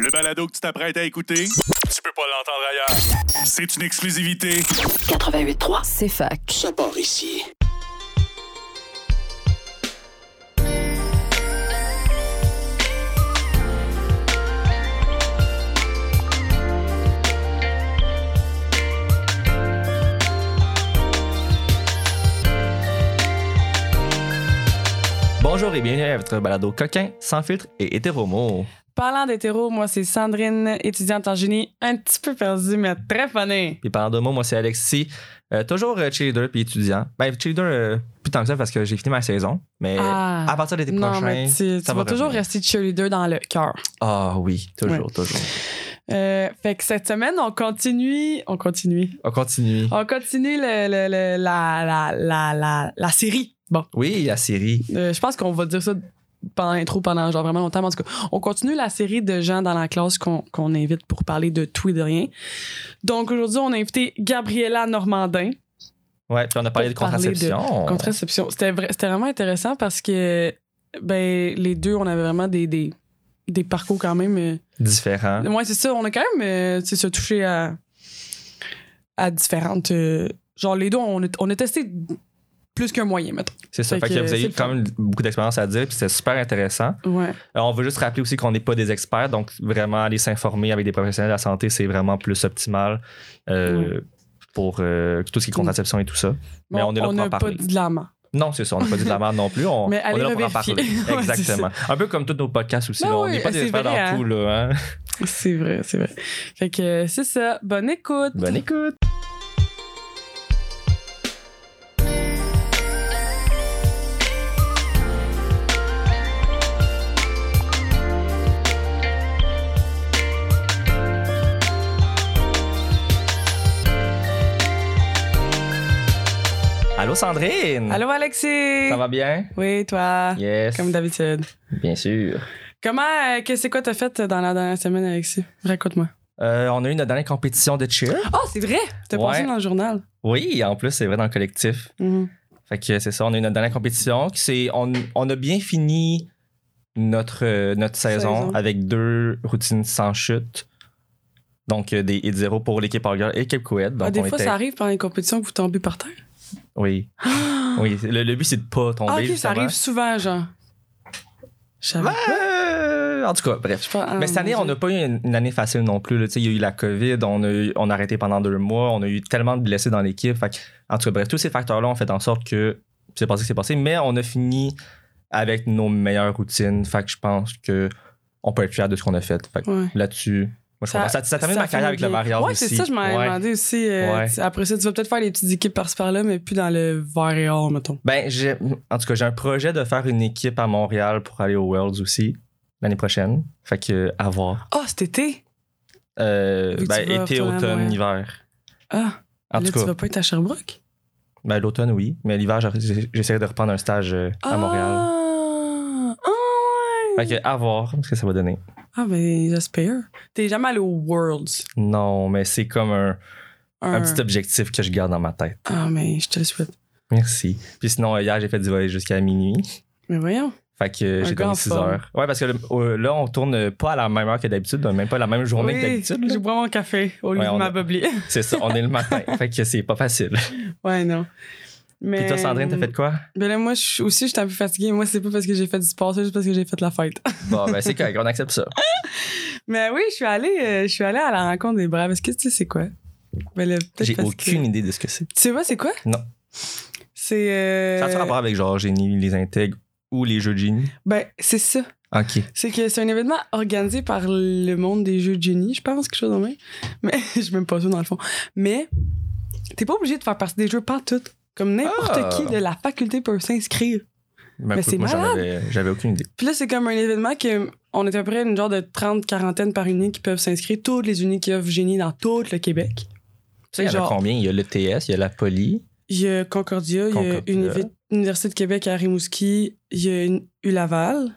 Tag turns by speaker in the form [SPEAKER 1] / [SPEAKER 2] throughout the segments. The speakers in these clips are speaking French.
[SPEAKER 1] Le balado que tu t'apprêtes à écouter, tu peux pas l'entendre ailleurs. C'est une exclusivité.
[SPEAKER 2] 88.3,
[SPEAKER 3] C'est fac.
[SPEAKER 4] Ça part ici.
[SPEAKER 5] Bonjour et bienvenue à votre balado coquin, sans filtre et hétéromo.
[SPEAKER 6] Parlant d'hétéro, moi, c'est Sandrine, étudiante en génie, un petit peu perdue, mais très funny.
[SPEAKER 5] Puis pendant deux mois, moi c'est Alexis, euh, toujours euh, cheerleader puis étudiant. Ben cheerleader euh, plus tant que ça parce que j'ai fini ma saison, mais
[SPEAKER 6] Ah.
[SPEAKER 5] Euh, à partir de l'été
[SPEAKER 6] non,
[SPEAKER 5] prochain,
[SPEAKER 6] mais tu, tu
[SPEAKER 5] ça
[SPEAKER 6] vas
[SPEAKER 5] va
[SPEAKER 6] toujours
[SPEAKER 5] revenir.
[SPEAKER 6] rester cheerleader dans le cœur.
[SPEAKER 5] Ah oui, toujours, toujours.
[SPEAKER 6] Euh, fait que cette semaine, on continue. On continue.
[SPEAKER 5] On continue.
[SPEAKER 6] On continue le- le- le- la, la, la, la, la série. Bon,
[SPEAKER 5] Oui, la série.
[SPEAKER 6] euh, je pense qu'on va dire ça pendant l'intro, pendant genre vraiment longtemps. mais En tout cas, on continue la série de gens dans la classe qu'on qu'on invite pour parler de tout et de rien. Donc aujourd'hui, on a invité Gabriella Normandin.
[SPEAKER 5] Ouais, puis on a parlé de
[SPEAKER 6] Pour parler de
[SPEAKER 5] contraception.
[SPEAKER 6] Contraception. C'était vrai- c'était vraiment intéressant parce que ben, les deux, on avait vraiment des, des, des parcours quand même. euh,
[SPEAKER 5] Différent.
[SPEAKER 6] Ouais, c'est ça. On a quand même euh, tu sais, se touché à, à différentes. euh, genre, les deux, on a, on a testé plus qu'un moyen, mettons.
[SPEAKER 5] C'est ça.
[SPEAKER 6] Fait
[SPEAKER 5] Fait que
[SPEAKER 6] que
[SPEAKER 5] vous
[SPEAKER 6] c'est
[SPEAKER 5] avez
[SPEAKER 6] le
[SPEAKER 5] quand même beaucoup d'expérience à dire, puis c'est super intéressant.
[SPEAKER 6] Ouais.
[SPEAKER 5] Alors, Euh, on veut juste rappeler aussi qu'on n'est pas des experts, donc vraiment aller s'informer avec des professionnels de la santé, c'est vraiment plus optimal euh, pour euh, tout ce qui est contraception et tout ça. Mais on est là pour en
[SPEAKER 6] n'a pas
[SPEAKER 5] parler.
[SPEAKER 6] dit de la main.
[SPEAKER 5] Non, c'est ça, on n'a pas dit de la merde non plus. On,
[SPEAKER 6] Mais
[SPEAKER 5] on
[SPEAKER 6] allez
[SPEAKER 5] est là pour en parler.
[SPEAKER 6] revérifier. Ouais,
[SPEAKER 5] Exactement. Un peu comme tous nos podcasts aussi,
[SPEAKER 6] Ben
[SPEAKER 5] là, on
[SPEAKER 6] oui,
[SPEAKER 5] n'est pas des
[SPEAKER 6] c'est
[SPEAKER 5] experts
[SPEAKER 6] vrai,
[SPEAKER 5] dans tout. Là, hein.
[SPEAKER 6] C'est vrai, c'est vrai. Fait que euh, c'est ça. Bonne écoute.
[SPEAKER 5] Bonne écoute! Allô Sandrine!
[SPEAKER 6] Allô, Alexis.
[SPEAKER 5] Ça va bien?
[SPEAKER 6] Oui, toi.
[SPEAKER 5] Yes.
[SPEAKER 6] Comme d'habitude.
[SPEAKER 5] Bien sûr.
[SPEAKER 6] Comment, euh, que- c'est quoi t'as fait dans la dernière semaine, Alexis? Raconte-moi.
[SPEAKER 5] Euh, on a eu notre dernière compétition de cheer.
[SPEAKER 6] Oh, c'est vrai! T'as
[SPEAKER 5] Ouais.
[SPEAKER 6] passé dans le journal.
[SPEAKER 5] Oui, en plus, c'est vrai dans le collectif. Fait que c'est ça, on a eu notre dernière compétition. qui c'est- On, on a bien fini notre, euh, notre saison,
[SPEAKER 6] Saison.
[SPEAKER 5] avec deux routines sans chute. Donc, euh, des hits zéro pour l'équipe All Girl et l'équipe Coed. Donc,
[SPEAKER 6] Ah, des
[SPEAKER 5] on
[SPEAKER 6] fois,
[SPEAKER 5] était-
[SPEAKER 6] ça arrive pendant les compétitions que vous tombez par terre.
[SPEAKER 5] Oui. oui. Le, le but, c'est de pas tomber.
[SPEAKER 6] ah, ok, ça
[SPEAKER 5] justement.
[SPEAKER 6] arrive souvent, genre. Je savais
[SPEAKER 5] Ben, euh, en tout cas, bref.
[SPEAKER 6] Je sais pas,
[SPEAKER 5] Mais cette
[SPEAKER 6] euh,
[SPEAKER 5] année, on n'a pas eu une, une année facile non plus. là. Tu sais, Il y a eu la COVID, on a, eu- on a arrêté pendant deux mois, on a eu tellement de blessés dans l'équipe. Fait que, En tout cas, bref, tous ces facteurs-là ont fait en sorte que c'est passé, que c'est passé. Mais on a fini avec nos meilleures routines. Fait que je pense que on peut être fier de ce qu'on a fait. Fait que
[SPEAKER 6] Ouais.
[SPEAKER 5] là-dessus, moi, je
[SPEAKER 6] Ça-
[SPEAKER 5] comprends. ça, ça, termine ma carrière avec le
[SPEAKER 6] variable
[SPEAKER 5] variable
[SPEAKER 6] Ouais,
[SPEAKER 5] aussi.
[SPEAKER 6] c'est ça, je m'en ai
[SPEAKER 5] Ouais.
[SPEAKER 6] demandé aussi. euh,
[SPEAKER 5] Ouais.
[SPEAKER 6] tu- Après ça, tu vas peut-être faire les petites équipes par-ci par-là, mais plus dans le vert et or, mettons.
[SPEAKER 5] Ben, j'ai- en tout cas, j'ai un projet de faire une équipe à Montréal pour aller aux Worlds aussi l'année prochaine. Fait que, euh, à voir.
[SPEAKER 6] Ah, cet été?
[SPEAKER 5] Euh,
[SPEAKER 6] Vu que
[SPEAKER 5] ben,
[SPEAKER 6] tu vas
[SPEAKER 5] été,
[SPEAKER 6] retourner à
[SPEAKER 5] automne,
[SPEAKER 6] Montréal.
[SPEAKER 5] hiver.
[SPEAKER 6] Ah,
[SPEAKER 5] En
[SPEAKER 6] là,
[SPEAKER 5] tout
[SPEAKER 6] tu
[SPEAKER 5] cas,
[SPEAKER 6] vas pas être à Sherbrooke?
[SPEAKER 5] ben, l'automne, oui. Mais l'hiver, j'essaie- j'essaie de reprendre un stage euh, à Montréal.
[SPEAKER 6] Ah, ah ouais!
[SPEAKER 5] Fait que, à voir ce que ça va donner.
[SPEAKER 6] Ah, ben, j'espère. T'es jamais allé au Worlds.
[SPEAKER 5] Non, mais c'est comme un, un petit objectif que je garde dans ma tête.
[SPEAKER 6] Ah, mais je te le souhaite.
[SPEAKER 5] Merci. Puis sinon, euh, hier, j'ai fait du voyage jusqu'à minuit.
[SPEAKER 6] Mais voyons.
[SPEAKER 5] Fait que euh,
[SPEAKER 6] Un
[SPEAKER 5] j'ai
[SPEAKER 6] gars en
[SPEAKER 5] dormi 6
[SPEAKER 6] forme.
[SPEAKER 5] heures. Ouais, parce que le- euh, là, on tourne euh, pas à la même heure que d'habitude, même pas la même journée que
[SPEAKER 6] oui,
[SPEAKER 5] d'habitude. là.
[SPEAKER 6] je bois mon café au lieu
[SPEAKER 5] Ouais,
[SPEAKER 6] de
[SPEAKER 5] on a-
[SPEAKER 6] ma boblée.
[SPEAKER 5] C'est ça, on est le matin. fait que c'est pas facile.
[SPEAKER 6] Ouais, non. Mais,
[SPEAKER 5] Puis toi, Sandrine, t'as fait quoi?
[SPEAKER 6] Ben là, moi je suis- aussi, j'étais un peu fatiguée. Moi, c'est pas parce que j'ai fait du sport, c'est juste parce que j'ai fait la fête.
[SPEAKER 5] Bon, ben c'est correct, on accepte ça.
[SPEAKER 6] Mais oui, je suis allée, euh, je suis allée à la rencontre des braves. Est-ce que tu sais c'est quoi? Ben là, peut-être
[SPEAKER 5] J'ai
[SPEAKER 6] parce
[SPEAKER 5] aucune
[SPEAKER 6] que-
[SPEAKER 5] idée de ce que c'est.
[SPEAKER 6] Tu sais pas c'est quoi?
[SPEAKER 5] Non.
[SPEAKER 6] C'est. euh,
[SPEAKER 5] Ça a rapport avec genre génie, les intègres ou les jeux de génie?
[SPEAKER 6] Ben, c'est ça.
[SPEAKER 5] Ok.
[SPEAKER 6] C'est que c'est un événement organisé par le monde des jeux de génie, je pense, quelque chose en même. Mais je suis même pas sûre dans le fond. Mais t'es pas obligé de faire partie des jeux par tout. Comme n'importe
[SPEAKER 5] Ah.
[SPEAKER 6] qui de la faculté peut s'inscrire.
[SPEAKER 5] Ben,
[SPEAKER 6] Mais
[SPEAKER 5] écoute,
[SPEAKER 6] c'est
[SPEAKER 5] moi, j'en
[SPEAKER 6] malade.
[SPEAKER 5] avais- J'avais aucune idée.
[SPEAKER 6] Puis là, c'est comme un événement que on est à peu près une genre de 30 quarantaine par unis qui peuvent s'inscrire, toutes les unis qui offrent génie dans tout le Québec.
[SPEAKER 5] Ça, il y en a
[SPEAKER 6] Genre-
[SPEAKER 5] combien? Il y a l'ETS, il y a la Poly.
[SPEAKER 6] Il y a Concordia, il y a
[SPEAKER 5] Concordia.
[SPEAKER 6] Univ- Université de Québec à Rimouski, il y a une- U Laval.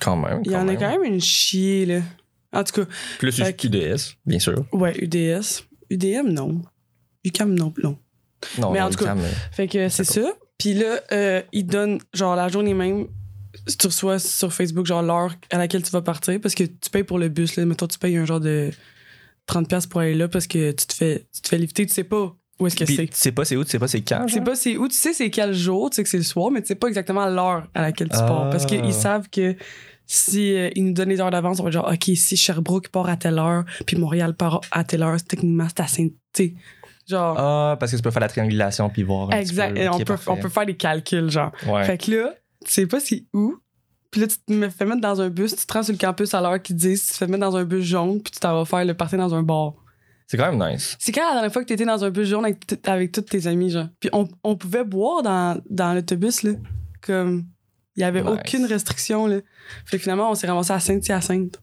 [SPEAKER 5] Quand même.
[SPEAKER 6] Il y en a quand même une chier, là. En tout cas,
[SPEAKER 5] Plus
[SPEAKER 6] Fait
[SPEAKER 5] QDS, bien sûr.
[SPEAKER 6] ouais, UDS. UDM, non. UCAM, non. non.
[SPEAKER 5] Non,
[SPEAKER 6] Mais
[SPEAKER 5] non,
[SPEAKER 6] en tout
[SPEAKER 5] le
[SPEAKER 6] cas-
[SPEAKER 5] cam, euh,
[SPEAKER 6] Fait que c'est
[SPEAKER 5] C'est
[SPEAKER 6] ça. Puis là, euh, ils donnent, genre, la journée même, tu reçois sur Facebook, genre l'heure à laquelle tu vas partir, parce que tu payes pour le bus, là. Mettons, tu payes un genre de 30$ pour aller là parce que tu te fais, tu te fais lifter, tu sais pas où est-ce que
[SPEAKER 5] Puis
[SPEAKER 6] c'est.
[SPEAKER 5] tu sais pas c'est où, tu sais pas c'est quand.
[SPEAKER 6] Tu sais
[SPEAKER 5] genre?
[SPEAKER 6] pas c'est où, tu sais c'est quel jour, tu sais que c'est le soir, mais tu sais pas exactement l'heure à laquelle tu pars.
[SPEAKER 5] Ah.
[SPEAKER 6] Parce qu'ils savent que si euh, ils nous donnent les heures d'avance, on va dire, OK, si Sherbrooke part à telle heure, puis Montréal part à telle heure, techniquement, c'est à saint tu sais, Genre,
[SPEAKER 5] Ah, parce que tu peux faire la triangulation puis voir. un
[SPEAKER 6] exact.
[SPEAKER 5] petit peu.
[SPEAKER 6] Et on,
[SPEAKER 5] Ok,
[SPEAKER 6] peut,
[SPEAKER 5] parfait.
[SPEAKER 6] on peut faire des calculs, genre.
[SPEAKER 5] Ouais.
[SPEAKER 6] Fait que là, tu sais pas c'est où. Puis là, tu te mets- fais mettre dans un bus, tu te rends sur le campus à l'heure qu'ils disent, tu te fais mettre dans un bus jaune, puis tu t'en vas faire le party dans un bar.
[SPEAKER 5] C'est quand même nice.
[SPEAKER 6] C'est quand la dernière fois que t'étais dans un bus jaune avec, t- avec tous tes amis, genre. Puis on, on pouvait boire dans, dans l'autobus, là. Comme, il y avait
[SPEAKER 5] Nice.
[SPEAKER 6] aucune restriction, là. Fait que finalement, on s'est ramassé à Sainte-Hyacinthe,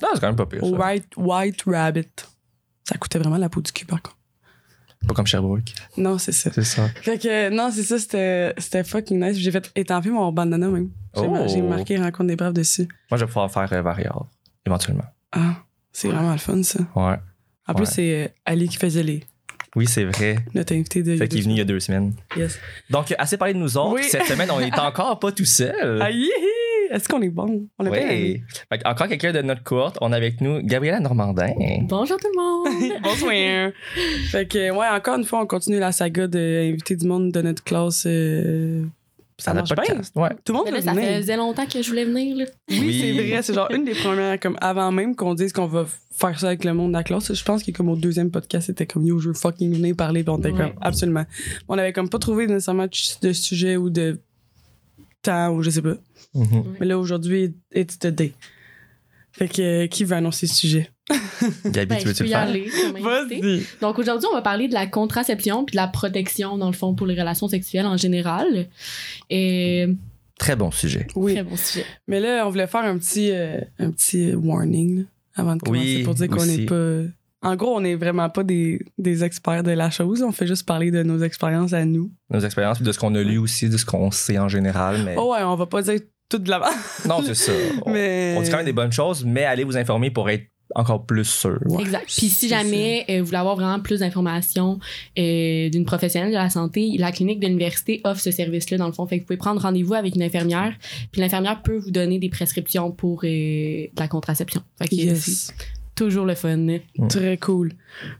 [SPEAKER 5] Non, c'est quand même pas pire. ça.
[SPEAKER 6] au White, White Rabbit. Ça coûtait vraiment la peau du cul, par contre.
[SPEAKER 5] Pas comme Sherbrooke.
[SPEAKER 6] Non, c'est ça.
[SPEAKER 5] C'est ça.
[SPEAKER 6] Fait que, non, c'est ça, c'était c'était fucking nice. J'ai fait étamper mon bandana, même. J'ai mar-
[SPEAKER 5] Oh.
[SPEAKER 6] j'ai marqué Rencontre des Braves dessus.
[SPEAKER 5] Moi, je vais pouvoir faire euh, Variable, éventuellement.
[SPEAKER 6] Ah, c'est vraiment le fun, ça.
[SPEAKER 5] Ouais.
[SPEAKER 6] En plus,
[SPEAKER 5] Ouais.
[SPEAKER 6] c'est euh, Ali qui faisait les,
[SPEAKER 5] Oui, c'est vrai.
[SPEAKER 6] notre invité de.
[SPEAKER 5] Fait qu'il est venu il y a deux semaines.
[SPEAKER 6] Yes.
[SPEAKER 5] Donc, assez parlé de nous autres.
[SPEAKER 6] Oui.
[SPEAKER 5] Cette semaine, on est encore pas tout seul.
[SPEAKER 6] Ah, hihi! Est-ce qu'on est bon? On a plein d'amis.
[SPEAKER 5] Oui. Fait encore quelqu'un de notre cohorte. On a avec nous Gabriela Normandin.
[SPEAKER 2] Bonjour tout le monde.
[SPEAKER 6] Bonsoir. fait que, ouais, encore une fois, on continue la saga de inviter du monde de notre classe. euh, ça
[SPEAKER 5] n'a
[SPEAKER 6] marche
[SPEAKER 5] pas de
[SPEAKER 6] bien.
[SPEAKER 5] casse. Ouais.
[SPEAKER 6] Tout le monde
[SPEAKER 2] Mais
[SPEAKER 6] veut
[SPEAKER 2] là, ça
[SPEAKER 6] venir.
[SPEAKER 2] faisait longtemps que je voulais venir. Là.
[SPEAKER 6] Oui, c'est vrai. C'est genre une des premières, comme avant même qu'on dise qu'on va faire ça avec le monde de la classe. Je pense que comme au deuxième podcast, c'était comme yo, je veux fucking venir parler. Puis on était
[SPEAKER 2] Ouais.
[SPEAKER 6] comme absolument. On avait comme pas trouvé nécessairement de ch- de sujet ou de temps ou je sais pas.
[SPEAKER 5] Mhm.
[SPEAKER 6] Mais là, aujourd'hui, it's the day. Fait que, euh, qui veut annoncer ce sujet?
[SPEAKER 5] Gabi,
[SPEAKER 2] Ben,
[SPEAKER 5] tu
[SPEAKER 2] je
[SPEAKER 5] veux-tu
[SPEAKER 2] peux
[SPEAKER 5] le
[SPEAKER 2] y
[SPEAKER 5] faire?
[SPEAKER 2] aller. comme invitée. Donc aujourd'hui, on va parler de la contraception puis de la protection, dans le fond, pour les relations sexuelles en général. Et
[SPEAKER 5] Très bon sujet.
[SPEAKER 6] Oui.
[SPEAKER 2] très bon sujet.
[SPEAKER 6] Mais là, on voulait faire un petit, euh, un petit warning là, avant de commencer
[SPEAKER 5] Oui,
[SPEAKER 6] pour dire qu'on
[SPEAKER 5] aussi.
[SPEAKER 6] n'est pas. En gros, on n'est vraiment pas des, des experts de la chose. On fait juste parler de nos expériences à nous.
[SPEAKER 5] Nos expériences, puis de ce qu'on a lu aussi, de ce qu'on sait en général. Mais...
[SPEAKER 6] Oh ouais, on va pas dire tout de l'avant.
[SPEAKER 5] Non, c'est ça. On-
[SPEAKER 6] Mais...
[SPEAKER 5] On dit quand même des bonnes choses, mais allez vous informer pour être encore plus sûr.
[SPEAKER 6] Ouais.
[SPEAKER 2] Exact. Puis
[SPEAKER 6] C'est
[SPEAKER 2] si jamais euh, vous voulez avoir vraiment plus d'informations euh, d'une professionnelle de la santé, la clinique de l'université offre ce service-là, dans le fond. Fait que vous pouvez prendre rendez-vous avec une infirmière, puis l'infirmière peut vous donner des prescriptions pour euh, de la contraception. Fait que c'est
[SPEAKER 6] Yes.
[SPEAKER 2] toujours le fun.
[SPEAKER 6] Très cool.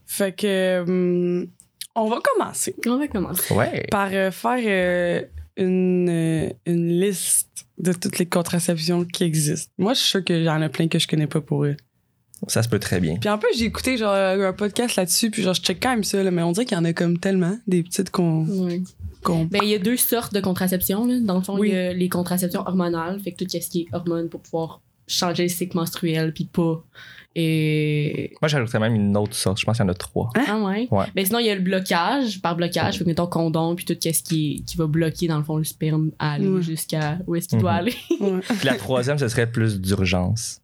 [SPEAKER 6] Fait que. hum, on va commencer
[SPEAKER 2] On va commencer.
[SPEAKER 5] Ouais.
[SPEAKER 6] par euh, faire euh, une, euh, une liste de toutes les contraceptions qui existent. Moi, je suis sûre qu'il y en a plein que je connais pas pour eux.
[SPEAKER 5] Ça se peut très bien.
[SPEAKER 6] Puis en plus, j'ai écouté genre un podcast là-dessus, puis genre je check quand même ça, là, mais on dirait qu'il y en a comme tellement des petites qu'on.
[SPEAKER 2] Ouais.
[SPEAKER 6] qu'on-
[SPEAKER 2] Ben, il y a deux sortes de contraception. Là. Dans le fond, il
[SPEAKER 6] Oui.
[SPEAKER 2] y a les contraceptions hormonales, fait que tout ce qui est hormones pour pouvoir changer le cycle menstruel, puis pas. Et...
[SPEAKER 5] Moi, j'ajouterais même une autre sorte. Je pense qu'il y en a trois.
[SPEAKER 6] Hein?
[SPEAKER 2] Ah ouais?
[SPEAKER 5] Ouais.
[SPEAKER 2] Ben, sinon, il y a le blocage, par blocage, fait que mettons condom, puis tout ce qui, est- qui va bloquer, dans le fond, le sperme à aller
[SPEAKER 6] Ouais.
[SPEAKER 2] jusqu'à où est-ce qu'il doit
[SPEAKER 5] Mhm.
[SPEAKER 2] aller.
[SPEAKER 6] Ouais.
[SPEAKER 5] Puis la troisième, ce serait plus d'urgence.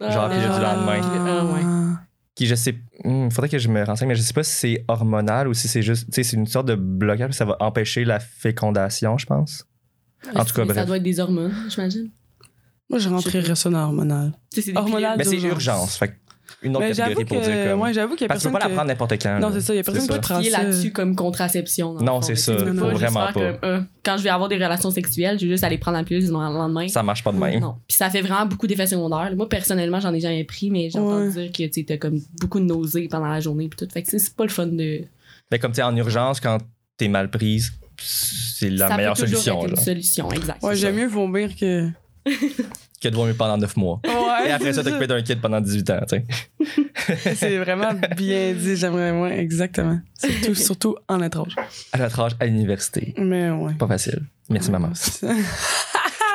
[SPEAKER 5] Genre, puis Ah, j'ai du
[SPEAKER 6] Ah.
[SPEAKER 2] Ah,
[SPEAKER 5] lendemain. Qui, je sais. hmm, faudrait que je me renseigne, mais je sais pas si c'est hormonal ou si c'est juste. Tu sais, c'est une sorte de blocage. Ça va empêcher la fécondation, je pense. En tout cas,
[SPEAKER 2] Mais Ça
[SPEAKER 5] bref.
[SPEAKER 2] doit être des hormones, j'imagine.
[SPEAKER 6] Moi, je rentrerais ça dans hormonal.
[SPEAKER 2] Tu sais, c'est des
[SPEAKER 6] Hormonal.
[SPEAKER 5] Mais c'est
[SPEAKER 6] Ah, d'urgence.
[SPEAKER 5] urgence. Fait que une autre
[SPEAKER 6] Mais j'avoue
[SPEAKER 5] catégorie pour dire
[SPEAKER 6] que.
[SPEAKER 5] comme.
[SPEAKER 6] Ouais, j'avoue qu'il y a
[SPEAKER 5] Parce que tu
[SPEAKER 6] personne.
[SPEAKER 5] peux pas la prendre
[SPEAKER 6] que-
[SPEAKER 5] n'importe quand.
[SPEAKER 6] Non,
[SPEAKER 5] là.
[SPEAKER 6] c'est ça, il y a personne
[SPEAKER 5] Ben, ça.
[SPEAKER 6] qui prend
[SPEAKER 2] pieds
[SPEAKER 6] ça.
[SPEAKER 2] là-dessus comme contraception. dans le
[SPEAKER 5] Non,
[SPEAKER 2] fond.
[SPEAKER 5] c'est
[SPEAKER 2] Fait
[SPEAKER 5] ça.
[SPEAKER 2] que tu peux
[SPEAKER 6] Faut
[SPEAKER 2] pas juste
[SPEAKER 5] vraiment
[SPEAKER 2] faire
[SPEAKER 5] pas.
[SPEAKER 2] comme, euh, quand je vais avoir des relations sexuelles, je vais juste aller prendre la pilule du lendemain.
[SPEAKER 5] Ça marche
[SPEAKER 6] Mm.
[SPEAKER 5] pas de même.
[SPEAKER 2] Non. Puis ça fait vraiment beaucoup d'effets secondaires. Moi, personnellement, j'en ai jamais pris, mais j'ai entendu dire que tu sais, t'as comme beaucoup de nausées pendant la journée. Puis tout. Fait que tu sais, c'est pas le fun de.
[SPEAKER 5] Mais comme tu sais, en urgence, quand t'es mal prise, c'est la
[SPEAKER 2] ça
[SPEAKER 5] meilleure
[SPEAKER 2] peut toujours
[SPEAKER 5] solution.
[SPEAKER 2] être une
[SPEAKER 5] là.
[SPEAKER 2] solution, exact.
[SPEAKER 6] Ouais,
[SPEAKER 5] C'est
[SPEAKER 6] j'aime
[SPEAKER 5] ça.
[SPEAKER 6] mieux vomir que.
[SPEAKER 5] Que de mieux pendant 9 mois.
[SPEAKER 6] Ouais.
[SPEAKER 5] Et après ça, t'occupes d'un kid pendant 18 ans, tu sais.
[SPEAKER 6] C'est vraiment bien dit, j'aimerais. Ouais, exactement. Surtout, surtout en étrange.
[SPEAKER 5] À notre âge, à l'université.
[SPEAKER 6] Mais ouais.
[SPEAKER 5] Pas facile. Merci, maman.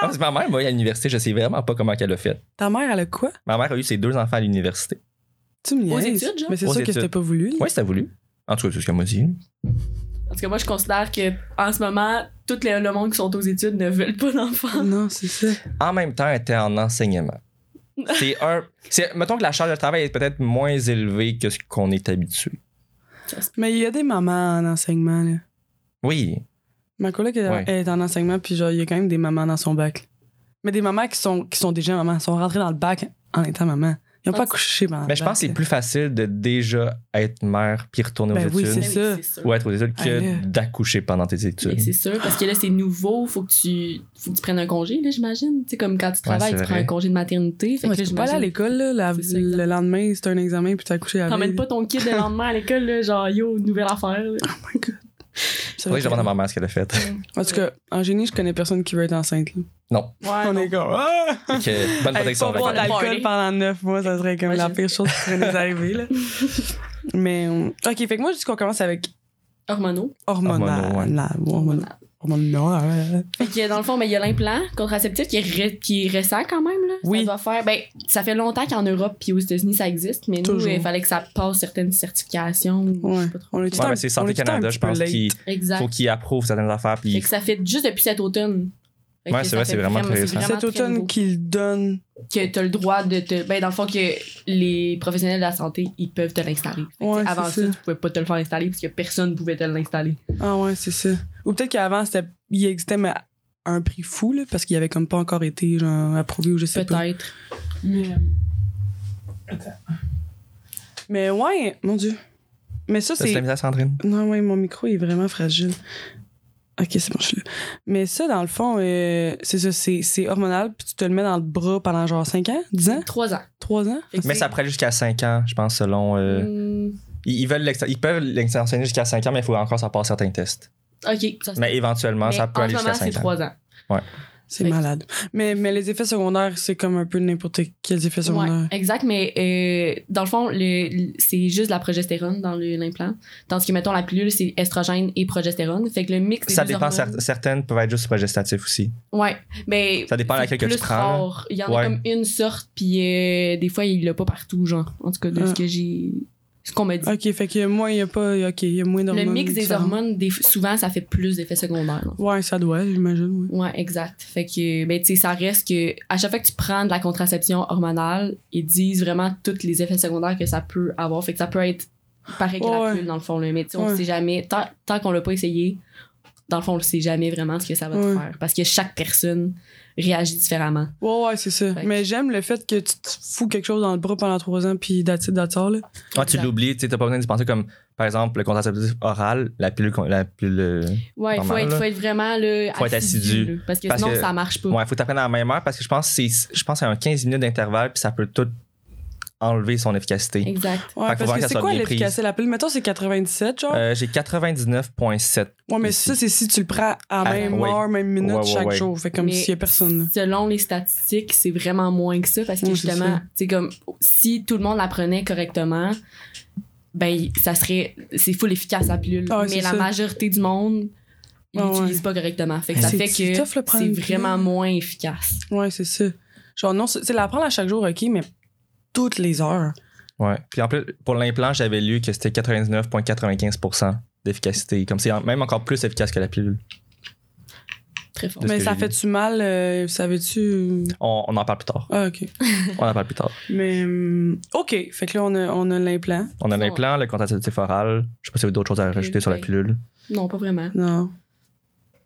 [SPEAKER 5] Ah, c'est ma mère, moi, à l'université, je sais vraiment pas comment qu'elle a fait.
[SPEAKER 6] Ta mère, elle a quoi?
[SPEAKER 5] Ma mère a eu ses deux enfants à l'université.
[SPEAKER 6] Tu me
[SPEAKER 2] Aux
[SPEAKER 6] niaises.
[SPEAKER 2] études, genre?
[SPEAKER 6] Mais c'est
[SPEAKER 5] Aux
[SPEAKER 6] sûr que
[SPEAKER 5] études.
[SPEAKER 6] c'était pas voulu. là.
[SPEAKER 5] Ouais, si t'as voulu. En tout cas, c'est ce qu'elle m'a dit.
[SPEAKER 2] Parce que moi, je considère que en ce moment, tout le, le monde qui sont aux études ne veulent pas d'enfants.
[SPEAKER 6] Non, c'est ça.
[SPEAKER 5] En même temps, elle était en enseignement. C'est un. c'est- Mettons que la charge de travail est peut-être moins élevée que ce qu'on est habitué.
[SPEAKER 6] Mais il y a des mamans en enseignement, là.
[SPEAKER 5] Oui.
[SPEAKER 6] Ma collègue elle,
[SPEAKER 5] Ouais.
[SPEAKER 6] elle est en enseignement, puis genre, il y a quand même des mamans dans son bac. là. Mais des mamans qui sont, qui sont déjà mamans, sont rentrées dans le bac en étant maman. Il Ils
[SPEAKER 2] Ah,
[SPEAKER 6] n'ont pas couché pendant
[SPEAKER 5] Mais je pense que c'est plus facile de déjà être mère puis retourner
[SPEAKER 6] Ben
[SPEAKER 5] aux
[SPEAKER 6] oui,
[SPEAKER 5] études
[SPEAKER 6] c'est ça.
[SPEAKER 2] sûr.
[SPEAKER 5] ou être aux études que
[SPEAKER 6] Ah, là.
[SPEAKER 5] d'accoucher pendant tes
[SPEAKER 2] Mais
[SPEAKER 5] études.
[SPEAKER 2] C'est sûr, parce que là, c'est nouveau. Faut que tu, faut que tu prennes un congé, là, j'imagine. Tu sais, comme quand tu travailles,
[SPEAKER 5] c'est
[SPEAKER 2] tu prends
[SPEAKER 5] vrai.
[SPEAKER 2] un congé de maternité. Fait que là,
[SPEAKER 6] pas aller à
[SPEAKER 2] j'imagine.
[SPEAKER 6] l'école, là, la-
[SPEAKER 2] C'est ça,
[SPEAKER 6] le
[SPEAKER 2] exact.
[SPEAKER 6] lendemain, c'est un examen, puis t'as accouché la
[SPEAKER 2] T'emmènes
[SPEAKER 6] veille.
[SPEAKER 2] pas ton kid le lendemain à l'école, là, genre, yo, nouvelle affaire. là.
[SPEAKER 6] Oh my God. Ça
[SPEAKER 5] Faudrait
[SPEAKER 6] va
[SPEAKER 5] que je demande à ma mère ce qu'elle a fait.
[SPEAKER 6] En tout cas, en génie, je connais personne qui veut être enceinte. là.
[SPEAKER 5] Non.
[SPEAKER 2] Ouais,
[SPEAKER 6] On
[SPEAKER 2] non.
[SPEAKER 6] est comme. Ah!
[SPEAKER 5] Ok, bonne
[SPEAKER 6] Hey,
[SPEAKER 5] protection.
[SPEAKER 6] pas boire
[SPEAKER 5] Rachel.
[SPEAKER 6] d'alcool
[SPEAKER 2] Party.
[SPEAKER 6] pendant neuf mois, ça serait comme la
[SPEAKER 2] Imagine.
[SPEAKER 6] pire chose qui pourrait nous arriver. Là. Mais, euh, OK, fait que moi, je dis qu'on commence avec
[SPEAKER 2] Hormonaux.
[SPEAKER 6] hormonal.
[SPEAKER 5] Hormonal, ouais.
[SPEAKER 6] La- hormonal. Hormonal, ouais.
[SPEAKER 2] Fait que dans le fond, ben, il y a l'implant contraceptif qui est, ré- qui est récent quand même. Là.
[SPEAKER 6] Oui.
[SPEAKER 2] Ça doit faire. Ben, ça fait longtemps qu'en Europe puis aux États-Unis ça existe, mais
[SPEAKER 6] Toujours.
[SPEAKER 2] nous, il fallait que ça passe certaines certifications. ou je
[SPEAKER 6] Ouais.
[SPEAKER 2] sais pas trop.
[SPEAKER 6] On est tout
[SPEAKER 5] Ouais,
[SPEAKER 6] un-
[SPEAKER 5] mais c'est
[SPEAKER 6] on
[SPEAKER 5] Santé
[SPEAKER 6] est tout un
[SPEAKER 5] Canada,
[SPEAKER 6] petit
[SPEAKER 5] je
[SPEAKER 6] peu
[SPEAKER 5] pense
[SPEAKER 6] late.
[SPEAKER 5] qu'il
[SPEAKER 2] Exact.
[SPEAKER 5] faut qu'ils approuvent certaines affaires. Puis
[SPEAKER 2] Fait que ça fait juste depuis cet automne. Fait
[SPEAKER 5] Ouais,
[SPEAKER 2] que
[SPEAKER 5] c'est
[SPEAKER 2] ça
[SPEAKER 5] vrai,
[SPEAKER 2] fait
[SPEAKER 5] c'est vraiment très récent.
[SPEAKER 6] Cet
[SPEAKER 2] nouveau.
[SPEAKER 6] automne qu'il donne.
[SPEAKER 2] que tu as le droit de te. Ben, dans le fond, que les professionnels de la santé, ils peuvent te l'installer. Fait que,
[SPEAKER 6] Ouais,
[SPEAKER 2] tu sais, avant
[SPEAKER 6] c'est
[SPEAKER 2] ça,
[SPEAKER 6] ça.
[SPEAKER 2] tu pouvais pas te le faire installer parce que personne pouvait te l'installer.
[SPEAKER 6] Ah ouais, c'est ça. Ou peut-être qu'avant, c'était- il existait, mais à un prix fou, là, parce qu'il avait comme pas encore été genre, approuvé ou je sais pas.
[SPEAKER 2] Peut-être. Mais, euh,
[SPEAKER 6] Mais ouais, mon Dieu. Mais ça,
[SPEAKER 5] c'est
[SPEAKER 6] c'est.
[SPEAKER 5] la misère, Sandrine.
[SPEAKER 6] Non, oui, mon micro est vraiment fragile. Ok, c'est bon, je suis là. Mais ça, dans le fond, euh, c'est ça, c'est c'est hormonal, puis tu te le mets dans le bras pendant genre 5 ans, 10 ans,
[SPEAKER 2] Trois ans.
[SPEAKER 6] 3 ans.
[SPEAKER 2] Fait que
[SPEAKER 5] Mais
[SPEAKER 2] c'est-
[SPEAKER 5] ça prend jusqu'à 5 ans, je pense, selon. euh,
[SPEAKER 2] Hmm,
[SPEAKER 5] Ils, ils veulent l'exten- ils peuvent l'extensionner jusqu'à 5 ans, mais il faut encore ça passe certains tests.
[SPEAKER 2] Ok, ça c'est-
[SPEAKER 5] Mais éventuellement,
[SPEAKER 2] mais
[SPEAKER 5] ça peut
[SPEAKER 2] en
[SPEAKER 5] aller
[SPEAKER 2] ce
[SPEAKER 5] jusqu'à
[SPEAKER 2] moment, c'est
[SPEAKER 5] 5 ans.
[SPEAKER 2] trois ans.
[SPEAKER 6] C'est
[SPEAKER 2] Fait que-
[SPEAKER 6] malade. Mais, mais les effets secondaires, c'est comme un peu n'importe quels effets secondaires.
[SPEAKER 2] Ouais, exact, mais euh, dans le fond, le, le- c'est juste la progestérone dans le- l'implant. Tandis que, mettons, la pilule, c'est estrogène et progestérone. Fait que le mix. des
[SPEAKER 5] Ça
[SPEAKER 2] deux
[SPEAKER 5] dépend,
[SPEAKER 2] hormones-
[SPEAKER 5] cer- certaines peuvent être juste progestatifs aussi.
[SPEAKER 2] Ouais, mais.
[SPEAKER 5] Ça dépend
[SPEAKER 2] c'est
[SPEAKER 5] laquelle que tu
[SPEAKER 2] plus
[SPEAKER 5] prends, là.
[SPEAKER 2] rare. Il y en
[SPEAKER 5] Ouais.
[SPEAKER 2] a comme une sorte, puis euh, des fois, il l'a pas partout, genre. En tout cas, de
[SPEAKER 6] Ah.
[SPEAKER 2] ce que j'ai. Ce qu'on m'a dit.
[SPEAKER 6] Ok, fait que moi, il y a pas. Ok, il y a moins
[SPEAKER 2] le
[SPEAKER 6] d'hormones.
[SPEAKER 2] mix des
[SPEAKER 6] différentes.
[SPEAKER 2] hormones, des- souvent, ça fait plus d'effets secondaires. là.
[SPEAKER 6] Ouais, ça doit, j'imagine. ouais.
[SPEAKER 2] Ouais, exact. Fait que, ben, tu sais, ça reste que, à chaque fois que tu prends de la contraception hormonale, ils disent vraiment tous les effets secondaires que ça peut avoir. Fait que ça peut être pareil que
[SPEAKER 6] Ouais.
[SPEAKER 2] la pilule, dans le fond, là. Mais, tu sais, on
[SPEAKER 6] Ouais.
[SPEAKER 2] le sait jamais. Tant, tant qu'on l'a pas essayé, dans le fond, on le sait jamais vraiment ce que ça va
[SPEAKER 6] Ouais.
[SPEAKER 2] te faire. Parce que chaque personne réagit différemment.
[SPEAKER 6] Ouais, ouais, c'est ça.
[SPEAKER 2] Fait que-
[SPEAKER 6] Mais j'aime le fait que tu te fous quelque chose dans le bras pendant 3 ans, puis d'attitude d'attard, là.
[SPEAKER 5] Quand Ah, tu
[SPEAKER 2] Exact.
[SPEAKER 5] l'oublies, tu n'as pas besoin de penser comme, par exemple, le contraceptif oral, la pilule. con- La pilule euh,
[SPEAKER 2] Ouais, il faut
[SPEAKER 5] Normal,
[SPEAKER 2] être,
[SPEAKER 5] là.
[SPEAKER 2] faut être vraiment, là,
[SPEAKER 5] Faut être assidu.
[SPEAKER 2] là, parce que
[SPEAKER 5] Parce
[SPEAKER 2] sinon,
[SPEAKER 5] que-
[SPEAKER 2] ça marche pas.
[SPEAKER 5] Ouais, faut que tu apprennes à la même heure parce que je pense que c'est je pense que c'est un 15 minutes d'intervalle puis ça peut tout enlever son efficacité.
[SPEAKER 2] Exact.
[SPEAKER 6] Ouais,
[SPEAKER 5] Fait qu'il faut
[SPEAKER 6] parce
[SPEAKER 5] voir
[SPEAKER 6] que
[SPEAKER 5] qu'elle
[SPEAKER 6] c'est
[SPEAKER 5] soit
[SPEAKER 6] quoi
[SPEAKER 5] bien
[SPEAKER 6] l'efficacité de la pilule? Mettons, c'est 97, genre.
[SPEAKER 5] Euh, J'ai 99.7.
[SPEAKER 6] Ouais, mais
[SPEAKER 5] Ici.
[SPEAKER 6] ça, c'est si tu le prends à
[SPEAKER 5] Ah,
[SPEAKER 6] même
[SPEAKER 5] ouais.
[SPEAKER 6] heure, même minute
[SPEAKER 5] Ouais, ouais,
[SPEAKER 6] chaque
[SPEAKER 5] ouais.
[SPEAKER 6] jour. Fait comme
[SPEAKER 2] Mais-
[SPEAKER 6] s'il y a personne. là.
[SPEAKER 2] Selon les statistiques, c'est vraiment moins que ça parce que
[SPEAKER 6] Oui, c'est
[SPEAKER 2] justement,
[SPEAKER 6] ça.
[SPEAKER 2] tu sais, comme si tout le monde l'apprenait correctement, ben ça serait c'est full efficace la pilule,
[SPEAKER 6] Ah ouais, c'est
[SPEAKER 2] mais la
[SPEAKER 6] ça.
[SPEAKER 2] majorité du monde ils
[SPEAKER 6] Ah ouais.
[SPEAKER 2] l'utilisent pas correctement. Fait que ça
[SPEAKER 6] C'est-
[SPEAKER 2] fait
[SPEAKER 6] c'est
[SPEAKER 2] que
[SPEAKER 6] tough, le prendre
[SPEAKER 2] c'est
[SPEAKER 6] une pilule.
[SPEAKER 2] vraiment moins efficace.
[SPEAKER 6] Ouais, c'est ça. Genre, non, c'est c'est la prendre à chaque jour, OK, mais toutes les heures.
[SPEAKER 5] Ouais. Puis en plus, pour l'implant, j'avais lu que c'était 99.95% d'efficacité. Comme c'est en- même encore plus efficace que la pilule.
[SPEAKER 2] Très fort.
[SPEAKER 5] De ce
[SPEAKER 6] mais
[SPEAKER 5] que
[SPEAKER 6] ça
[SPEAKER 5] j'ai vu.
[SPEAKER 6] fait-tu mal, euh, savais-tu?
[SPEAKER 5] On, on en parle plus tard.
[SPEAKER 6] Ah, OK.
[SPEAKER 5] On en parle plus tard.
[SPEAKER 6] Mais, hum, OK. Fait que là, on a, on a l'implant.
[SPEAKER 5] On a
[SPEAKER 2] Ouais.
[SPEAKER 5] l'implant, le contraceptif oral. Je sais pas si vous avez d'autres choses à rajouter sur la
[SPEAKER 2] ouais.
[SPEAKER 5] pilule.
[SPEAKER 2] Non, pas vraiment.
[SPEAKER 6] Non.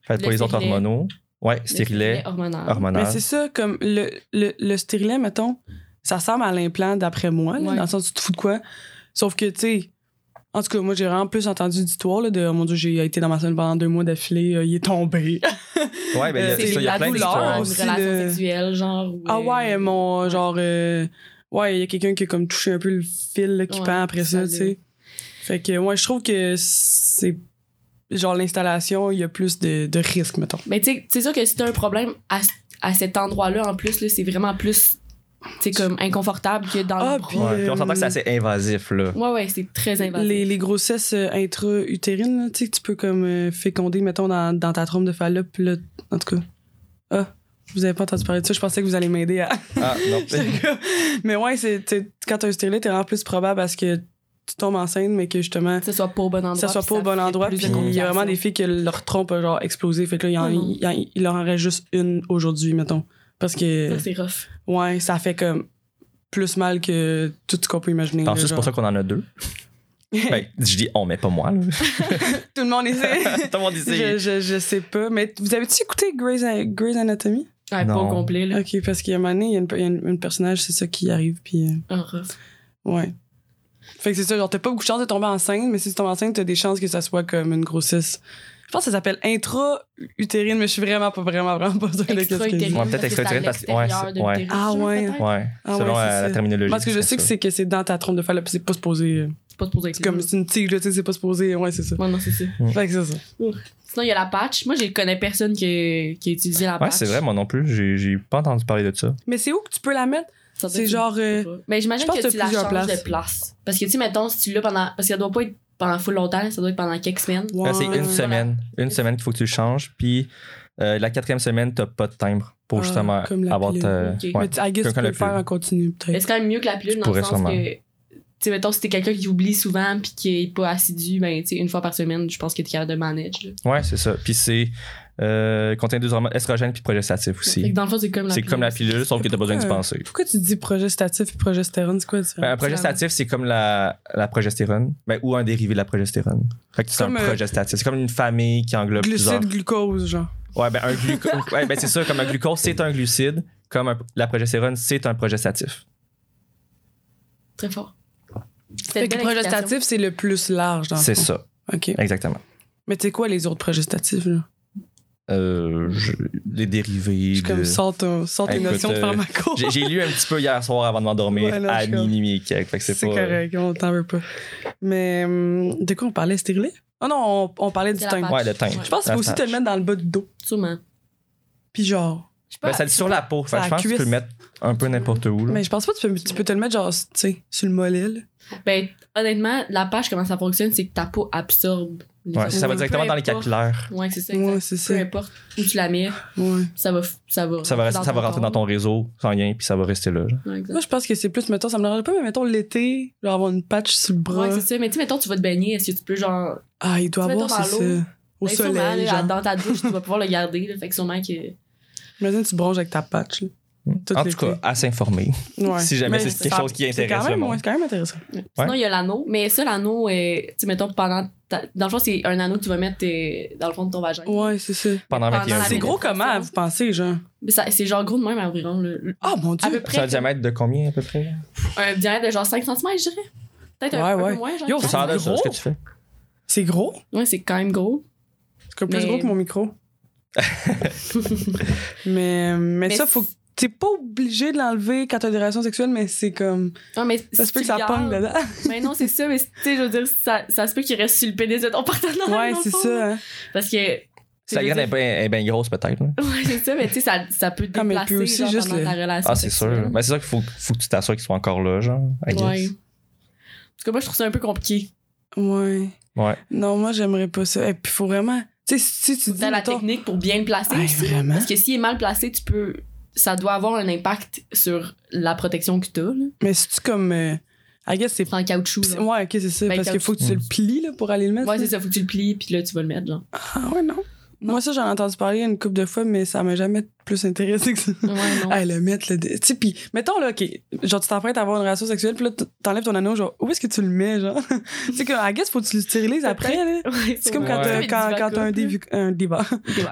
[SPEAKER 5] Fait que pour
[SPEAKER 2] Le
[SPEAKER 5] les autres
[SPEAKER 2] stérilet.
[SPEAKER 5] hormonaux. Ouais, stérilet,
[SPEAKER 2] Le hormonal.
[SPEAKER 5] hormonal.
[SPEAKER 6] Mais c'est ça, comme le, le, le stérilet, mettons, ça ressemble à l'implant d'après moi, là,
[SPEAKER 2] Ouais.
[SPEAKER 6] dans le sens où tu te fous de quoi. Sauf que, tu sais, en tout cas, moi, j'ai vraiment plus entendu d'histoires là, de oh, mon Dieu, j'ai été dans ma semaine pendant deux mois d'affilée, euh, il est tombé.
[SPEAKER 5] Ouais, ben, il y a-
[SPEAKER 6] Euh,
[SPEAKER 5] c'est
[SPEAKER 2] C'est
[SPEAKER 5] ça, il y a
[SPEAKER 2] la
[SPEAKER 5] plein
[SPEAKER 2] douleur,
[SPEAKER 5] d'histoires.
[SPEAKER 2] une
[SPEAKER 6] aussi,
[SPEAKER 2] relation
[SPEAKER 6] le-
[SPEAKER 2] sexuelle, genre. ou,
[SPEAKER 6] Ah ouais,
[SPEAKER 2] euh,
[SPEAKER 6] mon
[SPEAKER 2] ouais.
[SPEAKER 6] genre. euh, ouais, il y a quelqu'un qui a comme touché un peu le fil là, qui
[SPEAKER 2] Ouais,
[SPEAKER 6] pend après ça,
[SPEAKER 2] ça
[SPEAKER 6] tu sais. Fait que, ouais, je trouve que c'est. Genre, l'installation, il y a plus de, de risques, mettons.
[SPEAKER 2] Mais tu sais, c'est sûr que si t'as un problème à, à cet endroit-là, en plus, là, c'est vraiment plus, tu sais, comme inconfortable que dans
[SPEAKER 6] Ah,
[SPEAKER 2] le bras.
[SPEAKER 6] puis-
[SPEAKER 5] Ouais, puis on s'entend que c'est assez invasif, là.
[SPEAKER 2] Ouais, ouais, c'est très invasif.
[SPEAKER 6] Les, les grossesses euh, intra-utérines, là, tu sais, que tu peux comme euh, féconder, mettons, dans, dans ta trompe de Fallope, puis là, en tout cas. Ah, vous avez pas entendu parler de ça, je pensais que vous allez m'aider à.
[SPEAKER 5] Ah, non.
[SPEAKER 6] mais ouais, c'est, t'sais, quand t'as un stérilet, t'es vraiment plus probable à ce que tu tombes enceinte, mais que justement,
[SPEAKER 2] Que ça soit pas au bon endroit.
[SPEAKER 6] que ça soit
[SPEAKER 2] puis
[SPEAKER 6] pas au bon
[SPEAKER 2] fait
[SPEAKER 6] endroit.
[SPEAKER 2] plus
[SPEAKER 6] Puis
[SPEAKER 2] de
[SPEAKER 6] il y a vraiment
[SPEAKER 2] complications.
[SPEAKER 6] des filles que leur trompe a genre explosé. Fait que là, il, y en-
[SPEAKER 2] Ah non.
[SPEAKER 6] il y en- il leur en reste juste une aujourd'hui, mettons. Parce que,
[SPEAKER 2] Ça, c'est rough.
[SPEAKER 6] ouais, ça fait comme plus mal que tout ce qu'on peut imaginer.
[SPEAKER 5] Alors,
[SPEAKER 6] là,
[SPEAKER 5] ça, c'est pour ça
[SPEAKER 6] genre.
[SPEAKER 5] qu'on en a deux. Ben, je dis on, mais pas moi. Là.
[SPEAKER 6] Tout le monde essaie.
[SPEAKER 5] Tout le monde dit
[SPEAKER 6] je, je, je sais pas. Mais vous avez-tu écouté Grey's, Grey's Anatomy?
[SPEAKER 2] Ouais, pas au
[SPEAKER 5] Non.
[SPEAKER 2] complet, là.
[SPEAKER 6] OK, parce qu'il y a un moment donné, il y a une, il y a une- une personnage, c'est ça qui arrive, puis... euh,
[SPEAKER 2] Ah, rough.
[SPEAKER 6] ouais. Fait que c'est ça, genre, t'as pas beaucoup de chances de tomber enceinte, mais si tu tombes enceinte, t'as des chances que ça soit comme une grossesse. Je pense que ça s'appelle intra-utérine, mais je suis vraiment pas, vraiment, vraiment pas sûre de qu'est-ce que je dis.
[SPEAKER 2] Extra-utérine,
[SPEAKER 5] Ouais, peut-être
[SPEAKER 2] parce que c'est à
[SPEAKER 5] extra-utérine, parce que-
[SPEAKER 2] l'extérieur
[SPEAKER 5] ouais,
[SPEAKER 2] de
[SPEAKER 5] c'est- ouais.
[SPEAKER 2] l'utérus,
[SPEAKER 6] Ah
[SPEAKER 2] là,
[SPEAKER 6] ouais.
[SPEAKER 2] peut-être.
[SPEAKER 5] Ouais,
[SPEAKER 6] Ah
[SPEAKER 5] selon
[SPEAKER 6] ouais,
[SPEAKER 5] euh,
[SPEAKER 6] c'est
[SPEAKER 5] la,
[SPEAKER 6] ça.
[SPEAKER 5] terminologie.
[SPEAKER 6] Moi, ce que je
[SPEAKER 5] c'est
[SPEAKER 6] sais, que
[SPEAKER 5] ça.
[SPEAKER 6] c'est que c'est dans ta trompe de Fallope, c'est pas supposé... euh,
[SPEAKER 2] C'est pas supposé
[SPEAKER 6] C'est comme c'est une tige, là, tu sais, c'est pas supposé... Ouais, c'est ça.
[SPEAKER 2] Ouais, non, c'est ça.
[SPEAKER 6] Fait que c'est ça.
[SPEAKER 2] Sinon, il y a la patch. Moi, je connais personne qui, qui a utilisé la patch.
[SPEAKER 5] Ouais, c'est vrai, moi non plus. J'ai- J'ai pas entendu parler de ça.
[SPEAKER 6] Mais c'est où que tu peux la mettre?
[SPEAKER 2] Ça doit
[SPEAKER 6] C'est
[SPEAKER 2] être-
[SPEAKER 6] genre... euh,
[SPEAKER 2] Mais j'imagine
[SPEAKER 6] Je pense
[SPEAKER 2] que,
[SPEAKER 6] que
[SPEAKER 2] tu
[SPEAKER 6] t'as
[SPEAKER 2] la changes
[SPEAKER 6] plusieurs places.
[SPEAKER 2] de place. Parce que, tu sais, mettons, si tu l'as pendant. Parce qu'elle doit pas être pendant full longtemps, ça doit être pendant quelques semaines.
[SPEAKER 5] Euh, c'est
[SPEAKER 6] ouais.
[SPEAKER 5] une semaine. Une semaine qu'il faut que tu le changes. Puis euh, la quatrième semaine, t'as pas de timbre pour
[SPEAKER 6] Ah,
[SPEAKER 5] justement
[SPEAKER 6] comme la
[SPEAKER 5] avoir
[SPEAKER 6] pilule.
[SPEAKER 5] ta.
[SPEAKER 2] Ok.
[SPEAKER 5] ouais.
[SPEAKER 6] Mais tu, I guess, tu
[SPEAKER 5] Quelqu'un
[SPEAKER 6] peux
[SPEAKER 5] l'a
[SPEAKER 6] le faire
[SPEAKER 5] plus.
[SPEAKER 6] en continu,
[SPEAKER 2] Mais
[SPEAKER 6] peut-être.
[SPEAKER 2] c'est quand même mieux que la pilule dans
[SPEAKER 5] pourrais
[SPEAKER 2] le sens
[SPEAKER 5] sûrement.
[SPEAKER 2] que. Tu sais, mettons, si t'es quelqu'un qui oublie souvent puis qui est pas assidu, ben, tu sais, une fois par semaine, je pense que t'es capable de manage. là.
[SPEAKER 5] Ouais, c'est ça. Puis c'est. Euh, contient deux hormones estrogènes puis progestatifs
[SPEAKER 2] Fait que
[SPEAKER 5] aussi.
[SPEAKER 2] dans le fond, c'est comme la
[SPEAKER 5] C'est comme la
[SPEAKER 2] pilule.
[SPEAKER 5] pilule, sauf que t'as besoin de dispenser.
[SPEAKER 6] Pourquoi tu dis progestatif et progestérone? C'est quoi la différence?
[SPEAKER 5] Ben, un progestatif, c'est comme la, la progestérone, ben, ou un dérivé de la progestérone. Fait que c'est
[SPEAKER 6] Comme,
[SPEAKER 5] un
[SPEAKER 6] euh,
[SPEAKER 5] progestatif. C'est comme une famille qui englobe plusieurs.
[SPEAKER 6] Glucide, glucose, genre.
[SPEAKER 5] Ouais, ben, un gluco- ouais, ben, c'est ça, comme un glucose, c'est un glucide, comme un- la progestérone, c'est un progestatif.
[SPEAKER 2] Très fort. C'était
[SPEAKER 6] Fait
[SPEAKER 2] une
[SPEAKER 6] que le
[SPEAKER 2] belle explication.
[SPEAKER 6] progestatif, c'est le plus large, dans le
[SPEAKER 5] C'est
[SPEAKER 6] fond.
[SPEAKER 5] ça,
[SPEAKER 6] OK.
[SPEAKER 5] exactement.
[SPEAKER 6] Mais tu sais quoi, les autres progestatifs, là?
[SPEAKER 5] Euh, je- les
[SPEAKER 6] Je
[SPEAKER 5] dérivés.
[SPEAKER 6] suis comme,
[SPEAKER 5] de-
[SPEAKER 6] sors ton- sors tes
[SPEAKER 5] Écoute,
[SPEAKER 6] notions de
[SPEAKER 5] euh,
[SPEAKER 6] pharmaco.
[SPEAKER 5] J'ai j'ai lu un petit peu hier soir avant de m'endormir
[SPEAKER 6] Ouais, non,
[SPEAKER 5] à
[SPEAKER 6] je comprends.
[SPEAKER 5] minuit et quelques. Fait que c'est
[SPEAKER 6] C'est
[SPEAKER 5] pas. euh,
[SPEAKER 6] correct, on t'en veut pas. Mais hum, de quoi on parlait, stérilet? Oh non, on, on parlait du
[SPEAKER 2] C'est la
[SPEAKER 6] teint.
[SPEAKER 2] pâte.
[SPEAKER 5] Ouais, le teint.
[SPEAKER 2] Ouais.
[SPEAKER 6] Je pense qu'il
[SPEAKER 5] La
[SPEAKER 6] faut aussi te
[SPEAKER 5] tache.
[SPEAKER 6] le mettre dans le bas du dos.
[SPEAKER 2] Sûrement.
[SPEAKER 6] Puis genre...
[SPEAKER 2] Je sais pas.
[SPEAKER 5] Ben, ça le dit sur la peau. Fait que
[SPEAKER 6] la
[SPEAKER 5] je pense que tu peux
[SPEAKER 6] cuisse.
[SPEAKER 5] le mettre un peu n'importe où. là.
[SPEAKER 6] Mais je pense pas que tu peux, tu peux te le mettre, genre, tu sais, sur le mollet, là.
[SPEAKER 2] Ben, honnêtement, la patch, comment ça fonctionne, c'est que ta peau absorbe les
[SPEAKER 5] Ouais, ça va
[SPEAKER 2] hormones.
[SPEAKER 5] directement
[SPEAKER 2] Peu
[SPEAKER 5] dans les
[SPEAKER 2] importe.
[SPEAKER 5] capillaires.
[SPEAKER 2] Ouais, c'est ça.
[SPEAKER 6] Ouais,
[SPEAKER 2] exact.
[SPEAKER 6] c'est ça.
[SPEAKER 2] Peu importe où tu la mets,
[SPEAKER 6] Ouais.
[SPEAKER 2] ça va. f- Ça va,
[SPEAKER 5] Ça va, rester- ça va rentrer dans ton réseau sans rien, puis ça va rester là. là.
[SPEAKER 2] corps. Ouais, exact.
[SPEAKER 6] Moi, je pense que c'est plus, mettons, ça me dérange pas, mais mettons l'été, genre avoir une patch sur le bras.
[SPEAKER 2] Ouais, c'est ça. Mais tu sais, mettons, tu vas te baigner, est-ce que tu peux, genre.
[SPEAKER 6] ah, il doit
[SPEAKER 2] Tu
[SPEAKER 6] avoir,
[SPEAKER 2] mets ton
[SPEAKER 6] c'est
[SPEAKER 2] dans l'eau.
[SPEAKER 6] ça. Au
[SPEAKER 2] ben, sûrement,
[SPEAKER 6] soleil,
[SPEAKER 2] là,
[SPEAKER 6] genre.
[SPEAKER 2] dans ta douche, tu vas pouvoir le garder. Là, fait que sûrement que.
[SPEAKER 6] Imagine, tu bronches avec ta patch, là. Tout
[SPEAKER 5] Hmm. en
[SPEAKER 6] l'été.
[SPEAKER 5] tout cas, à s'informer.
[SPEAKER 6] Ouais.
[SPEAKER 5] si jamais
[SPEAKER 6] Mais
[SPEAKER 5] c'est quelque
[SPEAKER 6] ça-
[SPEAKER 5] chose qui
[SPEAKER 6] c'est
[SPEAKER 5] intéresse
[SPEAKER 6] quand
[SPEAKER 5] le
[SPEAKER 6] même,
[SPEAKER 5] monde.
[SPEAKER 6] ouais, c'est quand même intéressant.
[SPEAKER 2] Sinon, il y a l'anneau. Mais ça, l'anneau, euh, tu sais, mettons, pendant. ta- Dans le fond, c'est un anneau que tu vas mettre euh, dans le fond de ton vagin.
[SPEAKER 6] Ouais, c'est ça.
[SPEAKER 5] Pendant
[SPEAKER 2] Pendant
[SPEAKER 5] 21
[SPEAKER 2] la
[SPEAKER 5] jours.
[SPEAKER 6] C'est gros comment, vous pensez, genre?
[SPEAKER 2] Mais ça- C'est genre gros de même environ. Là.
[SPEAKER 6] Ah, mon
[SPEAKER 2] À peu
[SPEAKER 6] dieu!
[SPEAKER 5] C'est un
[SPEAKER 2] près.
[SPEAKER 5] diamètre de combien à peu près?
[SPEAKER 2] Un diamètre de genre 5 cm, je dirais. Peut-être un,
[SPEAKER 6] Ouais,
[SPEAKER 2] un
[SPEAKER 6] ouais.
[SPEAKER 2] peu moins, genre.
[SPEAKER 6] Yo,
[SPEAKER 5] Ça a l'air de ça, ce que tu fais.
[SPEAKER 6] C'est gros?
[SPEAKER 2] Ouais, c'est quand même gros.
[SPEAKER 6] C'est comme plus
[SPEAKER 2] Mais-
[SPEAKER 6] gros que mon micro. mais, mais,
[SPEAKER 2] Mais
[SPEAKER 6] ça, faut. que- T'es pas obligé de l'enlever quand t'as des relations sexuelles, mais c'est comme.
[SPEAKER 2] Non, mais
[SPEAKER 6] Ça se
[SPEAKER 2] si
[SPEAKER 6] peut
[SPEAKER 2] tu
[SPEAKER 6] que ça
[SPEAKER 2] le
[SPEAKER 6] pogne
[SPEAKER 2] gardes-
[SPEAKER 6] dedans.
[SPEAKER 2] Mais non, c'est ça, mais tu sais, je veux dire, ça, ça se peut qu'il reste sur le pénis de ton partenaire.
[SPEAKER 6] Ouais,
[SPEAKER 2] dans le
[SPEAKER 6] c'est
[SPEAKER 2] fond, là.
[SPEAKER 6] ça. hein.
[SPEAKER 2] Parce que.
[SPEAKER 5] Si la
[SPEAKER 2] je veux
[SPEAKER 5] graine est
[SPEAKER 2] dire-
[SPEAKER 5] bien est bien grosse, peut-être. là.
[SPEAKER 2] Ouais, c'est ça, mais tu sais, ça, ça peut te
[SPEAKER 6] Ah, mais
[SPEAKER 2] déplacer
[SPEAKER 6] puis aussi,
[SPEAKER 2] genre,
[SPEAKER 6] juste
[SPEAKER 2] pendant
[SPEAKER 6] le-
[SPEAKER 2] ta relation.
[SPEAKER 5] Ah, c'est sûr.
[SPEAKER 2] sexuelle.
[SPEAKER 5] Mais c'est sûr qu'il faut, faut que tu t'assures qu'ils soient encore là, genre. I guess.
[SPEAKER 2] Ouais. En tout cas, moi, je trouve ça un peu compliqué.
[SPEAKER 6] Ouais.
[SPEAKER 5] Ouais.
[SPEAKER 6] Non, moi, j'aimerais pas ça. Et puis, faut vraiment. Tu sais, si tu dis.
[SPEAKER 2] T'as la
[SPEAKER 6] mettons-
[SPEAKER 2] technique pour bien le placer
[SPEAKER 6] Ah,
[SPEAKER 2] aussi.
[SPEAKER 6] vraiment?
[SPEAKER 2] Parce que s'il est mal placé, tu peux. Ça doit avoir un impact sur la protection que t'as, là.
[SPEAKER 6] Mais c'est-tu comme. euh, I guess c'est.
[SPEAKER 2] C'est en caoutchouc.
[SPEAKER 6] Pis-
[SPEAKER 2] là.
[SPEAKER 6] Ouais, ok, c'est ça.
[SPEAKER 2] Ben,
[SPEAKER 6] parce
[SPEAKER 2] quand
[SPEAKER 6] qu'il faut que
[SPEAKER 5] Mm.
[SPEAKER 6] tu le plies là, pour aller le mettre.
[SPEAKER 2] Ouais,
[SPEAKER 6] là.
[SPEAKER 2] c'est ça, faut que tu le plies, puis là, tu vas le mettre, genre.
[SPEAKER 6] Ah, ouais, non. Moi, ça, j'en ai entendu parler une couple de fois, mais ça m'a jamais plus intéressé que ça.
[SPEAKER 2] Ouais, non.
[SPEAKER 6] Ah, le mettre, le. Tu sais, pis, mettons, là, OK, genre, tu t'apprêtes à avoir une relation sexuelle, puis là, t- t'enlèves ton anneau, genre, où est-ce que tu le mets, genre? tu sais, que, I guess, faut que tu le stérilises après, là.
[SPEAKER 2] Ouais,
[SPEAKER 6] C'est comme
[SPEAKER 5] Ouais.
[SPEAKER 6] quand t'as
[SPEAKER 2] Ouais.
[SPEAKER 6] quand, quand t'as un,
[SPEAKER 2] Diva
[SPEAKER 6] dévu- un débat.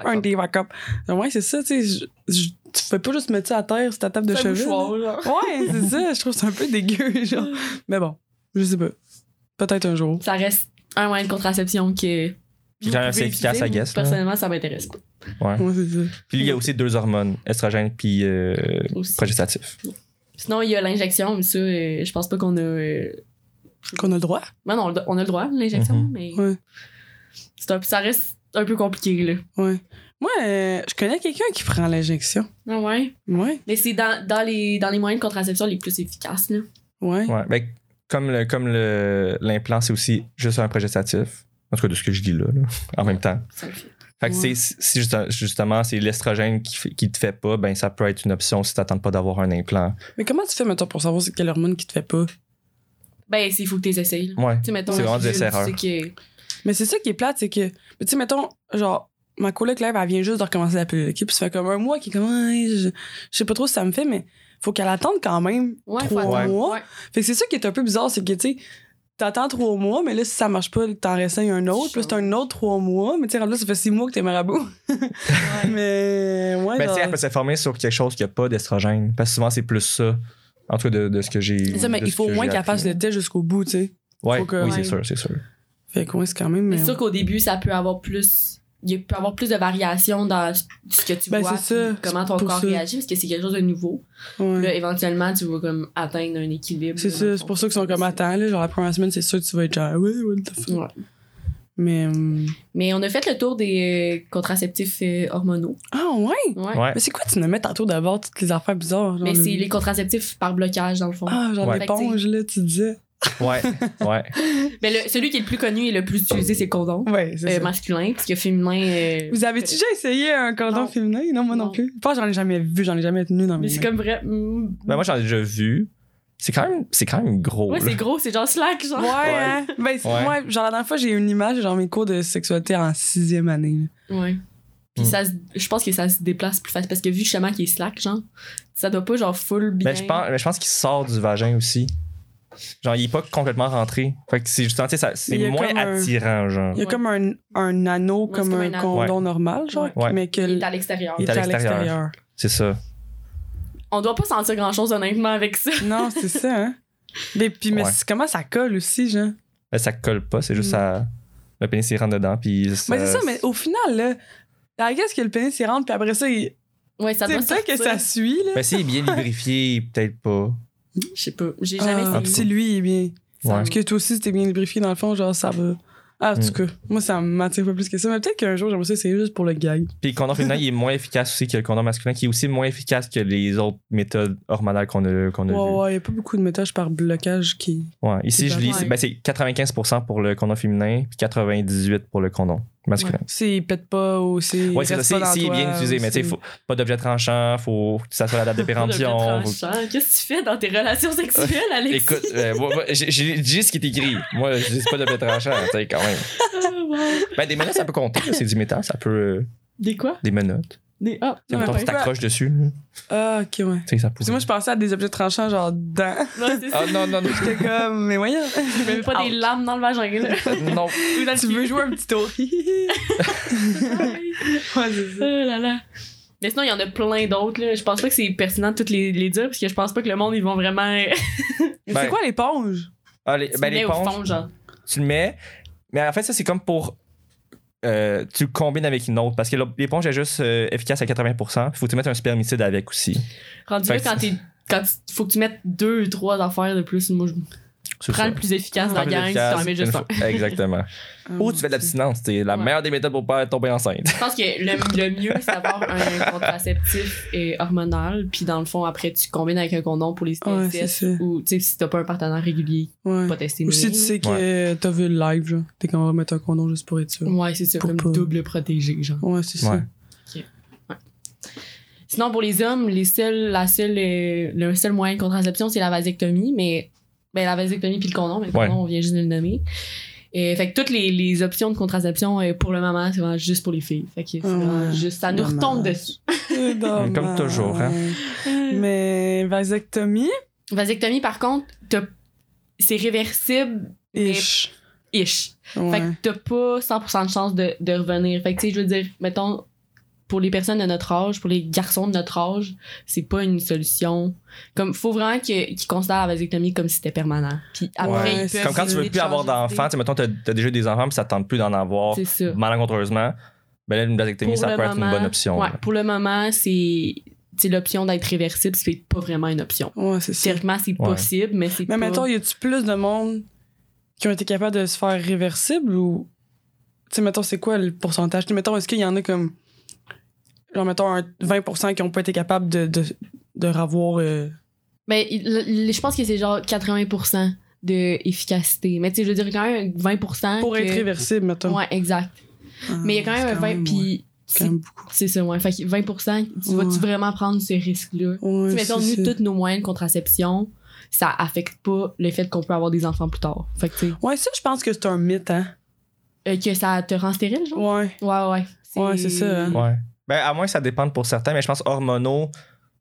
[SPEAKER 6] un diva cup. Ouais, c'est ça, tu sais. je- je- Tu fais pas juste mettre ça à terre sur ta table de
[SPEAKER 2] C'est un
[SPEAKER 6] chevet.
[SPEAKER 2] mouchoir,
[SPEAKER 6] là.
[SPEAKER 2] genre.
[SPEAKER 6] Ouais, c'est ça. Je trouve ça un peu dégueu, genre. Mais bon, je sais pas. Peut-être un jour.
[SPEAKER 2] Ça reste un moyen de contraception que.
[SPEAKER 5] Puis quand
[SPEAKER 2] vous
[SPEAKER 5] c'est
[SPEAKER 2] pouvez
[SPEAKER 5] efficace,
[SPEAKER 2] utiliser,
[SPEAKER 5] I guess, là.
[SPEAKER 2] Personnellement, ça m'intéresse pas.
[SPEAKER 6] Ouais, c'est ça.
[SPEAKER 5] Puis il y a aussi deux hormones, estrogène puis euh,
[SPEAKER 2] Aussi.
[SPEAKER 5] progestatif.
[SPEAKER 2] Sinon, il y a l'injection, mais ça, euh, je pense pas qu'on a. euh,
[SPEAKER 6] Qu'on a le droit.
[SPEAKER 2] Ben non, on a- on a le droit, l'injection,
[SPEAKER 5] Mhm.
[SPEAKER 2] mais.
[SPEAKER 6] Ouais.
[SPEAKER 2] c'est un- Ça reste un peu compliqué, là.
[SPEAKER 6] Ouais. Moi, euh, je connais quelqu'un qui prend l'injection.
[SPEAKER 2] Ah ouais.
[SPEAKER 6] Ouais,
[SPEAKER 2] Mais c'est dans, dans, les, dans les moyens de contraception les plus efficaces, là.
[SPEAKER 6] ouais.
[SPEAKER 5] Ouais. Ben, comme le comme le- l'implant, c'est aussi juste un progestatif. En tout cas, de ce que je dis là, là, en même temps.
[SPEAKER 2] Ça le fait.
[SPEAKER 5] Fait que
[SPEAKER 6] Ouais.
[SPEAKER 5] c'est- si juste- justement c'est l'estrogène qui, fait- qui te fait pas, ben ça peut être une option si t'attends pas d'avoir un implant.
[SPEAKER 6] Mais comment tu fais, mettons, pour savoir c'est quelle hormone qui te fait pas?
[SPEAKER 2] Ben, c'est- il faut que tu les essayes, là.
[SPEAKER 5] Ouais.
[SPEAKER 2] Tu sais, mettons,
[SPEAKER 5] C'est
[SPEAKER 2] la
[SPEAKER 5] vraiment des
[SPEAKER 2] pilule,
[SPEAKER 5] erreurs.
[SPEAKER 2] tu sais que-
[SPEAKER 6] Mais c'est ça qui est plate, c'est que, mais tu sais, mettons, genre, ma coloc Lève, elle vient juste de recommencer la pilule, ok? Puis ça fait comme un mois qui est comme, Ouais, je, je sais pas trop si ça me fait, mais faut qu'elle attende quand même
[SPEAKER 2] Ouais, faut
[SPEAKER 6] trois
[SPEAKER 2] attendre.
[SPEAKER 6] mois.
[SPEAKER 2] Ouais.
[SPEAKER 6] Fait que c'est ça qui est un peu bizarre, c'est que, tu sais, t'attends trois mois, mais là, si ça marche pas, t'en réessayes un autre, plus t'as un autre trois mois, mais tu sais, rendu là, ça fait six mois que t'es marabout. mais, ouais.
[SPEAKER 5] Ben, tu
[SPEAKER 6] genre-
[SPEAKER 5] sais, elle peut se former sur quelque chose qui n'a pas d'estrogène. Parce que souvent, c'est plus ça. En tout cas, de, de ce que j'ai.
[SPEAKER 6] C'est ça, mais
[SPEAKER 5] de
[SPEAKER 6] il
[SPEAKER 5] ce
[SPEAKER 6] faut au
[SPEAKER 5] que
[SPEAKER 6] moins
[SPEAKER 5] j'ai
[SPEAKER 6] qu'elle
[SPEAKER 5] appris.
[SPEAKER 6] fasse le test jusqu'au bout, tu sais.
[SPEAKER 5] Ouais,
[SPEAKER 6] faut que-
[SPEAKER 5] Oui,
[SPEAKER 2] Ouais.
[SPEAKER 5] c'est sûr, c'est sûr.
[SPEAKER 6] Fait que, ouais, c'est quand même.
[SPEAKER 2] Mais
[SPEAKER 6] euh,
[SPEAKER 2] c'est sûr qu'au début, ça peut avoir plus. Il peut y avoir plus de variations dans ce que tu
[SPEAKER 6] Ben,
[SPEAKER 2] vois,
[SPEAKER 6] c'est ça.
[SPEAKER 2] puis comment ton
[SPEAKER 6] C'est pour
[SPEAKER 2] corps
[SPEAKER 6] ça.
[SPEAKER 2] réagit, parce que c'est quelque chose de nouveau.
[SPEAKER 6] ouais.
[SPEAKER 2] Là, éventuellement, tu vas comme atteindre un équilibre.
[SPEAKER 6] C'est ça, c'est pour ça qu'ils sont comme attends, là, genre la première semaine, c'est sûr que tu vas être genre, ouais, what the fuck.
[SPEAKER 2] Ouais.
[SPEAKER 6] Mais. hum,
[SPEAKER 2] Mais on a fait le tour des euh, contraceptifs euh, hormonaux.
[SPEAKER 6] Ah, ouais!
[SPEAKER 2] Ouais.
[SPEAKER 5] Ouais.
[SPEAKER 6] Mais c'est quoi, tu nous mets tantôt d'abord toutes les affaires bizarres? genre
[SPEAKER 2] Mais
[SPEAKER 6] le-
[SPEAKER 2] c'est les contraceptifs par blocage, dans le fond.
[SPEAKER 6] Hum. Ah, genre
[SPEAKER 5] Ouais.
[SPEAKER 6] l'éponge, là, tu disais.
[SPEAKER 5] Ouais, ouais.
[SPEAKER 2] Mais le- celui qui est le plus connu et le plus utilisé, c'est le condom
[SPEAKER 6] Ouais,
[SPEAKER 2] euh, masculin, parce que féminin. euh,
[SPEAKER 6] Ah, Vous avez-tu déjà essayé un cordon
[SPEAKER 2] Non.
[SPEAKER 6] féminin? Non, moi non,
[SPEAKER 2] Non.
[SPEAKER 6] plus. Je pense que j'en ai jamais vu, j'en ai jamais tenu dans mes
[SPEAKER 2] Mais c'est
[SPEAKER 6] mains.
[SPEAKER 2] comme vrai. mm,
[SPEAKER 5] Ben, moi, j'en ai déjà vu. C'est quand même, c'est quand même gros.
[SPEAKER 2] ouais,
[SPEAKER 5] là.
[SPEAKER 2] c'est gros, c'est genre slack, genre.
[SPEAKER 6] Ouais, hein? Ben, c'est-
[SPEAKER 5] Ouais.
[SPEAKER 6] ouais, genre la dernière fois, j'ai eu une image, genre mes cours de sexualité en sixième année. là.
[SPEAKER 2] Ouais. Puis
[SPEAKER 5] Mm.
[SPEAKER 2] ça se- je pense que ça se déplace plus facile parce que vu justement qu'il est slack, genre, ça doit pas genre full
[SPEAKER 5] Mais
[SPEAKER 2] bien.
[SPEAKER 5] Ben, je pense, mais je pense qu'il sort du vagin aussi. Genre, il est pas complètement rentré. Fait que c'est justement, tu sais, ça-
[SPEAKER 6] Il y
[SPEAKER 5] c'est
[SPEAKER 6] a
[SPEAKER 5] moins
[SPEAKER 6] comme un-
[SPEAKER 5] attirant, genre.
[SPEAKER 6] Il y a
[SPEAKER 2] Ouais.
[SPEAKER 6] comme un, un anneau,
[SPEAKER 2] c'est
[SPEAKER 6] comme,
[SPEAKER 2] comme
[SPEAKER 6] un,
[SPEAKER 2] un anneau.
[SPEAKER 6] condom normal, genre,
[SPEAKER 5] Ouais.
[SPEAKER 6] mais que
[SPEAKER 2] Il est
[SPEAKER 6] l-
[SPEAKER 2] à l'extérieur.
[SPEAKER 6] il est à l'extérieur.
[SPEAKER 5] C'est ça.
[SPEAKER 2] On doit pas sentir grand chose honnêtement avec ça.
[SPEAKER 6] Non, c'est ça, hein. Mais puis, mais
[SPEAKER 5] Ouais.
[SPEAKER 6] c'est- comment ça colle aussi, genre?
[SPEAKER 5] Là, ça colle pas, c'est juste
[SPEAKER 6] Mm.
[SPEAKER 5] ça. Le pénis, il rentre dedans, puis.
[SPEAKER 6] Mais c'est ça, mais au final, là, I guess que le pénis s'y rentre, puis après ça, il...
[SPEAKER 2] Ouais, ça
[SPEAKER 6] c'est
[SPEAKER 2] doit
[SPEAKER 6] vrai que
[SPEAKER 2] sortir.
[SPEAKER 6] ça suit, là.
[SPEAKER 5] Ben, s'il est bien lubrifié, peut-être pas.
[SPEAKER 2] Je sais pas, j'ai jamais
[SPEAKER 6] Ah,
[SPEAKER 2] essayé.
[SPEAKER 6] si lui, il est bien.
[SPEAKER 2] Ça
[SPEAKER 5] Ouais.
[SPEAKER 2] me-
[SPEAKER 6] Parce que toi aussi, si t'es bien lubrifié, dans le fond, genre, ça va. Ah, en tout
[SPEAKER 5] Mm.
[SPEAKER 6] cas, moi, ça m'attire pas plus que ça. Mais peut-être qu'un jour, j'aimerais ça essayer juste pour le gag.
[SPEAKER 5] Puis le condom féminin, il est moins efficace aussi que le condom masculin, qui est aussi moins efficace que les autres méthodes hormonales qu'on a, qu'on a
[SPEAKER 6] Ouais,
[SPEAKER 5] vues.
[SPEAKER 6] ouais, y a pas beaucoup de métages par blocage qui.
[SPEAKER 5] Ouais. Ici,
[SPEAKER 6] C'est
[SPEAKER 5] je lis,
[SPEAKER 2] pas
[SPEAKER 5] c'est-
[SPEAKER 2] mal.
[SPEAKER 5] ben, c'est 95% pour le condom féminin, puis 98% pour le condom masculin.
[SPEAKER 6] Si, il pète pas ou si. il
[SPEAKER 5] Ouais, c'est ça,
[SPEAKER 6] reste
[SPEAKER 5] c'est
[SPEAKER 6] pas dans
[SPEAKER 5] c'est
[SPEAKER 6] toi,
[SPEAKER 5] bien utilisé,
[SPEAKER 6] ou
[SPEAKER 5] mais tu sais,
[SPEAKER 6] si-
[SPEAKER 5] faut pas d'objet tranchant, faut que ça soit la date de
[SPEAKER 2] Pas de
[SPEAKER 5] péremption. faut-
[SPEAKER 2] tranchant. Qu'est-ce que tu fais dans tes relations sexuelles, Alexis?
[SPEAKER 5] Écoute, euh, moi, moi, j'ai- j'ai j'ai ce qui est écrit. Moi, je dis c'est pas d'objet tranchant, tu sais, quand même.
[SPEAKER 2] Ah, ouais.
[SPEAKER 5] Ben, des menottes, ça peut compter, là, c'est du métal, ça peut. euh,
[SPEAKER 2] Des quoi?
[SPEAKER 5] des menottes.
[SPEAKER 2] Des ah,
[SPEAKER 5] Tu sais,
[SPEAKER 6] Ouais,
[SPEAKER 5] mettons,
[SPEAKER 6] ouais.
[SPEAKER 5] tu t'accroches dessus,
[SPEAKER 6] Ah, ok,
[SPEAKER 5] tu
[SPEAKER 6] ouais.
[SPEAKER 5] sais, ça
[SPEAKER 6] Parce
[SPEAKER 5] pourrait.
[SPEAKER 6] que moi, je pensais à des objets tranchants, genre, dents.
[SPEAKER 2] Non, c'est ça.
[SPEAKER 5] Ah non, non, non.
[SPEAKER 6] J'étais comme, mais voyons.
[SPEAKER 2] Mais pas des lames dans le vagin, là.
[SPEAKER 5] non.
[SPEAKER 2] Ou dans le
[SPEAKER 6] tu
[SPEAKER 2] cul.
[SPEAKER 6] veux jouer un petit tour. ouais, c'est
[SPEAKER 2] Oh là là. Mais sinon, il y en a plein d'autres. là. Je pense pas que c'est pertinent de toutes les, les dire, parce que je pense pas que le monde, ils vont vraiment.
[SPEAKER 6] Mais
[SPEAKER 5] Ben-
[SPEAKER 6] c'est quoi l'éponge?
[SPEAKER 5] Ah, les, ben,
[SPEAKER 2] Tu mets au
[SPEAKER 5] l'éponge,
[SPEAKER 2] fond, genre.
[SPEAKER 5] tu le mets. Mais en fait, ça, c'est comme pour. euh, tu le combines avec une autre parce que l'éponge est juste euh, efficace à 80%. Il faut que tu mettes un spermicide avec aussi.
[SPEAKER 2] Rendu
[SPEAKER 5] Fait
[SPEAKER 2] là,
[SPEAKER 5] que
[SPEAKER 2] quand t'es. Quand tu- faut que tu mettes deux ou trois affaires de plus, moi, je
[SPEAKER 5] C'est
[SPEAKER 2] prends
[SPEAKER 5] ça.
[SPEAKER 2] le plus efficace de
[SPEAKER 5] Prends le
[SPEAKER 2] la gang, si t'en mets
[SPEAKER 5] efficace,
[SPEAKER 2] juste
[SPEAKER 5] une
[SPEAKER 2] un.
[SPEAKER 5] fois- Exactement.
[SPEAKER 6] Euh,
[SPEAKER 5] Ou tu fais de l'abstinence. C'est la
[SPEAKER 2] Ouais.
[SPEAKER 5] meilleure des méthodes pour pas tomber enceinte.
[SPEAKER 2] Je pense que le, le mieux, c'est d'avoir un contraceptif et hormonal, puis dans le fond, après, tu combines avec un condom pour les
[SPEAKER 6] Ouais,
[SPEAKER 2] TSS,
[SPEAKER 6] c'est ça.
[SPEAKER 2] ou tu sais, si t'as pas un partenaire régulier,
[SPEAKER 6] Ouais.
[SPEAKER 2] pas testé.
[SPEAKER 6] Ou
[SPEAKER 2] ni
[SPEAKER 6] si
[SPEAKER 2] rien,
[SPEAKER 6] tu
[SPEAKER 2] là.
[SPEAKER 6] sais que t'as vu le live, genre, t'es qu'on va mettre un condom juste pour être sûr.
[SPEAKER 2] Ouais, c'est ça,
[SPEAKER 6] Pour
[SPEAKER 2] comme
[SPEAKER 6] pas-
[SPEAKER 2] double protégé, genre.
[SPEAKER 6] Ouais, c'est ça.
[SPEAKER 5] Ouais.
[SPEAKER 2] Sinon, pour les hommes, les seuls, la seule, euh, le seul moyen de contraception, c'est la vasectomie, mais ben, la vasectomie puis le condom, mais le
[SPEAKER 5] Ouais.
[SPEAKER 2] condom, on vient juste de le nommer. Et, fait que toutes les, les options de contraception euh, pour le moment, c'est vraiment juste pour les filles. Fait que c'est vraiment
[SPEAKER 6] Ouais.
[SPEAKER 2] juste, ça nous
[SPEAKER 6] Dommage.
[SPEAKER 2] retombe dessus.
[SPEAKER 6] C'est dommage.
[SPEAKER 5] Comme toujours, hein.
[SPEAKER 6] Mais vasectomie,
[SPEAKER 2] Vasectomie, par contre, t'as- c'est réversible,
[SPEAKER 6] ish.
[SPEAKER 2] ish. Fait
[SPEAKER 6] Ouais.
[SPEAKER 2] que t'as pas 100% de chance de, de revenir. Fait que tu sais, je veux dire, mettons, pour les personnes de notre âge, pour les garçons de notre âge, c'est pas une solution. Comme, faut vraiment que- qu'ils considèrent la vasectomie comme si c'était permanent. Puis après,
[SPEAKER 6] Ouais,
[SPEAKER 2] ils
[SPEAKER 6] c'est
[SPEAKER 2] peuvent
[SPEAKER 5] Comme quand tu veux
[SPEAKER 2] décider de
[SPEAKER 5] plus avoir
[SPEAKER 2] changer
[SPEAKER 5] d'enfants, tu sais, mettons, t'as as déjà des enfants, puis ça te tente plus d'en avoir
[SPEAKER 2] d'idée. C'est ça.
[SPEAKER 5] malencontreusement. Ben là, une vasectomie,
[SPEAKER 2] Pour
[SPEAKER 5] ça
[SPEAKER 2] le
[SPEAKER 5] peut être une
[SPEAKER 2] moment,
[SPEAKER 5] bonne option.
[SPEAKER 2] Ouais,
[SPEAKER 5] là.
[SPEAKER 2] pour le moment, c'est c'est l'option d'être réversible, c'est pas vraiment une option.
[SPEAKER 6] Ouais, c'est ça.
[SPEAKER 2] Théoriquement, c'est
[SPEAKER 5] Ouais.
[SPEAKER 2] possible, mais c'est
[SPEAKER 6] Mais
[SPEAKER 2] pas...
[SPEAKER 6] mettons, y a-tu plus de monde qui ont été capables de se faire réversible ou. Tu sais, mettons, c'est quoi le pourcentage? Tu sais, mettons, est-ce qu'il y en a comme. Genre, mettons, un 20% qui ont pas été capables de, de, de revoir. euh,
[SPEAKER 2] Ben, il- le- le- je pense que c'est genre 80% d'efficacité. Mais tu sais, je veux dire, quand même 20%.
[SPEAKER 6] pour
[SPEAKER 2] que-
[SPEAKER 6] être réversible, mettons.
[SPEAKER 2] Ouais, exact.
[SPEAKER 6] Ah,
[SPEAKER 2] Mais il y a quand
[SPEAKER 6] c'est
[SPEAKER 2] même un 20%.
[SPEAKER 6] ouais,
[SPEAKER 2] Puis
[SPEAKER 6] quand
[SPEAKER 2] c'est-
[SPEAKER 6] même beaucoup.
[SPEAKER 2] c'est ça, ouais. Fait que 20%, tu vas-tu
[SPEAKER 6] Ouais.
[SPEAKER 2] vraiment prendre ce risque-là?
[SPEAKER 6] Ouais,
[SPEAKER 2] Tu sais, mettons,
[SPEAKER 6] c'est
[SPEAKER 2] nous,
[SPEAKER 6] ça.
[SPEAKER 2] tous nos moyens de contraception, ça affecte pas le fait qu'on peut avoir des enfants plus tard. Fait que, tu sais,
[SPEAKER 6] Ouais, ça, je pense que c'est un mythe, hein.
[SPEAKER 2] euh, que ça te rend stérile, genre?
[SPEAKER 6] Ouais.
[SPEAKER 2] Ouais, ouais.
[SPEAKER 6] Ouais, c'est ça, hein.
[SPEAKER 5] Ouais. Ben, à moins que ça dépende pour certains, mais je pense hormonaux,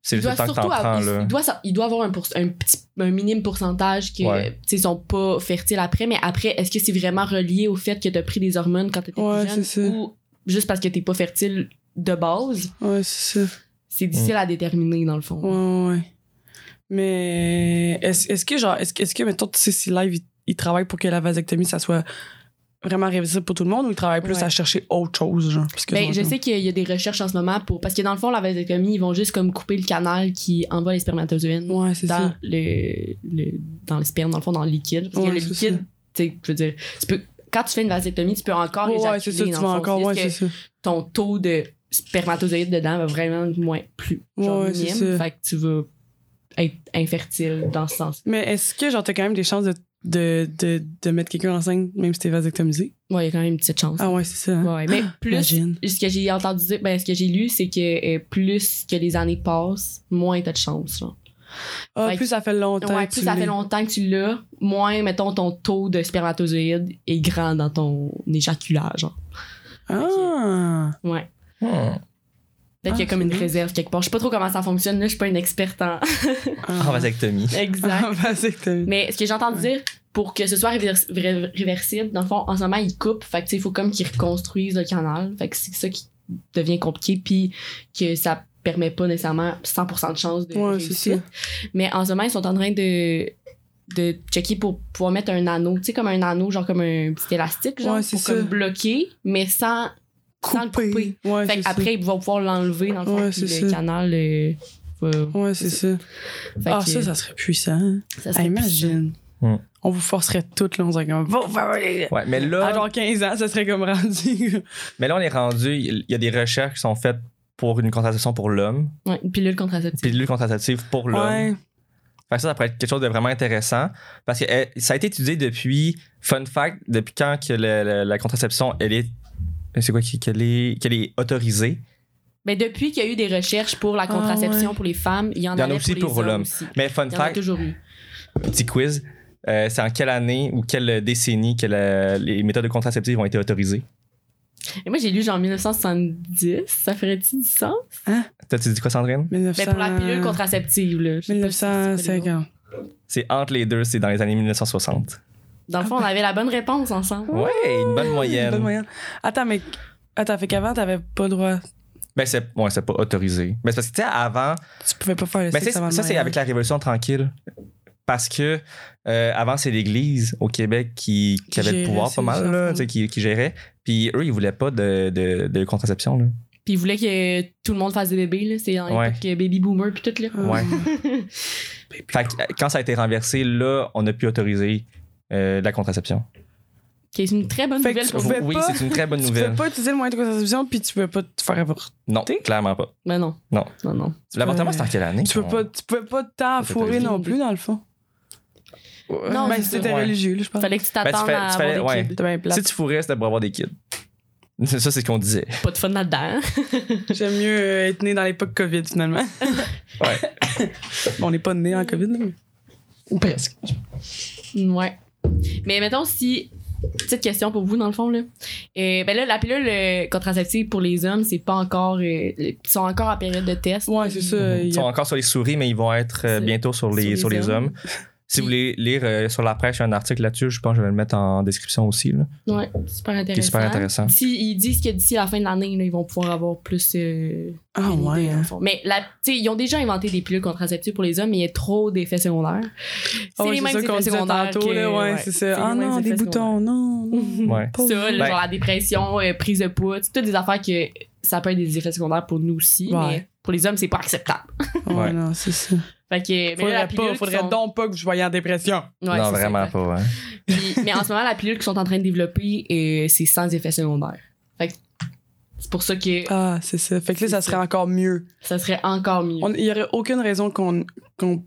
[SPEAKER 5] C'est
[SPEAKER 2] il
[SPEAKER 5] le
[SPEAKER 2] doit
[SPEAKER 5] temps que t'en
[SPEAKER 2] surtout avoir-
[SPEAKER 5] prends,
[SPEAKER 2] il-
[SPEAKER 5] là.
[SPEAKER 2] il doit sa- il doit avoir un, pourc- un petit un minime pourcentage que
[SPEAKER 5] Ouais.
[SPEAKER 2] tu sais, ils sont pas fertiles après mais après est-ce que c'est vraiment relié au fait que t'as pris des hormones quand t'étais
[SPEAKER 6] Ouais,
[SPEAKER 2] plus
[SPEAKER 6] c'est
[SPEAKER 2] jeune
[SPEAKER 6] ça.
[SPEAKER 2] ou juste parce que t'es pas fertile de base
[SPEAKER 6] Ouais, c'est ça.
[SPEAKER 2] c'est difficile
[SPEAKER 5] Mm.
[SPEAKER 2] à déterminer dans le fond
[SPEAKER 6] Ouais, ouais, ouais. Mais est-ce est que, genre, est-ce que- est-ce que, mettons, tu sais, si Live, il, il travaille pour que la vasectomie, ça soit vraiment réversible pour tout le monde ou il travaille plus
[SPEAKER 2] Ouais.
[SPEAKER 6] à chercher autre chose, genre? Parce que,
[SPEAKER 2] Ben,
[SPEAKER 6] genre,
[SPEAKER 2] je
[SPEAKER 6] comme-
[SPEAKER 2] sais qu'il y a des recherches en ce moment pour parce que dans le fond la vasectomie ils vont juste comme couper le canal qui envoie les spermatozoïdes
[SPEAKER 6] Ouais, c'est
[SPEAKER 2] dans
[SPEAKER 6] ça.
[SPEAKER 2] le, le- dans le sperme dans le fond dans le liquide parce que
[SPEAKER 6] Ouais,
[SPEAKER 2] le
[SPEAKER 6] c'est
[SPEAKER 2] liquide tu sais, je veux dire tu peux quand tu fais une vasectomie tu peux encore
[SPEAKER 6] Ouais, ouais, c'est
[SPEAKER 2] éjaculer
[SPEAKER 6] ça, tu
[SPEAKER 2] dans
[SPEAKER 6] vas
[SPEAKER 2] le fond.
[SPEAKER 6] encore,
[SPEAKER 2] C'est
[SPEAKER 6] ouais,
[SPEAKER 2] juste
[SPEAKER 6] c'est
[SPEAKER 2] que
[SPEAKER 6] ça.
[SPEAKER 2] ton taux de spermatozoïdes dedans va vraiment moins plus genre
[SPEAKER 6] Ouais, ouais,
[SPEAKER 2] minime.
[SPEAKER 6] c'est ça.
[SPEAKER 2] fait que tu vas être infertile dans ce sens
[SPEAKER 6] Mais est-ce que, genre, t'as quand même des chances de, de, de, de mettre quelqu'un enceinte, même si t'es vasectomisé?
[SPEAKER 2] ouais il y a quand même une petite chance
[SPEAKER 6] Ah ouais, c'est ça. hein?
[SPEAKER 2] Ouais, ouais. mais plus
[SPEAKER 6] Imagine.
[SPEAKER 2] ce que j'ai entendu dire ben ce que j'ai lu c'est que euh, plus que les années passent moins t'as de chance genre.
[SPEAKER 6] Ah,
[SPEAKER 2] Fait
[SPEAKER 6] plus ça fait longtemps.
[SPEAKER 2] Ouais,
[SPEAKER 6] que
[SPEAKER 2] plus
[SPEAKER 6] tu
[SPEAKER 2] ça fait
[SPEAKER 6] l'es.
[SPEAKER 2] longtemps que tu l'as moins mettons ton taux de spermatozoïdes est grand dans ton éjaculage genre.
[SPEAKER 6] Ah!
[SPEAKER 2] ouais
[SPEAKER 5] Hmm.
[SPEAKER 6] Ah,
[SPEAKER 2] Peut-être qu'il y a comme
[SPEAKER 6] c'est
[SPEAKER 2] une
[SPEAKER 6] nice.
[SPEAKER 2] réserve quelque part. Je sais pas trop comment ça fonctionne. Là, je suis pas une experte en.
[SPEAKER 5] En vasectomie.
[SPEAKER 2] exact.
[SPEAKER 6] Ah, vasectomie.
[SPEAKER 2] Mais ce que j'entends dire, pour que ce soit révers- ré- réversible, dans le fond, en ce moment, ils coupent. Fait que, tu sais, il faut comme qu'ils reconstruisent le canal. Fait que c'est ça qui devient compliqué. Puis que ça permet pas nécessairement 100% de chance de
[SPEAKER 6] Ouais, c'est
[SPEAKER 2] réussite. Mais en ce moment, ils sont en train de de checker pour pouvoir mettre un anneau, tu sais comme un anneau genre comme un petit élastique genre
[SPEAKER 6] Ouais, c'est
[SPEAKER 2] pour
[SPEAKER 6] ça.
[SPEAKER 2] comme bloquer mais sans sans le couper.
[SPEAKER 6] Ouais,
[SPEAKER 2] Fait
[SPEAKER 6] c'est ça.
[SPEAKER 2] après ils vont pouvoir l'enlever dans le fond
[SPEAKER 6] Ouais,
[SPEAKER 2] puis
[SPEAKER 6] c'est
[SPEAKER 2] le
[SPEAKER 6] ça.
[SPEAKER 2] canal euh, va-
[SPEAKER 6] Ouais, c'est ça.
[SPEAKER 2] fait
[SPEAKER 6] Ah,
[SPEAKER 2] que,
[SPEAKER 6] ça, ça serait puissant. hein.
[SPEAKER 2] ça
[SPEAKER 6] Ah,
[SPEAKER 2] serait
[SPEAKER 6] imagine.
[SPEAKER 5] Hmm.
[SPEAKER 6] On vous forcerait toutes, là, on serait comme. Va, va, va.
[SPEAKER 5] Ouais, mais
[SPEAKER 6] À
[SPEAKER 5] là,
[SPEAKER 6] genre 15 ans, ça serait comme rendu.
[SPEAKER 5] mais là, on est rendu. Il y a des recherches qui sont faites pour une contraception pour l'homme,
[SPEAKER 2] puissant. Ouais, une pilule contraceptive.
[SPEAKER 5] pilule contraceptive pour l'homme.
[SPEAKER 6] Ouais.
[SPEAKER 5] Fait que ça, ça pourrait être quelque chose de vraiment intéressant parce que euh, ça a été étudié depuis, fun fact, depuis quand que le- le- la contraception, elle est. euh, C'est quoi qui- qu'elle est, qu'elle est autorisée?
[SPEAKER 2] Mais depuis qu'il y a eu des recherches pour la
[SPEAKER 6] Ah,
[SPEAKER 2] contraception
[SPEAKER 6] ouais.
[SPEAKER 2] pour les femmes, il y en,
[SPEAKER 5] Il y en a
[SPEAKER 2] avait
[SPEAKER 5] aussi
[SPEAKER 2] pour,
[SPEAKER 5] pour
[SPEAKER 2] les hommes
[SPEAKER 5] l'homme.
[SPEAKER 2] aussi.
[SPEAKER 5] Mais fun
[SPEAKER 2] Il y en a
[SPEAKER 5] fact,
[SPEAKER 2] toujours eu.
[SPEAKER 5] petit quiz, euh, c'est en quelle année ou quelle décennie que la- les méthodes de contraceptives ont été autorisées?
[SPEAKER 2] Et moi, j'ai lu genre 1970. Ça ferait-tu du sens?
[SPEAKER 5] T'as-tu dit quoi, Sandrine?
[SPEAKER 6] 1900...
[SPEAKER 2] Mais pour la pilule contraceptive, là. je sais pas si c'est quoi les noms.
[SPEAKER 6] 1950.
[SPEAKER 5] C'est entre les deux, c'est dans les années 1960.
[SPEAKER 2] Dans le fond, on avait la bonne réponse ensemble.
[SPEAKER 5] Ouais, une bonne moyenne.
[SPEAKER 6] Bonne moyenne. Attends, mais. Attends, fait qu'avant, t'avais pas le droit.
[SPEAKER 5] Ben, c'est ouais, c'est pas autorisé. Mais c'est parce que, tu sais, avant,
[SPEAKER 6] Tu pouvais pas faire le
[SPEAKER 5] Mais
[SPEAKER 6] sexe
[SPEAKER 5] ça,
[SPEAKER 6] avant le
[SPEAKER 5] ça, c'est
[SPEAKER 6] mariage.
[SPEAKER 5] avec la Révolution tranquille. Parce que euh, avant, c'est l'Église au Québec qui, qui
[SPEAKER 6] Qui
[SPEAKER 5] avait le
[SPEAKER 6] gérait
[SPEAKER 5] pouvoir
[SPEAKER 6] ses
[SPEAKER 5] pas mal, là,
[SPEAKER 6] enfants.
[SPEAKER 5] tu sais, qui, qui gérait. Puis eux, ils voulaient pas de, de, de contraception. Là.
[SPEAKER 2] Puis ils voulaient que tout le monde fasse des bébés, là. C'est dans
[SPEAKER 5] Ouais.
[SPEAKER 2] l'époque euh, baby boomer puis tout, là.
[SPEAKER 6] Ah.
[SPEAKER 5] Ouais. Fait que, euh, quand ça a été renversé, là, on a pu autoriser euh, la contraception.
[SPEAKER 2] Qui est une très bonne
[SPEAKER 6] Fait que
[SPEAKER 2] nouvelle
[SPEAKER 6] tu
[SPEAKER 2] pour
[SPEAKER 6] pouvais-
[SPEAKER 2] vous.
[SPEAKER 6] pouvais
[SPEAKER 5] Oui,
[SPEAKER 6] pas-
[SPEAKER 5] c'est une très bonne
[SPEAKER 6] Tu pouvais
[SPEAKER 5] nouvelle.
[SPEAKER 6] pas utiliser le moyen de contraception, puis tu pouvais pas te faire avorter.
[SPEAKER 5] Non, clairement pas.
[SPEAKER 2] Mais non.
[SPEAKER 5] Non.
[SPEAKER 2] Non, non.
[SPEAKER 5] L'avortement,
[SPEAKER 6] peux-
[SPEAKER 5] c'est en quelle année?
[SPEAKER 6] Tu peux
[SPEAKER 5] on-
[SPEAKER 6] pas, tu pouvais pas t'enfourrer
[SPEAKER 5] autorisé.
[SPEAKER 6] non plus, dans le fond.
[SPEAKER 2] Non,
[SPEAKER 6] ben,
[SPEAKER 2] c'est
[SPEAKER 6] si
[SPEAKER 2] ça.
[SPEAKER 6] t'étais
[SPEAKER 5] Ouais.
[SPEAKER 6] religieux, là, je pense.
[SPEAKER 2] Fallait que tu
[SPEAKER 5] fais-
[SPEAKER 2] t'attendes
[SPEAKER 5] Ben, tu
[SPEAKER 2] à
[SPEAKER 5] fallais-
[SPEAKER 2] avoir des
[SPEAKER 5] ouais.
[SPEAKER 2] kids.
[SPEAKER 6] T'as bien plate.
[SPEAKER 5] Si tu fourrais, c'était pour avoir des kids. Ça, c'est ce qu'on disait.
[SPEAKER 2] Pas de fun là-dedans.
[SPEAKER 6] J'aime mieux euh, être né dans l'époque COVID, finalement.
[SPEAKER 5] Ouais.
[SPEAKER 6] Bon, on n'est pas né en COVID, là, mais- Ou presque.
[SPEAKER 2] Ouais. Mais mettons si. Petite question pour vous, dans le fond. Là. Euh, ben là, la pilule euh, contraceptive pour les hommes, c'est pas encore. euh, ils sont encore en période de test.
[SPEAKER 6] Ouais, c'est ça.
[SPEAKER 5] Mhm.
[SPEAKER 6] il
[SPEAKER 5] Ils
[SPEAKER 6] Euh, y
[SPEAKER 5] sont
[SPEAKER 6] a-
[SPEAKER 5] encore sur les souris, mais ils vont être euh,
[SPEAKER 2] Sur-
[SPEAKER 5] bientôt sur les, sur les hommes. Si vous voulez lire euh, sur la presse, il y a un article là-dessus. Je pense que je vais le mettre en description aussi, là,
[SPEAKER 2] Ouais, super
[SPEAKER 5] qui
[SPEAKER 2] intéressant.
[SPEAKER 5] est super intéressant.
[SPEAKER 2] Si, ils disent que d'ici la fin de l'année, là, ils vont pouvoir avoir plus. euh,
[SPEAKER 6] Ah
[SPEAKER 2] une
[SPEAKER 6] ouais.
[SPEAKER 2] idée, dans
[SPEAKER 6] hein.
[SPEAKER 2] le fond. Mais la, tu sais, ils ont déjà inventé des pilules contraceptives pour les hommes, mais il y a trop d'effets secondaires. C'est
[SPEAKER 6] Ah ouais,
[SPEAKER 2] les mêmes
[SPEAKER 6] ça qu'on
[SPEAKER 2] effets
[SPEAKER 6] disait
[SPEAKER 2] secondaires.
[SPEAKER 6] tantôt,
[SPEAKER 2] que-
[SPEAKER 6] là, ouais,
[SPEAKER 2] ouais,
[SPEAKER 6] c'est
[SPEAKER 2] les
[SPEAKER 6] ça. Ah
[SPEAKER 2] mêmes
[SPEAKER 6] non,
[SPEAKER 2] effets
[SPEAKER 6] des boutons, non. non,
[SPEAKER 5] Ouais.
[SPEAKER 6] pauvre.
[SPEAKER 2] ça, le-
[SPEAKER 5] Ben-
[SPEAKER 2] genre la dépression, euh, prise de poids, c'est toutes des affaires que ça peut être des effets secondaires pour nous aussi,
[SPEAKER 6] Ouais.
[SPEAKER 2] mais pour les hommes, c'est pas acceptable.
[SPEAKER 6] Ouais,
[SPEAKER 5] Ouais.
[SPEAKER 6] Ah, non, c'est ça.
[SPEAKER 2] Fait que, mais là, la
[SPEAKER 6] Faudrait,
[SPEAKER 2] pilule
[SPEAKER 6] pas,
[SPEAKER 2] qui
[SPEAKER 6] faudrait
[SPEAKER 2] sont-
[SPEAKER 6] donc pas que je voyais en dépression.
[SPEAKER 2] Ouais,
[SPEAKER 5] non,
[SPEAKER 2] c'est ça,
[SPEAKER 5] vraiment
[SPEAKER 2] fait.
[SPEAKER 5] pas. hein.
[SPEAKER 2] Puis- mais en ce moment, la pilule qu'ils sont en train de développer, euh, c'est sans effet secondaire. Fait que c'est pour ça que
[SPEAKER 6] Ah, c'est ça. Fait que là, ça
[SPEAKER 2] C'est
[SPEAKER 6] serait
[SPEAKER 2] ça.
[SPEAKER 6] encore mieux.
[SPEAKER 2] ça serait encore mieux.
[SPEAKER 6] On- Il y aurait aucune raison qu'on qu'on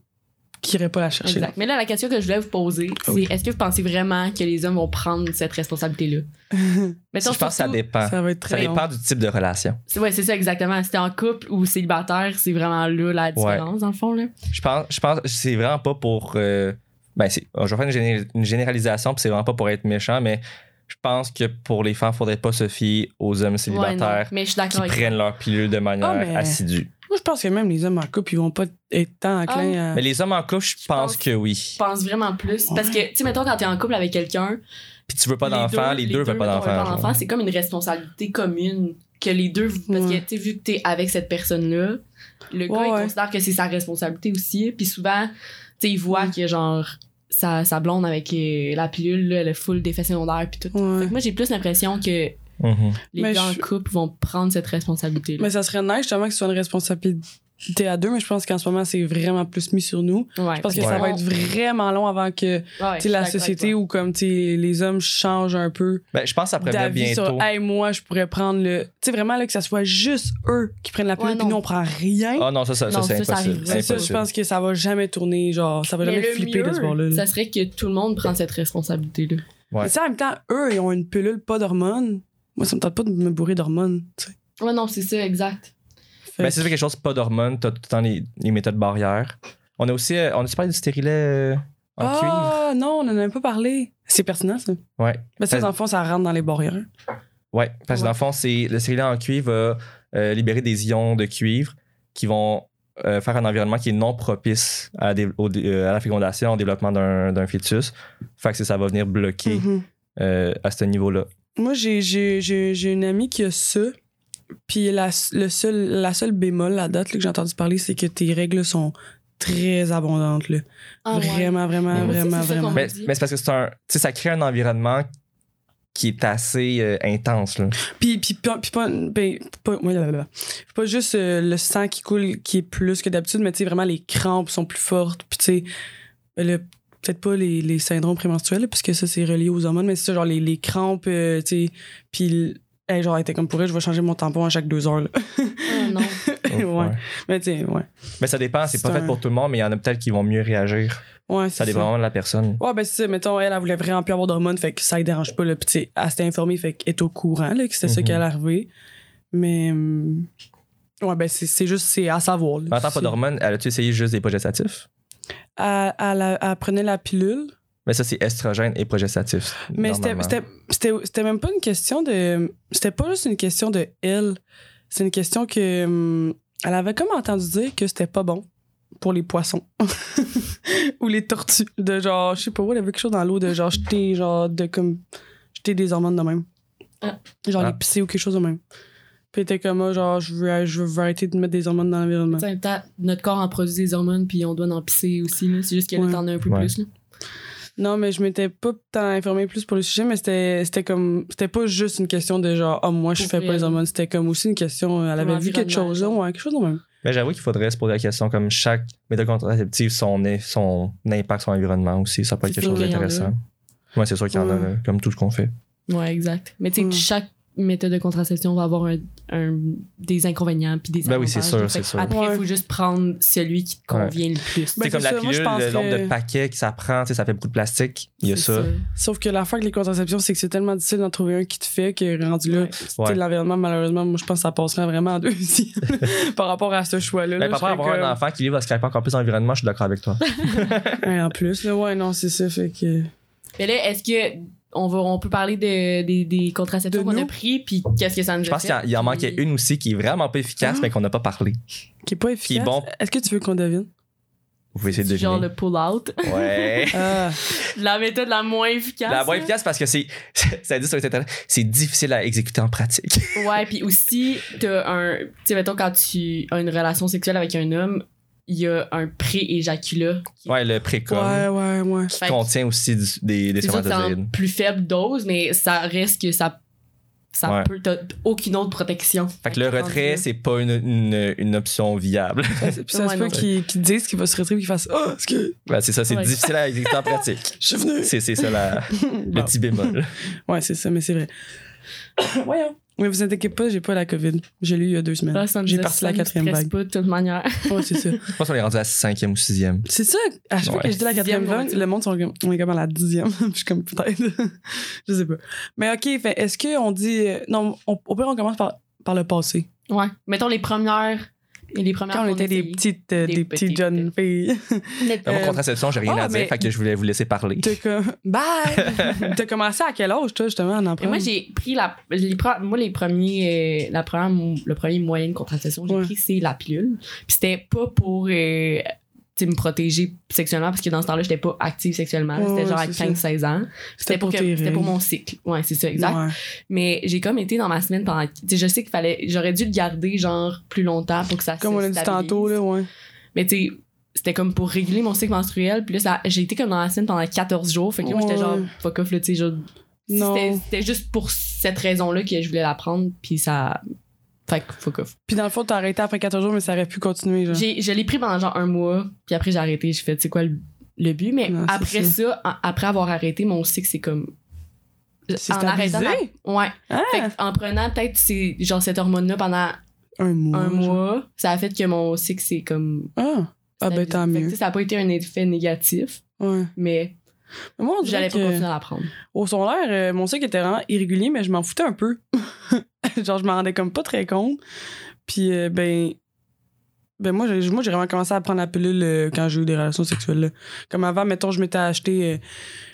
[SPEAKER 6] qu'il irait pas la chercher.
[SPEAKER 2] Exact. Mais là, la question que je voulais vous poser,
[SPEAKER 5] Ah
[SPEAKER 2] c'est
[SPEAKER 6] Oui.
[SPEAKER 2] est-ce que vous pensez vraiment que les hommes vont prendre cette responsabilité-là?
[SPEAKER 5] Je pense
[SPEAKER 2] Mettons,
[SPEAKER 5] que ça
[SPEAKER 2] surtout-
[SPEAKER 5] dépend.
[SPEAKER 6] Ça va être
[SPEAKER 5] Ça
[SPEAKER 6] très long.
[SPEAKER 5] dépend du type de relation.
[SPEAKER 2] c'est- Ouais, c'est ça, exactement. Si t'es en couple ou célibataire, c'est vraiment là la différence, dans le fond. Là.
[SPEAKER 5] Je pense, je pense, c'est vraiment pas pour. euh, ben, c'est- je vais faire une, géné- une généralisation, puis c'est vraiment pas pour être méchant, mais je pense que pour les femmes, faudrait pas se fier aux hommes
[SPEAKER 2] Ouais, non.
[SPEAKER 5] célibataires
[SPEAKER 2] Mais je suis
[SPEAKER 5] qui
[SPEAKER 2] d'accord avec ça.
[SPEAKER 5] prennent leur pilule de manière
[SPEAKER 6] Ah, mais-
[SPEAKER 5] assidue.
[SPEAKER 6] Moi, je pense que même les hommes en couple, ils vont pas être tant enclins
[SPEAKER 2] Ah.
[SPEAKER 6] à.
[SPEAKER 5] Mais les hommes en couple, je pense
[SPEAKER 2] pense-
[SPEAKER 5] que oui.
[SPEAKER 2] Je pense vraiment plus. Parce que, tu sais, mettons, quand t'es en couple avec quelqu'un,
[SPEAKER 5] Puis tu veux pas d'enfant, les deux veulent pas
[SPEAKER 2] veulent
[SPEAKER 5] d'enfant. genre.
[SPEAKER 2] C'est comme une responsabilité commune que les deux. Parce
[SPEAKER 6] Ouais.
[SPEAKER 2] que, tu sais, vu que t'es avec cette personne-là, le gars,
[SPEAKER 6] Ouais,
[SPEAKER 2] il
[SPEAKER 6] ouais.
[SPEAKER 2] considère que c'est sa responsabilité aussi. Puis souvent, tu sais, il voit
[SPEAKER 6] Mm.
[SPEAKER 2] que, genre, sa, sa blonde avec euh, la pilule, là, elle est full d'effets secondaires, puis tout. Fait
[SPEAKER 6] Ouais.
[SPEAKER 2] que Moi, j'ai plus l'impression que
[SPEAKER 5] Mhm.
[SPEAKER 2] les
[SPEAKER 6] Mais
[SPEAKER 2] gars
[SPEAKER 6] je-
[SPEAKER 2] en couple vont prendre cette responsabilité-là.
[SPEAKER 6] Mais ça serait nice, justement, que ce soit une responsabilité à deux, mais je pense qu'en ce moment, c'est vraiment plus mis sur nous.
[SPEAKER 2] Ouais.
[SPEAKER 6] Je pense que
[SPEAKER 5] Ouais.
[SPEAKER 6] ça va être vraiment long avant que
[SPEAKER 2] Ouais,
[SPEAKER 6] tu sais, la
[SPEAKER 2] je suis d'accord avec
[SPEAKER 6] société
[SPEAKER 2] toi.
[SPEAKER 6] ou comme tu sais, les hommes changent un peu
[SPEAKER 5] Ben, je pense que ça pourrait venir
[SPEAKER 6] d'avis
[SPEAKER 5] bientôt.
[SPEAKER 6] sur hey, moi, je pourrais prendre le. Tu sais, vraiment, là, que ça soit juste eux qui prennent la pilule,
[SPEAKER 2] Ouais,
[SPEAKER 6] puis
[SPEAKER 2] non.
[SPEAKER 6] nous, on prend rien.
[SPEAKER 5] Ah non, ça, ça, ça,
[SPEAKER 2] Non,
[SPEAKER 5] c'est
[SPEAKER 2] ça, ça
[SPEAKER 5] impossible.
[SPEAKER 2] arrive.
[SPEAKER 5] C'est
[SPEAKER 6] C'est ça, je
[SPEAKER 5] impossible.
[SPEAKER 6] pense que ça va jamais tourner, genre, ça va
[SPEAKER 2] Mais
[SPEAKER 6] jamais
[SPEAKER 2] le
[SPEAKER 6] flipper de ce
[SPEAKER 2] mieux,
[SPEAKER 6] bord-là. là.
[SPEAKER 2] Ça serait que tout le monde prend cette responsabilité-là.
[SPEAKER 5] Ouais.
[SPEAKER 6] Mais ça, en même temps, eux, ils ont une pilule pas d'hormones. Moi, ça me tente pas de me bourrer d'hormones, tu sais.
[SPEAKER 2] Ouais, non, c'est ça, exact.
[SPEAKER 6] Fait
[SPEAKER 5] Ben, si tu fais quelque chose pas d'hormones, t'as tout le temps les, les méthodes barrières. On a aussi, euh, on a parlé du stérilet euh, en cuivre.
[SPEAKER 6] Ah, non, on en a même pas parlé. C'est pertinent, ça.
[SPEAKER 5] Ouais.
[SPEAKER 6] Ben, ça,
[SPEAKER 5] Ça-
[SPEAKER 6] les enfants, ça rentre dans les barrières.
[SPEAKER 5] Ouais, parce que dans le fond, c'est le stérilet en cuivre va euh, libérer des ions de cuivre qui vont euh, faire un environnement qui est non propice à la, dé- au dé- euh, à la fécondation, au développement d'un d'un fœtus. Fait que ça, ça va venir bloquer
[SPEAKER 6] Mhm.
[SPEAKER 5] euh, à ce niveau-là.
[SPEAKER 6] Moi, j'ai- j'ai j'ai- j'ai une amie qui a ça. Puis la, le seul, la seule bémol, la date là, que j'ai entendu parler, c'est que tes règles sont très abondantes. Là.
[SPEAKER 2] Ah, ouais.
[SPEAKER 6] vraiment, vraiment,
[SPEAKER 5] Mais moi aussi,
[SPEAKER 6] vraiment,
[SPEAKER 2] c'est ça
[SPEAKER 6] vraiment.
[SPEAKER 2] qu'on-
[SPEAKER 5] Mais,
[SPEAKER 2] dit.
[SPEAKER 5] mais c'est parce que c'est un. Tu sais, ça crée un environnement qui est assez euh, intense. Là.
[SPEAKER 6] Puis, puis, pas- puis pas, ben, pas, ouais, là, là, là. Puis pas juste euh, le sang qui coule qui est plus que d'habitude, mais tu sais, vraiment les crampes sont plus fortes. Puis tu sais, ben, le- peut-être pas les, les syndromes prémenstruels, là, puisque ça c'est relié aux hormones, mais c'est ça, genre les, les crampes, euh, tu sais. Puis le- hey, genre, elle était comme pour elle, je vais changer mon tampon à chaque deux heures. là.
[SPEAKER 2] Ah, non.
[SPEAKER 5] Ouf,
[SPEAKER 6] ouais. Mais tu sais, ouais.
[SPEAKER 5] Mais ça dépend, c'est pas
[SPEAKER 6] C'est
[SPEAKER 5] fait
[SPEAKER 6] un-
[SPEAKER 5] pour tout le monde, mais il y en a peut-être qui vont mieux réagir.
[SPEAKER 6] Ouais,
[SPEAKER 5] Ça
[SPEAKER 6] c'est
[SPEAKER 5] dépend vraiment de la personne.
[SPEAKER 6] Ouais, ben c'est ça, mettons, elle, elle voulait vraiment plus avoir d'hormones, fait que ça ne dérange pas, là. Puis, tu sais, elle s'était informée, fait qu'elle est au courant, là, que c'était ça
[SPEAKER 5] Mhm.
[SPEAKER 6] qui allait arriver. Mais. hum, Ouais, ben, c'est c'est juste, c'est à savoir, là.
[SPEAKER 5] Mais en tant Ben, pas
[SPEAKER 6] C'est-
[SPEAKER 5] d'hormones, as-tu essayé juste des progestatifs?
[SPEAKER 6] elle, elle- elle prenait la pilule.
[SPEAKER 5] Mais ça, c'est estrogène et progestatif.
[SPEAKER 6] Mais c'était-
[SPEAKER 5] normalement.
[SPEAKER 6] c'était c'était- c'était même pas une question de. C'était pas juste une question de elle. C'est une question que. hum, Elle avait comme entendu dire que c'était pas bon pour les poissons ou les tortues. De genre, je sais pas, où, elle avait quelque chose dans l'eau de genre jeter, genre, de comme. jeter des hormones de même.
[SPEAKER 2] Ah.
[SPEAKER 6] Genre
[SPEAKER 5] Ah.
[SPEAKER 6] les pisser ou quelque chose de même. Puis elle était comme, ah, genre, je veux, je veux arrêter de mettre des hormones dans l'environnement.
[SPEAKER 2] En même temps, notre corps en produit des hormones, puis on doit en pisser aussi. là. C'est juste que là,
[SPEAKER 6] Ouais.
[SPEAKER 2] t'en as un peu
[SPEAKER 5] Ouais.
[SPEAKER 2] plus. Là.
[SPEAKER 6] Non, mais je m'étais pas tant informée plus pour le sujet, mais c'était c'était comme. C'était pas juste une question de genre, oh, moi, je
[SPEAKER 2] Pour
[SPEAKER 6] fais pas les
[SPEAKER 2] elle.
[SPEAKER 6] hormones. C'était comme aussi une question. euh, Elle avait vu quelque chose, là, ouais, quelque chose de même.
[SPEAKER 5] Mais j'avoue qu'il faudrait se poser la question comme chaque méthode contraceptive, son, é- son impact sur l'environnement aussi, ça peut être
[SPEAKER 2] C'est
[SPEAKER 5] quelque
[SPEAKER 2] sûr
[SPEAKER 5] chose
[SPEAKER 2] qu'il y en a.
[SPEAKER 5] d'intéressant. Moi, c'est sûr qu'il y en a,
[SPEAKER 6] Ouais. Ben,
[SPEAKER 5] là, comme tout ce qu'on fait.
[SPEAKER 2] Ouais, exact. Mais tu sais,
[SPEAKER 6] Hmm.
[SPEAKER 2] chaque méthode de contraception va avoir un, un- des inconvénients, puis des
[SPEAKER 5] Ben oui, c'est
[SPEAKER 2] avantages.
[SPEAKER 5] sûr,
[SPEAKER 2] Fait
[SPEAKER 5] c'est
[SPEAKER 2] que
[SPEAKER 5] sûr.
[SPEAKER 2] Après, il
[SPEAKER 6] Ouais.
[SPEAKER 2] faut juste prendre celui qui te convient le plus.
[SPEAKER 6] Ben,
[SPEAKER 5] c'est comme
[SPEAKER 6] c'est
[SPEAKER 5] la
[SPEAKER 6] ça, moi, je
[SPEAKER 5] pilule,
[SPEAKER 6] pense
[SPEAKER 5] le nombre
[SPEAKER 6] que-
[SPEAKER 5] de paquets que ça prend, tu sais, ça fait beaucoup de plastique. Il y a
[SPEAKER 2] C'est
[SPEAKER 5] ça.
[SPEAKER 6] Sauf que l'affaire avec les contraceptions, c'est que c'est tellement difficile d'en trouver un qui te fait que rendu là,
[SPEAKER 2] Ouais.
[SPEAKER 6] tu sais,
[SPEAKER 5] Ouais.
[SPEAKER 6] l'environnement, malheureusement, moi, je pense que ça passerait vraiment en deuxième par rapport à ce choix-là.
[SPEAKER 5] Mais
[SPEAKER 6] là,
[SPEAKER 5] par
[SPEAKER 6] je
[SPEAKER 5] rapport à Ben, avoir
[SPEAKER 6] serais
[SPEAKER 5] un enfant qui livre à scraper encore plus l'environnement, je suis d'accord avec toi.
[SPEAKER 6] comme- Ouais, en plus, là, ouais, non, c'est ça, fait que.
[SPEAKER 2] Mais là, est-ce que on, va, on peut parler de, des, des contraceptions
[SPEAKER 6] De
[SPEAKER 2] qu'on a
[SPEAKER 6] nous?
[SPEAKER 2] pris, puis qu'est-ce que ça nous
[SPEAKER 5] Je pense qu'il y en- il en manquait une aussi qui est vraiment pas efficace,
[SPEAKER 6] Ah.
[SPEAKER 5] mais qu'on n'a pas parlé.
[SPEAKER 6] Qui est pas
[SPEAKER 5] Qui est
[SPEAKER 6] efficace.
[SPEAKER 5] bon.
[SPEAKER 6] Est-ce que tu veux qu'on devine?
[SPEAKER 5] Vous pouvez essayer de
[SPEAKER 2] Genre
[SPEAKER 5] deviner.
[SPEAKER 2] le pull-out.
[SPEAKER 5] Ouais.
[SPEAKER 6] Ah,
[SPEAKER 2] la méthode la moins efficace.
[SPEAKER 5] La moins
[SPEAKER 2] là.
[SPEAKER 5] efficace parce que c'est, ça dit sur Internet, c'est difficile à exécuter en pratique.
[SPEAKER 2] Ouais, puis aussi, t'as un. Tu sais, mettons, quand tu as une relation sexuelle avec un homme, il y a un pré-éjaculat. qui-
[SPEAKER 5] Ouais, le précom
[SPEAKER 6] ouais, ouais, ouais.
[SPEAKER 2] Fait que
[SPEAKER 5] contient aussi du- des, des
[SPEAKER 2] C'est sûr que c'est en
[SPEAKER 5] spermatozoïdes.
[SPEAKER 2] plus faible dose, mais ça reste que ça. Ça
[SPEAKER 5] Ouais.
[SPEAKER 2] peut. T'as aucune autre protection.
[SPEAKER 5] Fait que le retrait, c'est pas une, une, une option viable.
[SPEAKER 6] Puis ça
[SPEAKER 2] Ouais,
[SPEAKER 6] se peut
[SPEAKER 2] non.
[SPEAKER 6] qu'ils qu'ils disent qu'il va se retirer et qu'ils fassent Ah, est-ce que
[SPEAKER 5] Ben, c'est ça, c'est
[SPEAKER 2] Ouais.
[SPEAKER 5] difficile à exécuter en pratique.
[SPEAKER 6] je suis venu?
[SPEAKER 5] C'est c'est ça la- le
[SPEAKER 6] Bon.
[SPEAKER 5] petit bémol.
[SPEAKER 6] Ouais, c'est ça, mais c'est vrai. Voyons. Mais vous inquiétez pas, j'ai pas la COVID. J'ai lu il y a deux
[SPEAKER 2] Ah,
[SPEAKER 6] semaines. J'ai parti la quatrième vague.
[SPEAKER 2] pas de toute manière.
[SPEAKER 6] Ouais, c'est ça.
[SPEAKER 5] Je pense qu'on est rendu à cinquième ou sixième.
[SPEAKER 6] C'est ça, à chaque fois
[SPEAKER 5] Ouais.
[SPEAKER 6] que je dis la quatrième
[SPEAKER 2] Dixième, on
[SPEAKER 6] vague,
[SPEAKER 2] dit.
[SPEAKER 6] le monde sont comme, on est comme à la dixième. Puis je suis comme, peut-être. je sais pas. Mais OK, fait, est-ce qu'on dit. euh, Non, on- au pire, on commence par, par le passé.
[SPEAKER 2] Ouais. Mettons les premières Et les premières
[SPEAKER 6] Quand on
[SPEAKER 2] qu'on
[SPEAKER 6] était
[SPEAKER 2] a
[SPEAKER 6] des
[SPEAKER 2] essayées.
[SPEAKER 6] petites, euh,
[SPEAKER 2] Des
[SPEAKER 6] des,
[SPEAKER 2] petites.
[SPEAKER 6] petites jeunes filles,
[SPEAKER 2] Notre-
[SPEAKER 5] Dans mon
[SPEAKER 6] Euh,
[SPEAKER 5] contraception, j'ai rien
[SPEAKER 6] ah,
[SPEAKER 5] à dire,
[SPEAKER 6] mais-
[SPEAKER 5] fait que je voulais vous laisser parler.
[SPEAKER 6] t'as comme- Bye! T'as commencé à quel âge, toi, justement, en
[SPEAKER 2] Et
[SPEAKER 6] apprendre?
[SPEAKER 2] moi, j'ai pris la. Les, pre- moi, les premiers. euh, la première, mo- le premier moyen de contraception que j'ai
[SPEAKER 6] Ouais.
[SPEAKER 2] pris, c'est la pilule. Puis c'était pas pour. euh, tu sais, me protéger sexuellement parce que dans ce temps-là j'étais pas active sexuellement
[SPEAKER 6] Ouais,
[SPEAKER 2] c'était
[SPEAKER 6] ouais,
[SPEAKER 2] genre à
[SPEAKER 6] c'est
[SPEAKER 2] 15 16 ans c'était pour, que-
[SPEAKER 6] tes
[SPEAKER 2] c'était pour
[SPEAKER 6] règles.
[SPEAKER 2] mon cycle ouais c'est ça exact
[SPEAKER 6] Ouais.
[SPEAKER 2] mais j'ai comme été dans ma semaine pendant tu sais, je sais qu'il fallait j'aurais dû le garder genre plus longtemps pour que ça
[SPEAKER 6] Comme
[SPEAKER 2] se
[SPEAKER 6] on l'a dit
[SPEAKER 2] stabilise.
[SPEAKER 6] tantôt, là, ouais.
[SPEAKER 2] mais tu sais c'était comme pour régler mon cycle menstruel puis là ça- j'ai été comme dans la semaine pendant 14 jours fait que là, moi j'étais genre
[SPEAKER 6] Ouais.
[SPEAKER 2] fuck off là tu sais genre
[SPEAKER 6] Non.
[SPEAKER 2] c'était c'était juste pour cette raison-là que je voulais la prendre, puis ça. Fait que fuck off.
[SPEAKER 6] Puis dans le fond, t'as arrêté après 14 jours, mais ça aurait pu continuer, genre.
[SPEAKER 2] J'ai- Je l'ai pris pendant genre un mois, puis après j'ai arrêté. J'ai fait, c'est quoi le, le but? Mais
[SPEAKER 6] Non, c'est
[SPEAKER 2] après ça, en- après avoir arrêté, mon cycle, c'est comme.
[SPEAKER 6] C'est
[SPEAKER 2] en arrêtant.
[SPEAKER 6] stabilisé?
[SPEAKER 2] ma- Ouais.
[SPEAKER 6] Ah!
[SPEAKER 2] Fait que en prenant peut-être ces- genre cette hormone-là pendant
[SPEAKER 6] Un mois.
[SPEAKER 2] un
[SPEAKER 6] genre.
[SPEAKER 2] mois, ça a fait que mon cycle, c'est comme.
[SPEAKER 6] Ah! Ah, ben tant
[SPEAKER 2] Fait que, tu
[SPEAKER 6] mieux.
[SPEAKER 2] sais, ça n'a pas été un effet négatif,
[SPEAKER 6] Ouais.
[SPEAKER 2] mais
[SPEAKER 6] Mais moi, on dirait
[SPEAKER 2] j'allais pas
[SPEAKER 6] que-
[SPEAKER 2] continuer à la prendre.
[SPEAKER 6] au secondaire, euh, mon cycle était vraiment irrégulier, mais je m'en foutais un peu. Genre, je m'en rendais comme pas très compte. Puis, euh, ben. Ben, moi, j'ai moi, j'ai vraiment commencé à prendre la pilule euh, quand j'ai eu des relations sexuelles. là. Comme avant, mettons, je m'étais acheté. euh,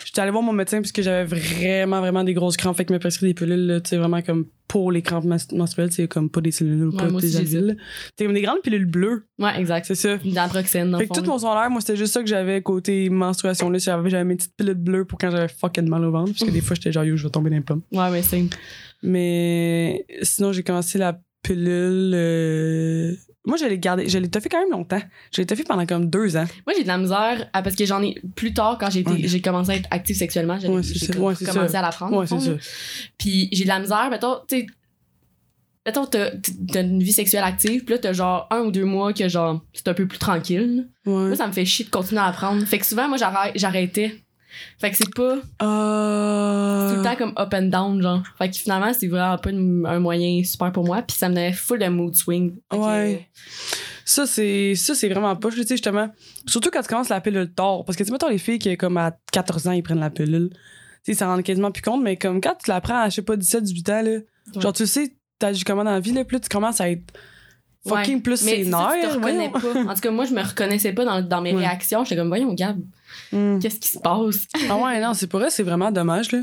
[SPEAKER 6] J'étais allée voir mon médecin puisque j'avais vraiment, vraiment des grosses crampes. Fait qu'il m'a prescrit des pilules, là, tu sais, vraiment comme pour les crampes mas- menstruelles, c'est comme pas des cellules ou
[SPEAKER 2] Ouais,
[SPEAKER 6] pas
[SPEAKER 2] moi aussi,
[SPEAKER 6] des
[SPEAKER 2] j'ai ça.
[SPEAKER 6] alviles. C'est comme des grandes pilules bleues,
[SPEAKER 2] Ouais, exact.
[SPEAKER 6] c'est ça.
[SPEAKER 2] D'Ambroxène, dans le
[SPEAKER 6] Fait que
[SPEAKER 2] fond.
[SPEAKER 6] tout mon solaire, moi, c'était juste ça que j'avais côté menstruation. Là, j'avais, j'avais mes petites pilules bleues pour quand j'avais fucking mal au ventre. Parce que des fois, j'étais genre, yo, je vais tomber dans les pommes.
[SPEAKER 2] Ouais, mais c'est.
[SPEAKER 6] Mais sinon, j'ai commencé la pilule. euh, Moi, je l'ai gardée. Je l'ai toffée quand même longtemps. Je l'ai toffée pendant comme deux ans.
[SPEAKER 2] Moi, j'ai de la misère ah, parce que j'en ai plus tard quand j'ai été-
[SPEAKER 6] Ouais.
[SPEAKER 2] j'ai commencé à être active sexuellement. J'ai
[SPEAKER 6] Ouais, c'est
[SPEAKER 2] j'ai
[SPEAKER 6] ça.
[SPEAKER 2] comme
[SPEAKER 6] Ouais, c'est
[SPEAKER 2] commencé
[SPEAKER 6] ça.
[SPEAKER 2] à l'apprendre.
[SPEAKER 6] ouais, c'est ça.
[SPEAKER 2] Puis j'ai de la misère, mettons, tu sais. Mettons, t'as t'as une vie sexuelle active, puis là, t'as genre un ou deux mois que genre, c'est un peu plus tranquille.
[SPEAKER 6] Ouais.
[SPEAKER 2] Moi, ça me fait chier de continuer à apprendre. Fait que souvent, moi, j'arrête- j'arrêtais. Fait que c'est pas
[SPEAKER 6] Euh,
[SPEAKER 2] tout le temps comme up and down, genre. Fait que finalement, c'est vraiment pas une- un moyen super pour moi, puis ça me donnait full de mood swing. Fait que,
[SPEAKER 6] Ouais. Ça, c'est, ça, c'est vraiment pas, tu sais, justement. Surtout quand tu commences la pilule tard. Parce que, tu sais, mettons, les filles qui, comme à 14 ans, ils prennent la pilule. Tu sais, ils s'en rendent quasiment plus compte, mais comme quand tu la prends à, je sais pas, 17, 18 ans, là, genre, tu sais, t'agis comment dans la vie, là, plus tu commences à être fucking
[SPEAKER 2] Ouais.
[SPEAKER 6] plus
[SPEAKER 2] Mais c'est ça,
[SPEAKER 6] sénère.
[SPEAKER 2] tu te reconnais
[SPEAKER 6] voyons.
[SPEAKER 2] pas. En tout cas, moi, je me reconnaissais pas dans, dans mes
[SPEAKER 6] Ouais.
[SPEAKER 2] réactions. J'étais comme, voyons, Gab,
[SPEAKER 6] Mm.
[SPEAKER 2] qu'est-ce qui se passe?
[SPEAKER 6] Ah ouais, non, c'est pour vrai, c'est vraiment dommage, là.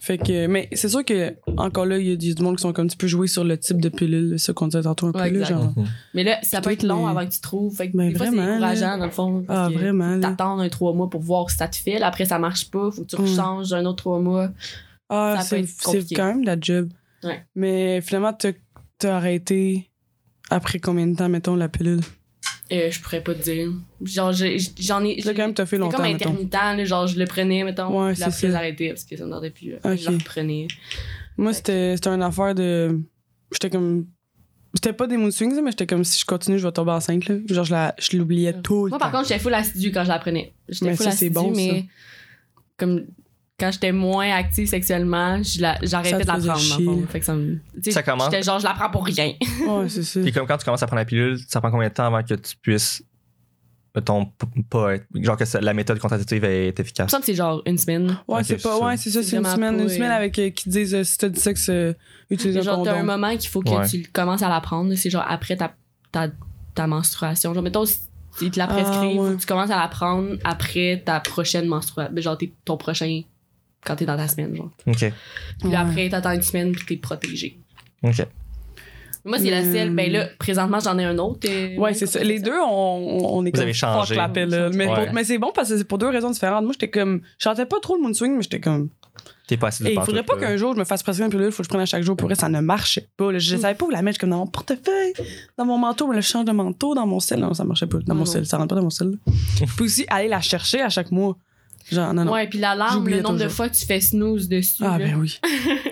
[SPEAKER 6] Fait que, mais c'est sûr que, encore là, il y a du du monde qui sont comme, tu peux jouer sur le type de pilule, ça qu'on disait tantôt un peu,
[SPEAKER 2] Ouais,
[SPEAKER 6] là,
[SPEAKER 2] exact.
[SPEAKER 6] genre.
[SPEAKER 5] Mhm.
[SPEAKER 2] Mais là, ça peut
[SPEAKER 6] Peut-être,
[SPEAKER 2] être long
[SPEAKER 6] mais-
[SPEAKER 2] avant que tu trouves. Fait que
[SPEAKER 6] Ben,
[SPEAKER 2] des fois, c'est
[SPEAKER 6] vraiment,
[SPEAKER 2] décourageant, dans le fond.
[SPEAKER 6] Ah,
[SPEAKER 2] parce que
[SPEAKER 6] vraiment, là.
[SPEAKER 2] T'attends un trois mois pour voir si ça te file. Après, ça marche pas. Faut que tu
[SPEAKER 6] Ouais.
[SPEAKER 2] rechanges un autre trois mois.
[SPEAKER 6] Ah,
[SPEAKER 2] Ça peut
[SPEAKER 6] c'est
[SPEAKER 2] être
[SPEAKER 6] c'est
[SPEAKER 2] compliqué.
[SPEAKER 6] quand même de la job.
[SPEAKER 2] Ouais.
[SPEAKER 6] Mais finalement, t'as t'as arrêté après combien de temps, mettons, la pilule?
[SPEAKER 2] Euh, je pourrais pas te dire. Genre, j'ai- j'en ai.
[SPEAKER 6] T'as quand même t'as fait
[SPEAKER 2] C'était
[SPEAKER 6] longtemps,
[SPEAKER 2] comme
[SPEAKER 6] mettons.
[SPEAKER 2] intermittent, là, genre je le prenais, mettons.
[SPEAKER 6] Ouais,
[SPEAKER 2] puis
[SPEAKER 6] c'est
[SPEAKER 2] après,
[SPEAKER 6] ça.
[SPEAKER 2] j'arrêtais parce que ça me tentait plus. là. Je
[SPEAKER 6] Ok.
[SPEAKER 2] le reprenais.
[SPEAKER 6] Moi, c'était c'était une affaire de... J'étais comme... C'était pas des mood swings, mais j'étais comme, si je continue, je vais tomber enceinte, là. Genre, je la- je l'oubliais
[SPEAKER 2] Ouais.
[SPEAKER 6] tout le
[SPEAKER 2] Moi,
[SPEAKER 6] temps.
[SPEAKER 2] par contre, j'étais full assidue quand je la prenais. J'étais
[SPEAKER 6] Mais
[SPEAKER 2] full
[SPEAKER 6] ça, c'est
[SPEAKER 2] assidue,
[SPEAKER 6] bon, ça.
[SPEAKER 2] mais comme quand j'étais moins active sexuellement, je la-
[SPEAKER 6] Ça
[SPEAKER 2] j'arrêtais
[SPEAKER 6] te
[SPEAKER 2] de la
[SPEAKER 6] faisait
[SPEAKER 2] prendre. dans le
[SPEAKER 6] chier.
[SPEAKER 2] fond. Fait que ça me- tu sais,
[SPEAKER 5] Ça commence.
[SPEAKER 2] J'étais genre, je la prends pour rien.
[SPEAKER 6] Ouais, c'est ça.
[SPEAKER 5] Puis comme quand tu commences à prendre la pilule, ça prend combien de temps avant que tu puisses, mettons, p- pas être, genre que ça- la méthode contraceptive est
[SPEAKER 2] Il me
[SPEAKER 5] efficace?
[SPEAKER 2] semble que c'est genre une semaine.
[SPEAKER 6] Ouais,
[SPEAKER 5] Ok,
[SPEAKER 6] c'est pas.
[SPEAKER 5] c'est ça.
[SPEAKER 6] Ouais, c'est ça,
[SPEAKER 2] C'est
[SPEAKER 6] c'est une
[SPEAKER 2] vraiment
[SPEAKER 6] semaine.
[SPEAKER 2] pas,
[SPEAKER 6] Une
[SPEAKER 2] euh,
[SPEAKER 6] semaine avec euh, qui te disent euh, si t'as du sexe, euh, utilise un
[SPEAKER 2] Genre, t'as un
[SPEAKER 6] condom.
[SPEAKER 2] moment qu'il faut que
[SPEAKER 5] Ouais.
[SPEAKER 2] tu le- commences à la prendre. C'est genre après ta, ta, ta menstruation. Genre, mettons, si ils te la
[SPEAKER 6] Ah,
[SPEAKER 2] prescrivent,
[SPEAKER 6] ouais.
[SPEAKER 2] tu commences à la prendre après ta prochaine menstruation. Ben, Genre, t'es- ton prochain. Quand t'es dans ta semaine, genre.
[SPEAKER 5] Ok.
[SPEAKER 2] Puis
[SPEAKER 6] Ouais.
[SPEAKER 2] après, t'attends une semaine, puis t'es protégé.
[SPEAKER 5] Ok.
[SPEAKER 2] Moi, c'est la
[SPEAKER 6] Mais-
[SPEAKER 2] seule. Ben là, présentement, j'en ai un autre. euh,
[SPEAKER 6] Hmm. Ouais, c'est ça. Les deux, on, on on est
[SPEAKER 5] Vous avez changé.
[SPEAKER 6] fuck la pilule. Mais,
[SPEAKER 5] Ouais.
[SPEAKER 6] pour- mais c'est bon parce que c'est pour deux raisons différentes. Moi, j'étais comme. Je chantais pas trop le mood swing, mais j'étais comme.
[SPEAKER 5] T'es pas assez de
[SPEAKER 6] Et il
[SPEAKER 5] pantoute,
[SPEAKER 6] faudrait pas
[SPEAKER 5] là.
[SPEAKER 6] qu'un jour je me fasse presser une pilule, faut que je prenne à chaque jour. Pour vrai, ça ne marchait pas. là. Je savais pas où la mettre. J'étais comme dans mon portefeuille, dans mon manteau. Là, je change de manteau, dans mon sel. Non, ça marchait pas. Dans
[SPEAKER 2] Non,
[SPEAKER 6] mon
[SPEAKER 2] non.
[SPEAKER 6] sel. Ça rentre pas dans mon sel. Puis aussi, aller la chercher à chaque mois. Genre, non, non.
[SPEAKER 2] Ouais, puis l'alarme,
[SPEAKER 6] J'oubliais
[SPEAKER 2] le nombre de
[SPEAKER 6] toujours.
[SPEAKER 2] fois que tu fais snooze dessus.
[SPEAKER 6] Ah,
[SPEAKER 2] là.
[SPEAKER 6] ben oui.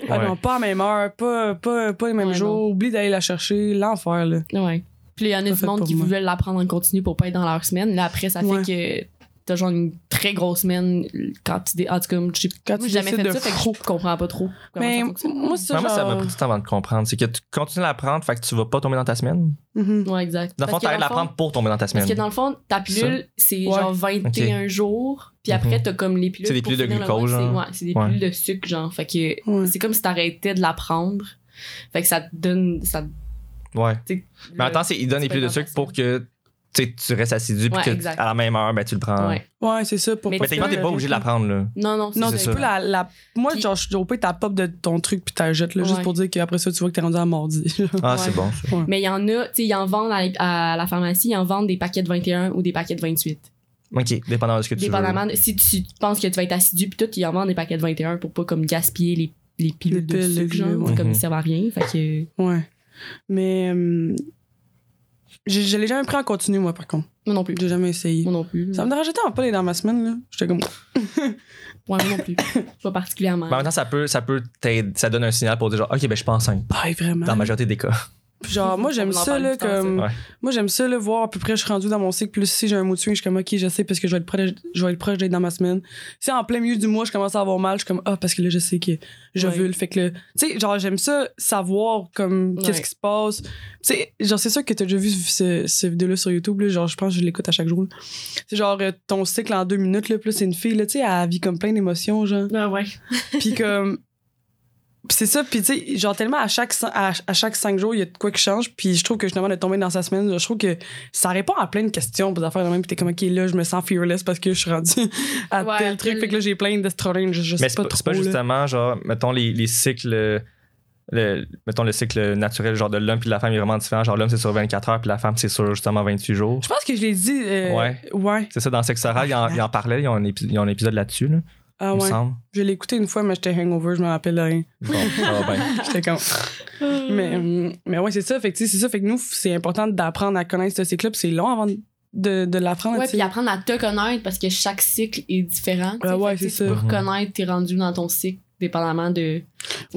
[SPEAKER 6] Ah
[SPEAKER 5] Ouais.
[SPEAKER 6] non, pas à même heure, pas, pas, pas les mêmes
[SPEAKER 2] Ouais,
[SPEAKER 6] jours. Oublie d'aller la chercher, l'enfer, là.
[SPEAKER 2] Ouais. Puis là, il y
[SPEAKER 6] Pas
[SPEAKER 2] en a du
[SPEAKER 6] ben. fait
[SPEAKER 2] monde
[SPEAKER 6] pour
[SPEAKER 2] qui
[SPEAKER 6] moi.
[SPEAKER 2] veulent l'apprendre en continu pour pas être dans leur semaine. Là, après, ça
[SPEAKER 6] Ouais.
[SPEAKER 2] fait que t'as genre une très grosse semaine quand tu. dé- En tout cas, je sais
[SPEAKER 6] Quand
[SPEAKER 2] moi,
[SPEAKER 6] tu
[SPEAKER 2] j'ai jamais fait
[SPEAKER 6] décides
[SPEAKER 2] ça,
[SPEAKER 6] de
[SPEAKER 2] fait que
[SPEAKER 6] trop.
[SPEAKER 2] je comprends pas trop. comment
[SPEAKER 6] Mais
[SPEAKER 2] ça fonctionne.
[SPEAKER 6] moi, c'est
[SPEAKER 5] Non, Ben,
[SPEAKER 6] ça.
[SPEAKER 5] moi, ça m'a
[SPEAKER 6] genre-
[SPEAKER 5] pris du temps avant de comprendre. C'est que tu continues à la prendre, fait que tu vas pas tomber dans ta semaine.
[SPEAKER 6] Mhm.
[SPEAKER 2] Ouais, exact.
[SPEAKER 5] Dans le fond,
[SPEAKER 2] Parce que
[SPEAKER 5] t'arrêtes de la
[SPEAKER 2] fond-
[SPEAKER 5] prendre pour tomber dans ta semaine.
[SPEAKER 2] Parce que dans le fond, ta pilule, c'est genre 21 jours, puis après,
[SPEAKER 5] Mhm.
[SPEAKER 2] t'as comme les pilules.
[SPEAKER 5] C'est des
[SPEAKER 2] pour
[SPEAKER 5] pilules de
[SPEAKER 2] finir le
[SPEAKER 5] glucose,
[SPEAKER 2] mois, c'est-
[SPEAKER 5] genre.
[SPEAKER 2] Ouais, c'est des
[SPEAKER 5] Ouais.
[SPEAKER 2] pilules de sucre, genre. Fait que
[SPEAKER 6] Ouais.
[SPEAKER 2] c'est comme si t'arrêtais de la prendre. Fait que ça te donne. Ça,
[SPEAKER 5] Ouais.
[SPEAKER 2] Tu sais,
[SPEAKER 5] Mais
[SPEAKER 2] le-
[SPEAKER 5] attends, c'est- ils donnent
[SPEAKER 2] tu
[SPEAKER 5] les
[SPEAKER 2] peux
[SPEAKER 5] pilules de
[SPEAKER 2] être
[SPEAKER 5] sucre
[SPEAKER 2] dans
[SPEAKER 5] pour que tu sais, tu restes assidu puis
[SPEAKER 2] Ouais,
[SPEAKER 5] que
[SPEAKER 2] exact.
[SPEAKER 5] à la même heure, ben, tu le prends.
[SPEAKER 2] Ouais.
[SPEAKER 6] Ouais, c'est ça. Pour
[SPEAKER 2] Mais
[SPEAKER 5] Mais techniquement, t'es pas obligé de la prendre, là.
[SPEAKER 2] Non, non,
[SPEAKER 6] Non,
[SPEAKER 5] C'est
[SPEAKER 6] tu
[SPEAKER 5] ça.
[SPEAKER 6] peux la. la- Moi,
[SPEAKER 2] Puis-
[SPEAKER 6] genre, je suis au pire, t'as pop de ton truc puis t'as jettes, là, juste
[SPEAKER 2] Ouais.
[SPEAKER 6] pour dire qu'après ça, tu vois que t'es rendu à mardi.
[SPEAKER 5] Ah,
[SPEAKER 2] Ouais.
[SPEAKER 5] c'est bon. ça.
[SPEAKER 2] Mais il y en a, tu sais, ils en vendent à, à la pharmacie, ils en vendent des paquets de 21 ou des paquets de 28.
[SPEAKER 5] Ok, dépendant de ce que tu veux.
[SPEAKER 2] Dépendamment, de- si tu penses que tu vas être assidu puis tout, ils en vendent des paquets de 21 pour pas comme gaspiller les, les pilules
[SPEAKER 6] Les
[SPEAKER 2] de
[SPEAKER 6] pilules,
[SPEAKER 2] sucre, genre,
[SPEAKER 6] ouais.
[SPEAKER 2] comme
[SPEAKER 5] Mhm.
[SPEAKER 2] ils servent à rien. Fait que...
[SPEAKER 6] ouais. Mais. euh, j'ai- je l'ai jamais pris en continu, moi, par contre.
[SPEAKER 2] Moi non plus.
[SPEAKER 6] J'ai jamais essayé.
[SPEAKER 2] Moi non plus.
[SPEAKER 6] Ça me dérangeait tant pas les dans ma semaine, là. J'étais comme.
[SPEAKER 2] Ouais, moi non plus. Pas particulièrement.
[SPEAKER 5] Mais
[SPEAKER 6] Bah.
[SPEAKER 5] en même temps, ça peut, ça peut t'aider- ça donne un signal pour dire genre, ok, ben je suis pas enceinte.
[SPEAKER 6] Bah, vraiment.
[SPEAKER 5] Dans la majorité des cas.
[SPEAKER 6] Puis genre, moi, j'aime
[SPEAKER 2] On en
[SPEAKER 6] ça,
[SPEAKER 2] parle
[SPEAKER 6] là,
[SPEAKER 2] tout le temps,
[SPEAKER 6] comme.
[SPEAKER 5] ça. Ouais.
[SPEAKER 6] Moi, j'aime ça, là, voir à peu près, je suis rendue dans mon cycle. Plus si j'ai un mot de swing, je suis comme, OK, je sais, parce que je vais être proche, je vais être proche d'être dans ma semaine. Si en plein milieu du mois, je commence à avoir mal, je suis comme, ah, parce que là, je sais que je
[SPEAKER 2] Ouais.
[SPEAKER 6] veux le fait que là. Tu sais, genre, j'aime ça, savoir, comme, qu'est-ce
[SPEAKER 2] Ouais.
[SPEAKER 6] qui se passe. Tu sais, genre, c'est sûr que t'as déjà vu ce, ce vidéo-là sur YouTube, là, genre, je pense que je l'écoute à chaque jour. là. C'est genre, euh, ton cycle en deux minutes, là, plus c'est une fille, là, tu sais, elle vit comme plein d'émotions, genre.
[SPEAKER 2] Ah ouais.
[SPEAKER 6] Puis comme. pis c'est ça, puis tu sais, genre tellement à chaque, cin- à, à chaque cinq jours, il y a de quoi qui change. Puis je trouve que justement, de tomber dans sa semaine, je trouve que ça répond à plein de questions pour affaires de même. Puis t'es comme, ok, là, je me sens fearless parce que je suis rendue à
[SPEAKER 2] Ouais,
[SPEAKER 6] tel truc.
[SPEAKER 2] tel-
[SPEAKER 6] Fait que là, j'ai plein d'astrologues, je, je
[SPEAKER 5] Mais
[SPEAKER 6] sais
[SPEAKER 5] c'est
[SPEAKER 6] pas
[SPEAKER 5] pas,
[SPEAKER 6] trop.
[SPEAKER 5] c'est pas
[SPEAKER 6] là.
[SPEAKER 5] justement, genre, mettons les, les cycles. euh, le- mettons le cycle naturel genre de l'homme puis de la femme est vraiment différent genre l'homme c'est sur 24 heures puis la femme c'est sur justement 28 jours
[SPEAKER 6] Je pense que je l'ai dit. euh,
[SPEAKER 5] Ouais.
[SPEAKER 6] Ouais.
[SPEAKER 5] c'est ça dans Sexe Oral il en, il en parlait il y a un, épi- il y a un épisode là-dessus là,
[SPEAKER 6] Ah
[SPEAKER 5] il me
[SPEAKER 6] ouais.
[SPEAKER 5] semble
[SPEAKER 6] Je l'ai écouté une fois, mais j'étais hangover, je me rappelle de rien.
[SPEAKER 5] bon ah ben.
[SPEAKER 6] J'étais comme. mais, euh, mais ouais, c'est ça. Fait que tu sais, c'est ça. Fait que nous, c'est important d'apprendre à connaître ce cycle-là. puis c'est long avant de, de l'apprendre.
[SPEAKER 2] Ouais,
[SPEAKER 6] tu sais.
[SPEAKER 2] puis apprendre à te connaître parce que chaque cycle est différent.
[SPEAKER 6] Ah
[SPEAKER 2] tu sais.
[SPEAKER 6] ouais,
[SPEAKER 2] Fait que,
[SPEAKER 6] c'est
[SPEAKER 2] tu sais,
[SPEAKER 6] ça.
[SPEAKER 2] Tu peux reconnaître t'es rendu dans ton cycle dépendamment de.
[SPEAKER 6] Ouais,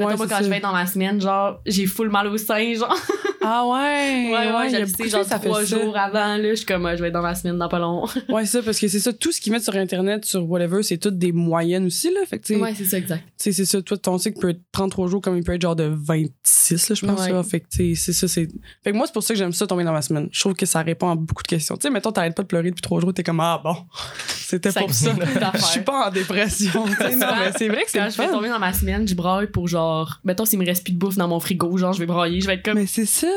[SPEAKER 2] Mettons, moi,
[SPEAKER 6] c'est
[SPEAKER 2] quand
[SPEAKER 6] ça.
[SPEAKER 2] je vais dans ma semaine, genre, j'ai full mal au sein, genre.
[SPEAKER 6] Ah ouais!
[SPEAKER 2] Ouais, ouais,
[SPEAKER 6] il y a
[SPEAKER 2] je le
[SPEAKER 6] beaucoup
[SPEAKER 2] sais,
[SPEAKER 6] de
[SPEAKER 2] genre
[SPEAKER 6] filles, ça fait
[SPEAKER 2] trois
[SPEAKER 6] ça.
[SPEAKER 2] jours avant, là, je suis comme, ah, je vais être dans ma semaine dans pas long.
[SPEAKER 6] Ouais, c'est ça, parce que c'est ça, tout ce qu'ils mettent sur Internet, sur whatever, c'est toutes des moyennes aussi, là. Fait que, tu sais,
[SPEAKER 2] ouais, c'est ça, exact.
[SPEAKER 6] tu sais, c'est ça, toi, ton cycle peut être 33 jours comme il peut être genre de 26, là, je pense,
[SPEAKER 2] Ouais.
[SPEAKER 6] là. Fait que, tu sais, c'est ça, c'est. Fait que moi, c'est pour ça que j'aime ça tomber dans ma semaine. Je trouve que ça répond à beaucoup de questions. Tu sais, mettons, t'arrêtes pas de pleurer depuis trois jours, t'es comme, ah bon, c'était
[SPEAKER 2] Ça
[SPEAKER 6] pour ça.
[SPEAKER 2] explique plein d'affaires.
[SPEAKER 6] Je suis pas en dépression. tu sais, non,
[SPEAKER 2] Souvent,
[SPEAKER 6] mais c'est vrai que c'est
[SPEAKER 2] Quand
[SPEAKER 6] le
[SPEAKER 2] je vais
[SPEAKER 6] fun.
[SPEAKER 2] tomber dans ma semaine, je braille pour genre. Mettons, s'il me reste plus de bouffe dans mon frigo, genre, je vais brailler, je vais être comme.
[SPEAKER 6] Mais c'est ça.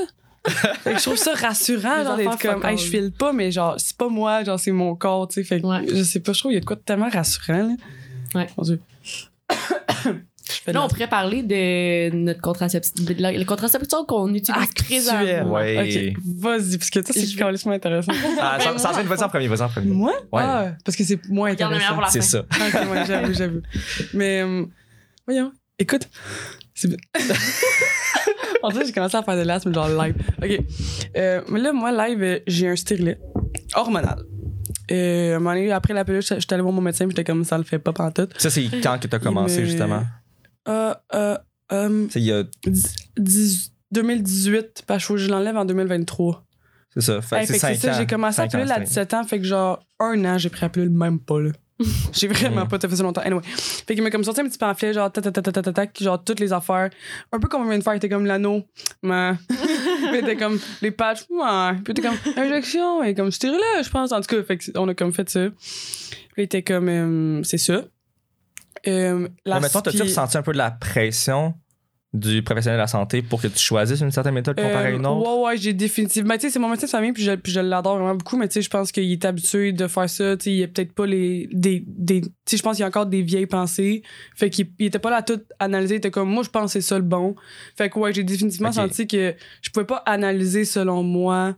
[SPEAKER 6] Fait que je trouve ça rassurant,
[SPEAKER 2] Les
[SPEAKER 6] genre, d'être
[SPEAKER 2] affaires
[SPEAKER 6] comme, hey, je
[SPEAKER 2] fuck all.
[SPEAKER 6] file pas, mais genre, c'est pas moi, genre, c'est mon corps, tu sais. Fait que,
[SPEAKER 2] Ouais.
[SPEAKER 6] je sais pas, je trouve, il y a de quoi de tellement rassurant, là.
[SPEAKER 2] Ouais.
[SPEAKER 6] Mon Dieu. Je fais de
[SPEAKER 2] Là,
[SPEAKER 6] la-
[SPEAKER 2] on pourrait parler de notre contraception, de la- le contraception qu'on
[SPEAKER 6] Ah,
[SPEAKER 2] utilise
[SPEAKER 6] Actuel.
[SPEAKER 2] présentement.
[SPEAKER 5] Ouais.
[SPEAKER 6] Ok, vas-y, parce que toi, c'est
[SPEAKER 2] Je-
[SPEAKER 6] complètement intéressant.
[SPEAKER 5] Ah, ça, ça entraîne, vas-y en premier, vas-y en premier.
[SPEAKER 6] Ben, Moi?
[SPEAKER 5] Ouais.
[SPEAKER 6] Ah, ben. parce que c'est moins
[SPEAKER 2] Regarde le meilleur
[SPEAKER 6] intéressant.
[SPEAKER 2] pour la fin.
[SPEAKER 5] C'est ça.
[SPEAKER 6] Ah, Ok, ouais, j'avoue, j'avoue. Mais, euh, voyons, écoute, c'est bien. En fait, j'ai commencé à faire de l'asthme, genre live. OK. Euh, mais là, moi, live, euh, j'ai un stérilet hormonal. Euh, à un moment donné, après la pilule, j'étais j'étais allée voir mon médecin, puis j'étais comme ça, le fait pas pantoute.
[SPEAKER 5] Ça, c'est quand que t'as commencé,
[SPEAKER 6] Mais-
[SPEAKER 5] justement?
[SPEAKER 6] Euh, euh, euh,
[SPEAKER 5] C'est, il y a-
[SPEAKER 6] dix- dix- 2018, parce que je l'enlève en 2023.
[SPEAKER 5] c'est ça. Fait, que
[SPEAKER 6] Hey,
[SPEAKER 5] c'est
[SPEAKER 6] fait que c'est
[SPEAKER 5] cinq
[SPEAKER 6] ça,
[SPEAKER 5] ans.
[SPEAKER 6] j'ai commencé à
[SPEAKER 5] Cinq ans,
[SPEAKER 6] pilule à
[SPEAKER 5] cinq ans.
[SPEAKER 6] 17 ans, fait que genre un an, j'ai pris la pilule même pas, là. j'ai vraiment
[SPEAKER 5] Mm.
[SPEAKER 6] pas, t'as fait ça longtemps. Anyway. Fait qu'il m'a comme sorti un petit pamphlet, genre, tac, tac, tac, tac, tac, tac, tac, genre toutes les affaires. Un peu comme on vient de faire, t'es comme l'anneau, mais. Puis t'es comme les patchs, ouais. Puis t'es comme injection, et comme stérile, je pense. En tout cas, fait que c'est- on a comme fait ça. Puis t'es comme, euh, c'est ça. Euh, la
[SPEAKER 5] Mais mettons, t'as-tu
[SPEAKER 6] spi-
[SPEAKER 5] ressenti un peu de la pression du professionnel de la santé pour que tu choisisses une certaine méthode comparée à une
[SPEAKER 6] Euh,
[SPEAKER 5] autre?
[SPEAKER 6] Ouais, ouais, j'ai définitivement. Tu sais, c'est mon médecin de famille, puis je, puis je l'adore vraiment beaucoup, mais tu sais, je pense qu'il est habitué de faire ça. Tu sais, il a peut-être pas les. Des, des, tu sais, je pense qu'il y a encore des vieilles pensées. Fait qu'il il était pas là à tout analyser. Il était comme, moi, je pense que c'est ça le bon. Fait que, ouais, j'ai définitivement
[SPEAKER 5] Ok.
[SPEAKER 6] senti que je pouvais pas analyser selon moi.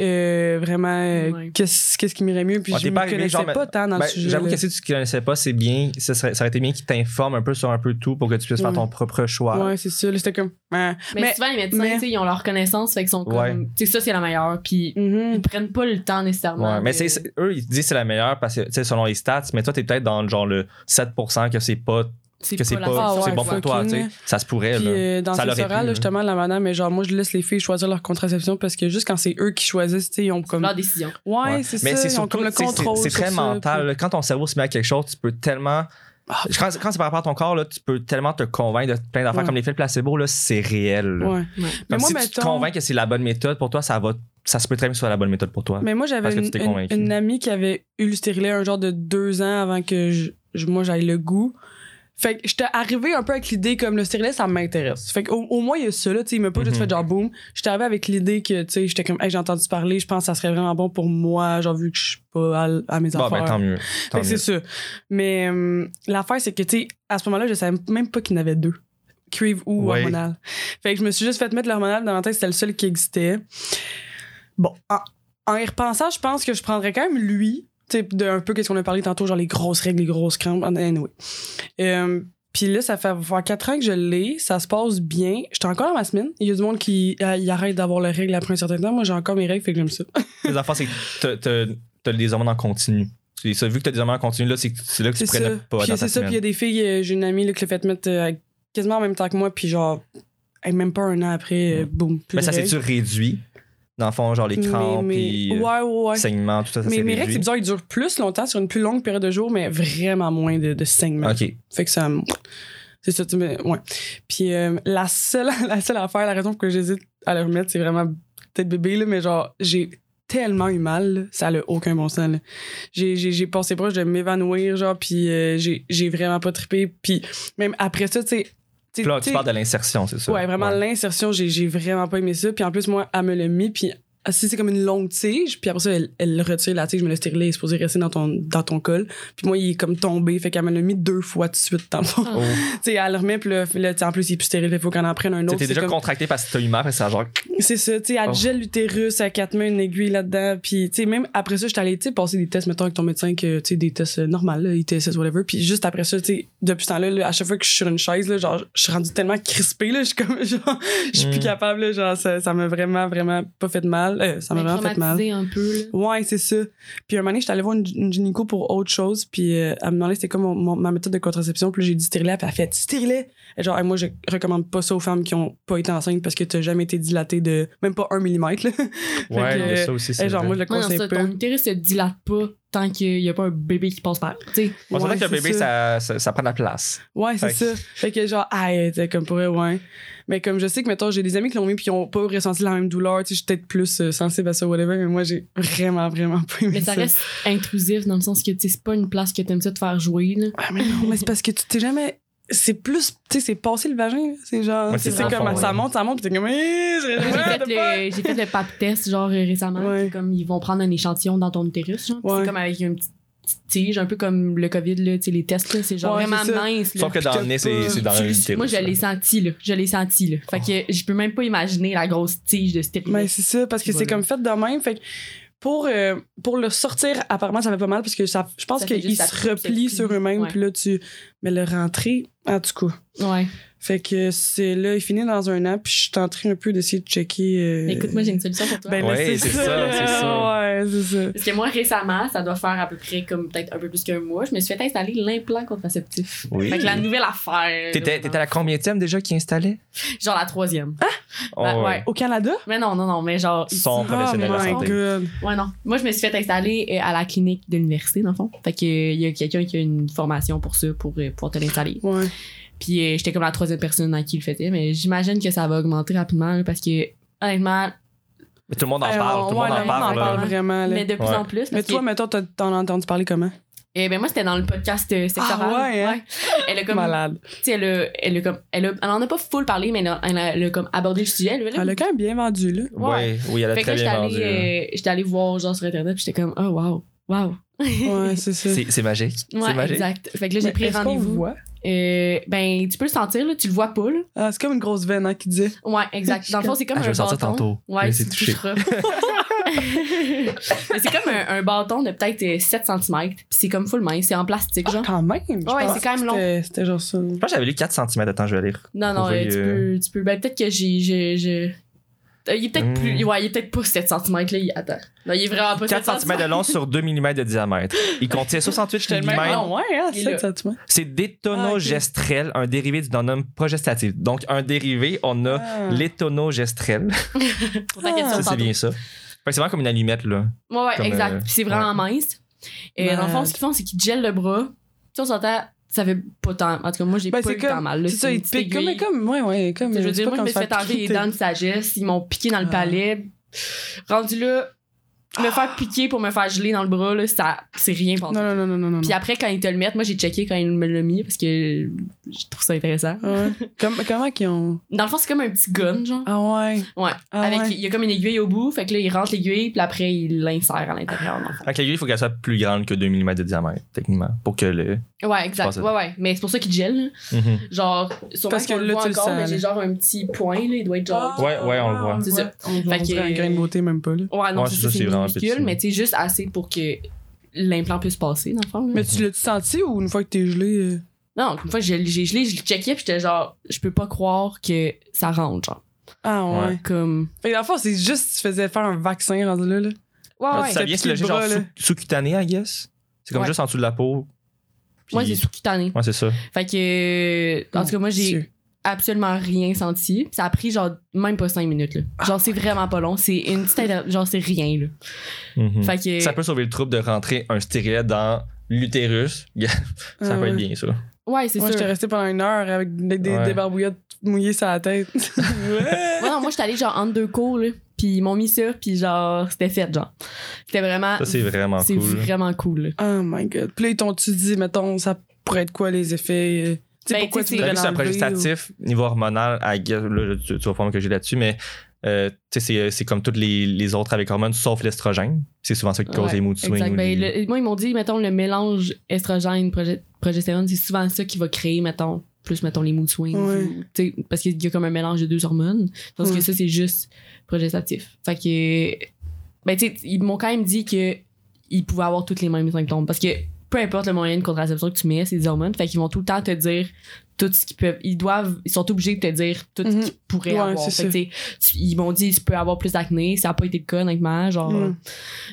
[SPEAKER 6] euh, vraiment, euh,
[SPEAKER 2] Ouais.
[SPEAKER 6] qu'est-ce qu'est-ce qui m'irait mieux? Puis
[SPEAKER 5] Ouais, Ah,
[SPEAKER 6] je
[SPEAKER 5] t'es
[SPEAKER 6] me
[SPEAKER 5] pas arrivé,
[SPEAKER 6] connaissais
[SPEAKER 5] genre, mais-
[SPEAKER 6] pas tant dans
[SPEAKER 5] Ben,
[SPEAKER 6] le sujet.
[SPEAKER 5] J'avoue
[SPEAKER 6] là.
[SPEAKER 5] que si tu ne connaissais pas, c'est bien, ça, serait- ça aurait été bien qu'ils t'informent un peu sur un peu tout pour que tu puisses faire
[SPEAKER 6] Ouais.
[SPEAKER 5] ton propre choix.
[SPEAKER 6] Ouais, c'est ça. là, C'était comme. ah.
[SPEAKER 2] Mais,
[SPEAKER 6] Mais-
[SPEAKER 2] souvent, les médecins,
[SPEAKER 6] mais-
[SPEAKER 2] tu sais, ils ont leur connaissance, fait qu'ils sont comme.
[SPEAKER 5] Ouais.
[SPEAKER 2] Tu sais, ça, c'est la meilleure. Puis
[SPEAKER 6] Mhm.
[SPEAKER 2] ils prennent pas le temps nécessairement.
[SPEAKER 5] Ouais, mais
[SPEAKER 2] de-
[SPEAKER 5] c'est, c'est- eux, ils te disent que c'est la meilleure parce que, tu sais, selon les stats, mais toi, t'es peut-être dans le genre le 7% que c'est pas, que c'est
[SPEAKER 2] la
[SPEAKER 5] pas,
[SPEAKER 2] façon.
[SPEAKER 5] c'est
[SPEAKER 6] ouais,
[SPEAKER 5] bon pour toi, tu
[SPEAKER 6] fucking,
[SPEAKER 5] sais. Ça se pourrait,
[SPEAKER 6] Puis
[SPEAKER 5] là.
[SPEAKER 6] euh, dans
[SPEAKER 5] Ça
[SPEAKER 6] ces
[SPEAKER 5] l'aurait hein. pu,
[SPEAKER 6] orales,
[SPEAKER 5] là.
[SPEAKER 6] justement, la madame, mais genre, moi, je laisse les filles choisir leur contraception parce que juste quand c'est eux qui choisissent, tu sais, ils ont comme.
[SPEAKER 2] leur décision.
[SPEAKER 6] Ouais,
[SPEAKER 5] Ouais.
[SPEAKER 6] c'est ça.
[SPEAKER 5] Mais c'est
[SPEAKER 6] ils ont
[SPEAKER 5] surtout,
[SPEAKER 6] comme le
[SPEAKER 5] tu sais, c'est-
[SPEAKER 6] contrôle.
[SPEAKER 5] C'est
[SPEAKER 6] sur
[SPEAKER 5] très
[SPEAKER 6] ça,
[SPEAKER 5] mental.
[SPEAKER 6] puis-
[SPEAKER 5] là. Quand ton cerveau se met à quelque chose, tu peux tellement.
[SPEAKER 6] Ah.
[SPEAKER 5] Quand, quand c'est par rapport à ton corps, là, tu peux tellement te convaincre de plein d'affaires
[SPEAKER 6] Ouais.
[SPEAKER 5] comme l'effet placebo, là, c'est réel. là.
[SPEAKER 6] Ouais.
[SPEAKER 2] Ouais.
[SPEAKER 5] Comme
[SPEAKER 6] Mais moi,
[SPEAKER 5] si tu te
[SPEAKER 6] mettons-
[SPEAKER 5] convaincs que c'est la bonne méthode pour toi, ça va. Ça se peut très bien que ce soit la bonne méthode pour toi.
[SPEAKER 6] Mais moi, j'avais
[SPEAKER 5] Parce que tu
[SPEAKER 6] une,
[SPEAKER 5] t'es
[SPEAKER 6] une-
[SPEAKER 5] convaincu.
[SPEAKER 6] une amie qui avait eu le stérilet un genre de deux ans avant que je- je- moi j'aille le goût. Fait que j'étais arrivée un peu avec l'idée comme le stérilet, ça m'intéresse. Fait qu'au au moins, il y a ça, là, tu sais, il m'a pas juste
[SPEAKER 5] Mhm.
[SPEAKER 6] fait genre boum. J'étais arrivée avec l'idée que, tu sais, j'étais comme, hey, j'ai entendu parler, je pense que ça serait vraiment bon pour moi, genre, vu que je suis pas à, à mes
[SPEAKER 5] Bon, ben
[SPEAKER 6] affaires.
[SPEAKER 5] tant mieux.
[SPEAKER 6] Fait
[SPEAKER 5] Tant
[SPEAKER 6] que
[SPEAKER 5] mieux.
[SPEAKER 6] c'est ça. Mais euh, l'affaire, c'est que, tu sais, à ce moment-là, je savais même pas qu'il y en avait deux. Cuivre ou
[SPEAKER 5] Ouais.
[SPEAKER 6] hormonal. Fait que je me suis juste fait mettre l'hormonal dans la tête, c'était le seul qui existait. Bon, en, en y repensant, je pense que je prendrais quand même lui, tu sais, de un peu qu'est-ce qu'on a parlé tantôt, genre les grosses règles, les grosses crampes, anyway. Euh, puis là, ça fait voir quatre ans que je l'ai, ça se passe bien. J'étais encore à ma semaine. Il y a du monde qui euh, il arrête d'avoir les règles après un certain temps. Moi, j'ai encore mes règles, fait que j'aime ça.
[SPEAKER 5] Les affaires, c'est que t'as- t'as- t'as des hormones en continu. C'est ça, vu que t'as des hormones en continu, là, c'est c'est là que tu
[SPEAKER 6] C'est ça.
[SPEAKER 5] prenais pas
[SPEAKER 6] Puis
[SPEAKER 5] dans
[SPEAKER 6] c'est
[SPEAKER 5] ta
[SPEAKER 6] ça, puis il y a
[SPEAKER 5] semaine.
[SPEAKER 6] des filles, euh, j'ai une amie là, qui l'a fait mettre euh, quasiment en même temps que moi, puis genre, hey, même pas un an après, euh,
[SPEAKER 5] Mm.
[SPEAKER 6] boum. plus
[SPEAKER 5] Mais ça
[SPEAKER 6] de règles.
[SPEAKER 5] s'est-tu réduit? Dans le fond, genre les
[SPEAKER 6] Mais-
[SPEAKER 5] crampes,
[SPEAKER 6] mais-
[SPEAKER 5] puis euh,
[SPEAKER 6] Ouais, ouais, ouais.
[SPEAKER 5] saignements, tout ça, ça
[SPEAKER 6] Mais
[SPEAKER 5] s'est
[SPEAKER 6] mes règles, c'est
[SPEAKER 5] réduit.
[SPEAKER 6] bizarre, ils durent plus longtemps sur une plus longue période de jours, mais vraiment moins de, de saignements.
[SPEAKER 5] Ok.
[SPEAKER 6] Fait que ça. me- C'est ça, tu me. Ouais. Puis euh, la, seule, la seule affaire, la raison pour que j'hésite à le remettre, c'est vraiment peut-être bébé, là, mais genre, j'ai tellement eu mal, là, ça n'a aucun bon sens. là. J'ai- J'ai j'ai passé proche de m'évanouir, genre, puis euh, j'ai j'ai vraiment pas trippé. Puis même après ça, tu sais.
[SPEAKER 5] Puis là, tu parles de l'insertion, c'est ça?
[SPEAKER 6] Ouais, vraiment, l'insertion, j'ai j'ai vraiment pas aimé ça. Puis en plus, moi, elle me l'a mis, puis ah, si c'est comme une longue tige, puis après ça, elle, elle le retire, la tige, je me le stérilet, il est supposé rester dans ton, dans ton col. Puis moi, il est comme tombé, fait qu'elle me l'a mis deux fois de suite, dans le fond.
[SPEAKER 2] Ah.
[SPEAKER 5] Oh.
[SPEAKER 6] tu sais, elle le remet, puis là, là, tu sais, en plus, il est plus stérile, il faut qu'on en prenne un autre.
[SPEAKER 5] T'étais
[SPEAKER 6] C'est
[SPEAKER 5] déjà
[SPEAKER 6] comme-
[SPEAKER 5] contracté parce que t'as eu mal, et ça genre.
[SPEAKER 6] c'est ça, tu sais, elle
[SPEAKER 5] Oh.
[SPEAKER 6] gèle l'utérus, elle quatre mains, une aiguille là-dedans. Puis, tu sais, même après ça, j'étais allée, tu sais, passer des tests, mettons, avec ton médecin, que, tu sais, des tests euh, normaux, là, ITSS, whatever. Puis juste après ça, tu sais, depuis ce temps-là, là, à chaque fois que je suis sur une chaise, là, genre, je suis rendue tellement crispée, là, je suis comme, genre, je suis plus
[SPEAKER 5] Mm.
[SPEAKER 6] capable, là, genre, ça ça m'a vraiment, vraiment pas fait de mal. Euh, ça m'a
[SPEAKER 2] Mais
[SPEAKER 6] vraiment fait mal.
[SPEAKER 2] traumatisé un peu. là.
[SPEAKER 6] Ouais, c'est ça. Puis un moment donné, j'étais allée voir une, une gynéco pour autre chose, puis euh, elle me demandait c'était quoi mon- mon- ma méthode de contraception, puis j'ai dit stérilet, puis elle a fait stérilet. Et genre, Hey, moi, je recommande pas ça aux femmes qui ont pas été enceintes parce que t'as jamais été dilatée de même pas un millimètre. là.
[SPEAKER 5] Ouais, il y a
[SPEAKER 6] que-
[SPEAKER 5] ça aussi.
[SPEAKER 6] Et
[SPEAKER 5] c'est
[SPEAKER 6] genre,
[SPEAKER 5] vrai.
[SPEAKER 6] moi, je le
[SPEAKER 2] Ouais, non,
[SPEAKER 6] conseille
[SPEAKER 2] ça,
[SPEAKER 6] pas.
[SPEAKER 2] ton utérus se dilate pas tant qu'il y a pas un bébé qui passe par. Tu sais,
[SPEAKER 5] On dirait
[SPEAKER 6] Ouais,
[SPEAKER 5] que le
[SPEAKER 6] c'est
[SPEAKER 5] bébé, ça,
[SPEAKER 6] ça.
[SPEAKER 5] ça, ça prend de la place.
[SPEAKER 6] Ouais, c'est
[SPEAKER 5] Fait
[SPEAKER 6] ça. Fait que genre, aïe, t'sais, comme pour eux, ouais. Mais comme je sais que, mettons, j'ai des amis qui l'ont mis puis qui ont pas ressenti la même douleur, tu sais, je suis peut-être plus euh, sensible à ça, whatever, mais moi, j'ai vraiment, vraiment pas aimé
[SPEAKER 2] mais ça reste intrusif dans le sens que tu sais, c'est pas une place que t'aimes ça te faire jouer. Là.
[SPEAKER 6] Ah, mais non, mais c'est parce que tu t'es jamais. C'est plus. Tu sais, c'est passé le vagin. là. C'est genre.
[SPEAKER 5] Ouais,
[SPEAKER 6] tu
[SPEAKER 5] c'est
[SPEAKER 6] sais,
[SPEAKER 2] ça,
[SPEAKER 6] comme
[SPEAKER 5] fond,
[SPEAKER 6] ça
[SPEAKER 5] ouais.
[SPEAKER 6] monte, ça monte, puis t'es comme. Eh, j'ai-
[SPEAKER 2] J'ai
[SPEAKER 6] what the
[SPEAKER 2] fait,
[SPEAKER 6] fuck?
[SPEAKER 2] le, j'ai fait le pap test genre euh, récemment,
[SPEAKER 6] Ouais.
[SPEAKER 2] puis comme ils vont prendre un échantillon dans ton utérus, genre, puis
[SPEAKER 6] Ouais.
[SPEAKER 2] c'est comme avec une petite petite tige, un peu comme le Covid là, tu sais, les tests là, c'est genre
[SPEAKER 6] Ouais,
[SPEAKER 2] vraiment
[SPEAKER 6] c'est ça.
[SPEAKER 2] mince. là.
[SPEAKER 5] Sauf que dans le
[SPEAKER 6] puis
[SPEAKER 5] nez,
[SPEAKER 6] t'as
[SPEAKER 5] c'est c'est dans
[SPEAKER 2] Tu-
[SPEAKER 5] l'utérus.
[SPEAKER 2] moi je l'ai senti là, je l'ai senti là. Fait que je peux même pas imaginer la grosse tige de
[SPEAKER 6] Mais
[SPEAKER 2] stérilet.
[SPEAKER 6] c'est ça, parce que
[SPEAKER 2] Voilà.
[SPEAKER 6] c'est comme fait de même. Fait que pour, euh, pour le sortir, apparemment, ça fait pas mal, parce que ça, je pense
[SPEAKER 2] Ça fait
[SPEAKER 6] qu'ils
[SPEAKER 2] juste ça
[SPEAKER 6] se
[SPEAKER 2] plie, ça
[SPEAKER 6] replient
[SPEAKER 2] plie,
[SPEAKER 6] sur eux-mêmes,
[SPEAKER 2] ouais.
[SPEAKER 6] puis là, tu. Mais le rentrer, en tout cas.
[SPEAKER 2] Ouais.
[SPEAKER 6] Fait que c'est là, il finit dans un an, puis je suis en train un peu d'essayer de checker. euh,
[SPEAKER 2] Mais écoute, moi j'ai une solution pour toi.
[SPEAKER 6] Ben là,
[SPEAKER 5] Ouais, c'est ça, c'est ça.
[SPEAKER 6] Ouais, c'est ça.
[SPEAKER 2] Parce que moi récemment, ça doit faire à peu près comme peut-être un peu plus qu'un mois, je me suis fait installer l'implant contraceptif.
[SPEAKER 5] Oui.
[SPEAKER 2] Fait que la nouvelle affaire.
[SPEAKER 5] T'étais
[SPEAKER 2] là,
[SPEAKER 5] t'étais à la combien déjà qui installait?
[SPEAKER 2] Genre la troisième.
[SPEAKER 5] Oh,
[SPEAKER 2] ouais.
[SPEAKER 6] Au Canada? Ah,
[SPEAKER 2] Mais non, non, non, mais genre. ici.
[SPEAKER 5] Son professionnel de la
[SPEAKER 6] Bah, Oh my
[SPEAKER 5] santé.
[SPEAKER 6] God.
[SPEAKER 2] Ouais, non. Moi, je me suis fait installer euh, à la clinique de l'université, dans le fond. Fait que, euh, il y a quelqu'un qui a une formation pour ça, pour euh, pouvoir te l'installer.
[SPEAKER 6] Ouais.
[SPEAKER 2] Puis, euh, j'étais comme la troisième personne à qui le faisait, mais j'imagine que ça va augmenter rapidement, là, parce que, honnêtement,
[SPEAKER 5] Mais tout le monde en
[SPEAKER 6] Euh,
[SPEAKER 5] parle,
[SPEAKER 6] ouais,
[SPEAKER 5] tout le monde
[SPEAKER 6] là,
[SPEAKER 5] en
[SPEAKER 6] on
[SPEAKER 5] parle. là.
[SPEAKER 6] vraiment. là.
[SPEAKER 2] mais de plus
[SPEAKER 5] Ouais.
[SPEAKER 2] en plus.
[SPEAKER 6] Mais
[SPEAKER 2] parce
[SPEAKER 6] toi,
[SPEAKER 2] que-
[SPEAKER 6] mettons, t'as- t'en as entendu parler comment?
[SPEAKER 2] eh ben, moi, c'était dans le podcast euh, sectoral.
[SPEAKER 6] Ah ouais, hein?
[SPEAKER 2] Elle a comme.
[SPEAKER 6] Malade.
[SPEAKER 2] tu sais, elle a, elle a comme. Elle, a- elle en a pas full parlé, mais elle a, elle a- elle a comme abordé le sujet. Elle,
[SPEAKER 6] Elle a quand même bien vendu, là.
[SPEAKER 5] Ouais, oui, elle a
[SPEAKER 2] Fait que
[SPEAKER 5] très
[SPEAKER 2] là, j'étais
[SPEAKER 5] bien vendu. là.
[SPEAKER 2] allée, euh, j'étais allée voir, genre, sur Internet, puis j'étais comme, oh, wow, wow.
[SPEAKER 6] Ouais, c'est ça.
[SPEAKER 5] C'est c'est magique. C'est
[SPEAKER 2] Ouais,
[SPEAKER 5] magique.
[SPEAKER 2] exact. Fait que là, j'ai pris
[SPEAKER 6] Est-ce qu'on
[SPEAKER 2] rendez-vous.
[SPEAKER 6] voit?
[SPEAKER 2] Euh, ben, tu peux le sentir, là, tu le vois pas, là.
[SPEAKER 6] Ah, c'est comme une grosse veine hein, qui dit.
[SPEAKER 2] Ouais, exact. Dans le fond, c'est comme
[SPEAKER 5] Ah,
[SPEAKER 2] un
[SPEAKER 5] je vais le sortir
[SPEAKER 2] bâton.
[SPEAKER 5] tantôt.
[SPEAKER 2] Ouais,
[SPEAKER 5] Mais
[SPEAKER 2] tu
[SPEAKER 5] c'est
[SPEAKER 2] le
[SPEAKER 5] touché.
[SPEAKER 2] toucheras. Mais c'est comme un, un bâton de peut-être euh, 7 cm. Puis c'est comme full mince, c'est en plastique, genre.
[SPEAKER 6] Quand même. je
[SPEAKER 2] Ouais,
[SPEAKER 6] pense
[SPEAKER 2] c'est quand même
[SPEAKER 6] que
[SPEAKER 2] long.
[SPEAKER 6] c'était- C'était genre ça.
[SPEAKER 5] Je pense que j'avais lu 4 cm. Attends, je vais aller
[SPEAKER 2] Non, non,
[SPEAKER 5] Oui,
[SPEAKER 2] euh, tu,
[SPEAKER 5] euh.
[SPEAKER 2] peux, tu peux. Ben, peut-être que j'ai. j'ai- j'ai- Euh, il est peut-être
[SPEAKER 5] Hmm.
[SPEAKER 2] plus. Ouais, il est peut-être pas 7 cm, là. il- Attends. Non, il est vraiment pas
[SPEAKER 5] 4 cm de long sur 2 mm de diamètre. Il contient 68
[SPEAKER 2] Tellement
[SPEAKER 5] mm.
[SPEAKER 2] long. Ah,
[SPEAKER 6] Non, ouais, hein,
[SPEAKER 2] Il est
[SPEAKER 6] c'est
[SPEAKER 2] là.
[SPEAKER 6] ça, tu vois.
[SPEAKER 5] C'est d'étonogestrel, un dérivé du nom progestatif. Donc, un dérivé, on a
[SPEAKER 6] Ah.
[SPEAKER 5] l'étonogestrel.
[SPEAKER 2] Ah, Pour ta question
[SPEAKER 5] Ça, c'est
[SPEAKER 2] tantôt.
[SPEAKER 5] bien ça. Fait que C'est vraiment comme une allumette, là.
[SPEAKER 2] Ouais, ouais,
[SPEAKER 5] Comme,
[SPEAKER 2] exact.
[SPEAKER 5] euh,
[SPEAKER 2] Puis c'est vraiment mince. Et dans le fond,
[SPEAKER 6] Malade.
[SPEAKER 2] ce qu'ils font, c'est qu'ils te gèlent le bras. Tu sais, on s'entend, ça fait pas tant. En tout cas, moi, j'ai
[SPEAKER 6] Ben,
[SPEAKER 2] pas
[SPEAKER 6] c'est
[SPEAKER 2] eu
[SPEAKER 6] comme-
[SPEAKER 2] tant mal. là.
[SPEAKER 6] C'est ça,
[SPEAKER 2] une
[SPEAKER 6] il te
[SPEAKER 2] petite
[SPEAKER 6] pique comme,
[SPEAKER 2] aiguille.
[SPEAKER 6] mais comme, ouais, ouais, comme.
[SPEAKER 2] je veux
[SPEAKER 6] c'est
[SPEAKER 2] dire,
[SPEAKER 6] pas
[SPEAKER 2] moi, je
[SPEAKER 6] comme
[SPEAKER 2] me suis
[SPEAKER 6] se
[SPEAKER 2] fait
[SPEAKER 6] faire
[SPEAKER 2] enlever les
[SPEAKER 6] piquer,
[SPEAKER 2] dents de sagesse. Ils m'ont piqué dans le
[SPEAKER 6] Ah.
[SPEAKER 2] palais. Rendu là, me faire piquer pour me faire geler dans le bras, là, ça, c'est rien pour
[SPEAKER 6] Non, non, non, non, non. non.
[SPEAKER 2] Puis après, quand ils te le mettent, moi, j'ai checké quand ils me l'ont mis parce que je trouve ça intéressant.
[SPEAKER 6] Ah ouais. Comme, comment qu'ils ont.
[SPEAKER 2] Dans le fond, c'est comme un petit gun, genre.
[SPEAKER 6] Ah ouais.
[SPEAKER 2] Ouais.
[SPEAKER 6] Ah
[SPEAKER 2] Avec,
[SPEAKER 6] ouais.
[SPEAKER 2] Il y a comme une aiguille au bout, fait que là, il rentre l'aiguille, puis après, il l'insère à l'intérieur, dans le fond.
[SPEAKER 5] Fait que l'aiguille, il faut qu'elle soit plus grande que 2 mm de diamètre, techniquement, pour que le.
[SPEAKER 2] Ouais,
[SPEAKER 5] Je pense
[SPEAKER 2] exact.
[SPEAKER 5] que-
[SPEAKER 2] Ouais, ouais. Mais c'est pour ça qu'il gèle, là.
[SPEAKER 5] Mhm.
[SPEAKER 2] Genre, sûrement
[SPEAKER 6] Parce que
[SPEAKER 2] qu'on le
[SPEAKER 6] là,
[SPEAKER 2] voit
[SPEAKER 6] tu le
[SPEAKER 2] encore,
[SPEAKER 6] sens,
[SPEAKER 2] mais j'ai
[SPEAKER 6] là. Ah!
[SPEAKER 2] genre un petit point, là. Il doit être genre.
[SPEAKER 5] Ouais, ouais, on le voit.
[SPEAKER 2] C'est ça.
[SPEAKER 6] On, on
[SPEAKER 2] Fait que-
[SPEAKER 6] dirait un grain de beauté, même pas, là.
[SPEAKER 2] Ouais, non,
[SPEAKER 5] Ouais,
[SPEAKER 2] c'est
[SPEAKER 5] c'est
[SPEAKER 2] ça,
[SPEAKER 5] ça,
[SPEAKER 2] c'est
[SPEAKER 5] c'est vraiment
[SPEAKER 2] minuscule,
[SPEAKER 5] petit.
[SPEAKER 2] mais tu sais, juste assez pour que l'implant puisse passer, dans le fond. là.
[SPEAKER 6] Mais
[SPEAKER 5] Mhm.
[SPEAKER 6] tu l'as-tu senti ou une fois que t'es gelé? euh,
[SPEAKER 2] Non, une fois, j'ai j'ai gelé, je le checkais, puis j'étais genre, je peux pas croire que ça rentre, genre.
[SPEAKER 6] Ah ouais.
[SPEAKER 5] Ouais.
[SPEAKER 2] Comme.
[SPEAKER 6] Fait que dans le fond, c'est juste que tu faisais faire un vaccin rendu là. là.
[SPEAKER 2] Ouais,
[SPEAKER 5] Ah,
[SPEAKER 2] ouais.
[SPEAKER 5] ça
[SPEAKER 6] t'as
[SPEAKER 5] vient
[SPEAKER 6] plus
[SPEAKER 5] se
[SPEAKER 6] le
[SPEAKER 5] loger
[SPEAKER 6] bras,
[SPEAKER 5] genre
[SPEAKER 6] là.
[SPEAKER 5] sous- sous-cutané, I guess. C'est comme
[SPEAKER 2] Ouais.
[SPEAKER 5] juste en dessous de la peau. Puis-
[SPEAKER 2] Moi, c'est sous-cutané.
[SPEAKER 5] Ouais, c'est ça.
[SPEAKER 2] Fait que. En tout cas, moi, j'ai absolument rien senti. Ça a pris, genre, même pas cinq minutes, là. Genre, c'est vraiment pas long. C'est une petite. inter- Genre, c'est rien, là.
[SPEAKER 5] Mhm.
[SPEAKER 2] Fait que.
[SPEAKER 5] Ça peut sauver le trouble de rentrer un stylet dans l'utérus. ça
[SPEAKER 2] Euh,
[SPEAKER 5] peut être bien, ça.
[SPEAKER 2] Ouais, c'est
[SPEAKER 6] Moi,
[SPEAKER 2] sûr.
[SPEAKER 6] j'étais resté pendant une heure avec des, des,
[SPEAKER 5] Ouais.
[SPEAKER 6] des barbouillettes mouillées sur la tête.
[SPEAKER 2] Ouais, non, moi, j'étais allée, genre, entre deux cours, là. Puis ils m'ont mis ça, puis genre, c'était fait, genre. C'était vraiment.
[SPEAKER 5] Ça, c'est vraiment
[SPEAKER 2] C'est
[SPEAKER 5] cool.
[SPEAKER 2] vraiment cool, là.
[SPEAKER 6] oh my god. Puis là, ils t'ont-tu dit, mettons, ça pourrait être quoi les effets? euh, Tu sais,
[SPEAKER 2] Ben,
[SPEAKER 6] pourquoi
[SPEAKER 2] tu
[SPEAKER 6] tu
[SPEAKER 2] sais,
[SPEAKER 5] La
[SPEAKER 6] voudrais
[SPEAKER 5] vie, c'est un
[SPEAKER 6] l'enlever
[SPEAKER 5] progestatif niveau hormonal. I guess, là, tu, tu vas pas me que j'ai là-dessus, mais euh, tu sais, c'est, c'est comme toutes les, les autres avec hormones, sauf l'estrogène. C'est souvent ça qui cause
[SPEAKER 2] Ouais,
[SPEAKER 5] les mood swings.
[SPEAKER 2] Exact.
[SPEAKER 5] ou
[SPEAKER 2] Ben,
[SPEAKER 5] les-
[SPEAKER 2] le- moi, ils m'ont dit, mettons, le mélange estrogène, proge- progestérone, c'est souvent ça qui va créer, mettons, plus, mettons, les mood swings.
[SPEAKER 6] Ouais.
[SPEAKER 2] ou- tu sais, parce qu'il y a comme un mélange de deux hormones. Parce
[SPEAKER 6] Ouais.
[SPEAKER 2] que ça, c'est juste progestatif. Fait que. Ben, tu sais, ils m'ont quand même dit que ils pouvaient avoir tous les mêmes symptômes. Parce que peu importe le moyen de contraception que tu mets, c'est des hormones. Fait qu'ils vont tout le temps te dire tout ce qu'ils peuvent. Ils doivent. Ils sont obligés de te dire tout
[SPEAKER 6] Mhm.
[SPEAKER 2] ce qu'ils pourraient
[SPEAKER 6] Ouais,
[SPEAKER 2] avoir.
[SPEAKER 6] c'est
[SPEAKER 2] Fait que, tu sais, tu- ils m'ont dit, tu peux avoir plus d'acné. Ça n'a pas été le cas, honnêtement. Genre. euh,
[SPEAKER 6] Mm.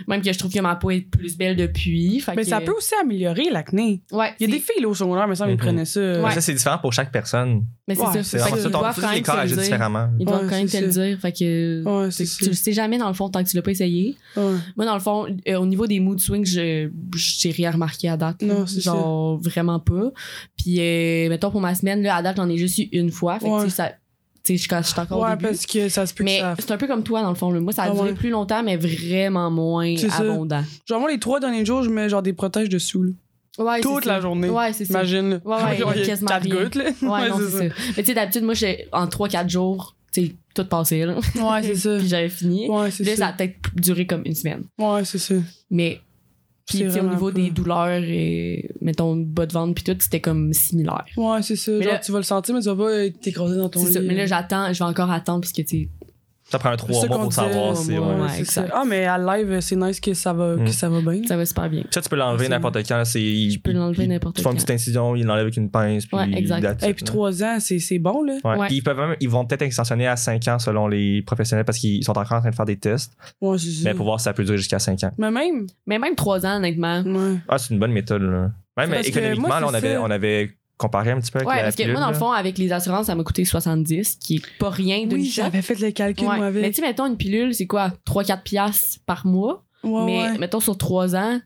[SPEAKER 2] Même que je trouve que ma peau est plus belle depuis. Fait
[SPEAKER 6] Mais
[SPEAKER 2] que-
[SPEAKER 6] ça peut aussi améliorer l'acné.
[SPEAKER 2] Ouais,
[SPEAKER 6] Il y a
[SPEAKER 2] c'est-
[SPEAKER 6] des filles là, au secondaire, mais ça, ils
[SPEAKER 5] Mhm.
[SPEAKER 6] prenaient ça. euh,
[SPEAKER 5] Mais
[SPEAKER 2] Ouais.
[SPEAKER 5] Ça, c'est différent pour chaque personne.
[SPEAKER 2] Mais c'est
[SPEAKER 6] Ouais,
[SPEAKER 2] ça.
[SPEAKER 6] c'est
[SPEAKER 5] C'est
[SPEAKER 2] Fait
[SPEAKER 5] vraiment
[SPEAKER 2] que
[SPEAKER 5] ça.
[SPEAKER 2] ils
[SPEAKER 5] Ton-
[SPEAKER 2] doivent
[SPEAKER 5] tous
[SPEAKER 2] quand
[SPEAKER 5] les
[SPEAKER 2] même
[SPEAKER 5] corps
[SPEAKER 2] te le
[SPEAKER 5] agissent
[SPEAKER 2] dire.
[SPEAKER 5] différemment.
[SPEAKER 2] Ils doivent
[SPEAKER 6] Ouais,
[SPEAKER 2] quand même te
[SPEAKER 6] c'est
[SPEAKER 2] le
[SPEAKER 6] ça.
[SPEAKER 2] dire. Fait que.
[SPEAKER 6] Ouais,
[SPEAKER 2] c'est
[SPEAKER 6] c'est
[SPEAKER 2] que tu
[SPEAKER 6] ça.
[SPEAKER 2] le sais jamais dans le fond tant que tu l'as pas essayé.
[SPEAKER 6] Ouais.
[SPEAKER 2] Moi, dans le fond, euh, au niveau des mood swings, je j'ai rien remarqué à date.
[SPEAKER 6] Non, c'est
[SPEAKER 2] Genre, vraiment pas. Puis, euh, mettons, pour ma semaine, là, à date, j'en ai juste eu une fois. Fait que,
[SPEAKER 6] Ouais.
[SPEAKER 2] tu sais, ça- tu sais, je quand- je suis encore au
[SPEAKER 6] Ouais,
[SPEAKER 2] début.
[SPEAKER 6] parce que ça se peut
[SPEAKER 2] Mais
[SPEAKER 6] que ça.
[SPEAKER 2] c'est un peu comme toi, dans le fond. là. Moi, ça a
[SPEAKER 6] Ah
[SPEAKER 2] duré
[SPEAKER 6] ouais.
[SPEAKER 2] plus longtemps, mais vraiment moins
[SPEAKER 6] C'est ça.
[SPEAKER 2] abondant.
[SPEAKER 6] Genre, moi, les trois derniers jours, je mets genre des protèges dessous. là.
[SPEAKER 2] Ouais,
[SPEAKER 6] Toute
[SPEAKER 2] c'est
[SPEAKER 6] la
[SPEAKER 2] ça.
[SPEAKER 6] journée.
[SPEAKER 2] Ouais, c'est ça.
[SPEAKER 6] Imagine. là.
[SPEAKER 2] Ouais, ouais,
[SPEAKER 6] Genre, il y a
[SPEAKER 2] quasiment
[SPEAKER 6] quatre
[SPEAKER 2] rien.
[SPEAKER 6] gouttes, là.
[SPEAKER 2] Ouais, non, c'est ça. Mais tu sais, d'habitude, moi, j'ai- en 3-4 jours, tu sais, tout passait, là.
[SPEAKER 6] Ouais, c'est ça.
[SPEAKER 2] puis j'avais fini.
[SPEAKER 6] Ouais, c'est
[SPEAKER 2] Là, ça a
[SPEAKER 6] ça.
[SPEAKER 2] peut-être duré comme une semaine.
[SPEAKER 6] Ouais, c'est ça.
[SPEAKER 2] Mais,
[SPEAKER 6] C'est
[SPEAKER 2] puis, tu sais, au
[SPEAKER 6] vraiment
[SPEAKER 2] niveau
[SPEAKER 6] pas-
[SPEAKER 2] des douleurs, et, mettons, bas de ventre, puis tout, c'était comme similaire.
[SPEAKER 6] Ouais, c'est ça.
[SPEAKER 2] Mais
[SPEAKER 6] Genre,
[SPEAKER 2] là-
[SPEAKER 6] tu vas le sentir, mais tu vas pas euh, t'écraser dans ton
[SPEAKER 2] C'est
[SPEAKER 6] lit.
[SPEAKER 2] ça. Mais là, j'attends, je vais encore attendre, parce que, tu sais,
[SPEAKER 5] Ça prend un
[SPEAKER 6] C'est
[SPEAKER 5] 3
[SPEAKER 6] ça
[SPEAKER 5] mois
[SPEAKER 6] qu'on
[SPEAKER 5] pour savoir
[SPEAKER 6] disait,
[SPEAKER 5] si.
[SPEAKER 6] ouais,
[SPEAKER 5] ouais.
[SPEAKER 2] ouais.
[SPEAKER 6] c'est ça.
[SPEAKER 2] exact.
[SPEAKER 6] Ah, mais à live, c'est nice que ça va,
[SPEAKER 5] Mm.
[SPEAKER 6] que ça va bien.
[SPEAKER 2] ça va super bien.
[SPEAKER 5] Ça, tu peux l'enlever
[SPEAKER 6] Absolument.
[SPEAKER 5] n'importe quand. C'est, tu
[SPEAKER 2] peux l'enlever n'importe
[SPEAKER 5] Tu fais une
[SPEAKER 2] quand.
[SPEAKER 5] petite incision, ils l'enlèvent avec une pince. Puis
[SPEAKER 2] Ouais, exact.
[SPEAKER 5] that's
[SPEAKER 6] Et
[SPEAKER 5] it,
[SPEAKER 6] puis
[SPEAKER 5] là.
[SPEAKER 6] trois ans, c'est c'est bon, là.
[SPEAKER 5] Ouais.
[SPEAKER 2] Ouais.
[SPEAKER 5] Puis Ils, peuvent même- ils vont peut-être extensionner à 5 ans selon les professionnels parce qu'ils sont encore en train de faire des tests,
[SPEAKER 6] Ouais, c'est ça.
[SPEAKER 5] mais Ben, pour voir si ça peut durer jusqu'à 5 ans.
[SPEAKER 6] Mais même.
[SPEAKER 2] Mais même 3 ans, honnêtement.
[SPEAKER 6] Ouais.
[SPEAKER 5] Ah, c'est une bonne méthode. Là. Même
[SPEAKER 6] Parce que
[SPEAKER 5] économiquement,
[SPEAKER 6] moi,
[SPEAKER 5] là, on,
[SPEAKER 6] c'est
[SPEAKER 5] avait,
[SPEAKER 6] ça.
[SPEAKER 5] on avait comparé un petit peu avec
[SPEAKER 2] Ouais,
[SPEAKER 5] la
[SPEAKER 2] parce que
[SPEAKER 5] pilule,
[SPEAKER 2] moi, dans le
[SPEAKER 5] là.
[SPEAKER 2] fond, avec les assurances, ça m'a coûté 70, qui est pas rien d'une
[SPEAKER 6] Oui,
[SPEAKER 2] shot.
[SPEAKER 6] j'avais fait le calcul,
[SPEAKER 2] Ouais.
[SPEAKER 6] moi,
[SPEAKER 2] Mais
[SPEAKER 6] avec.
[SPEAKER 2] tu sais, mettons, une pilule, c'est quoi? 3-4 piastres par mois.
[SPEAKER 6] Ouais,
[SPEAKER 2] mais
[SPEAKER 6] ouais.
[SPEAKER 2] mettons, sur 3 ans,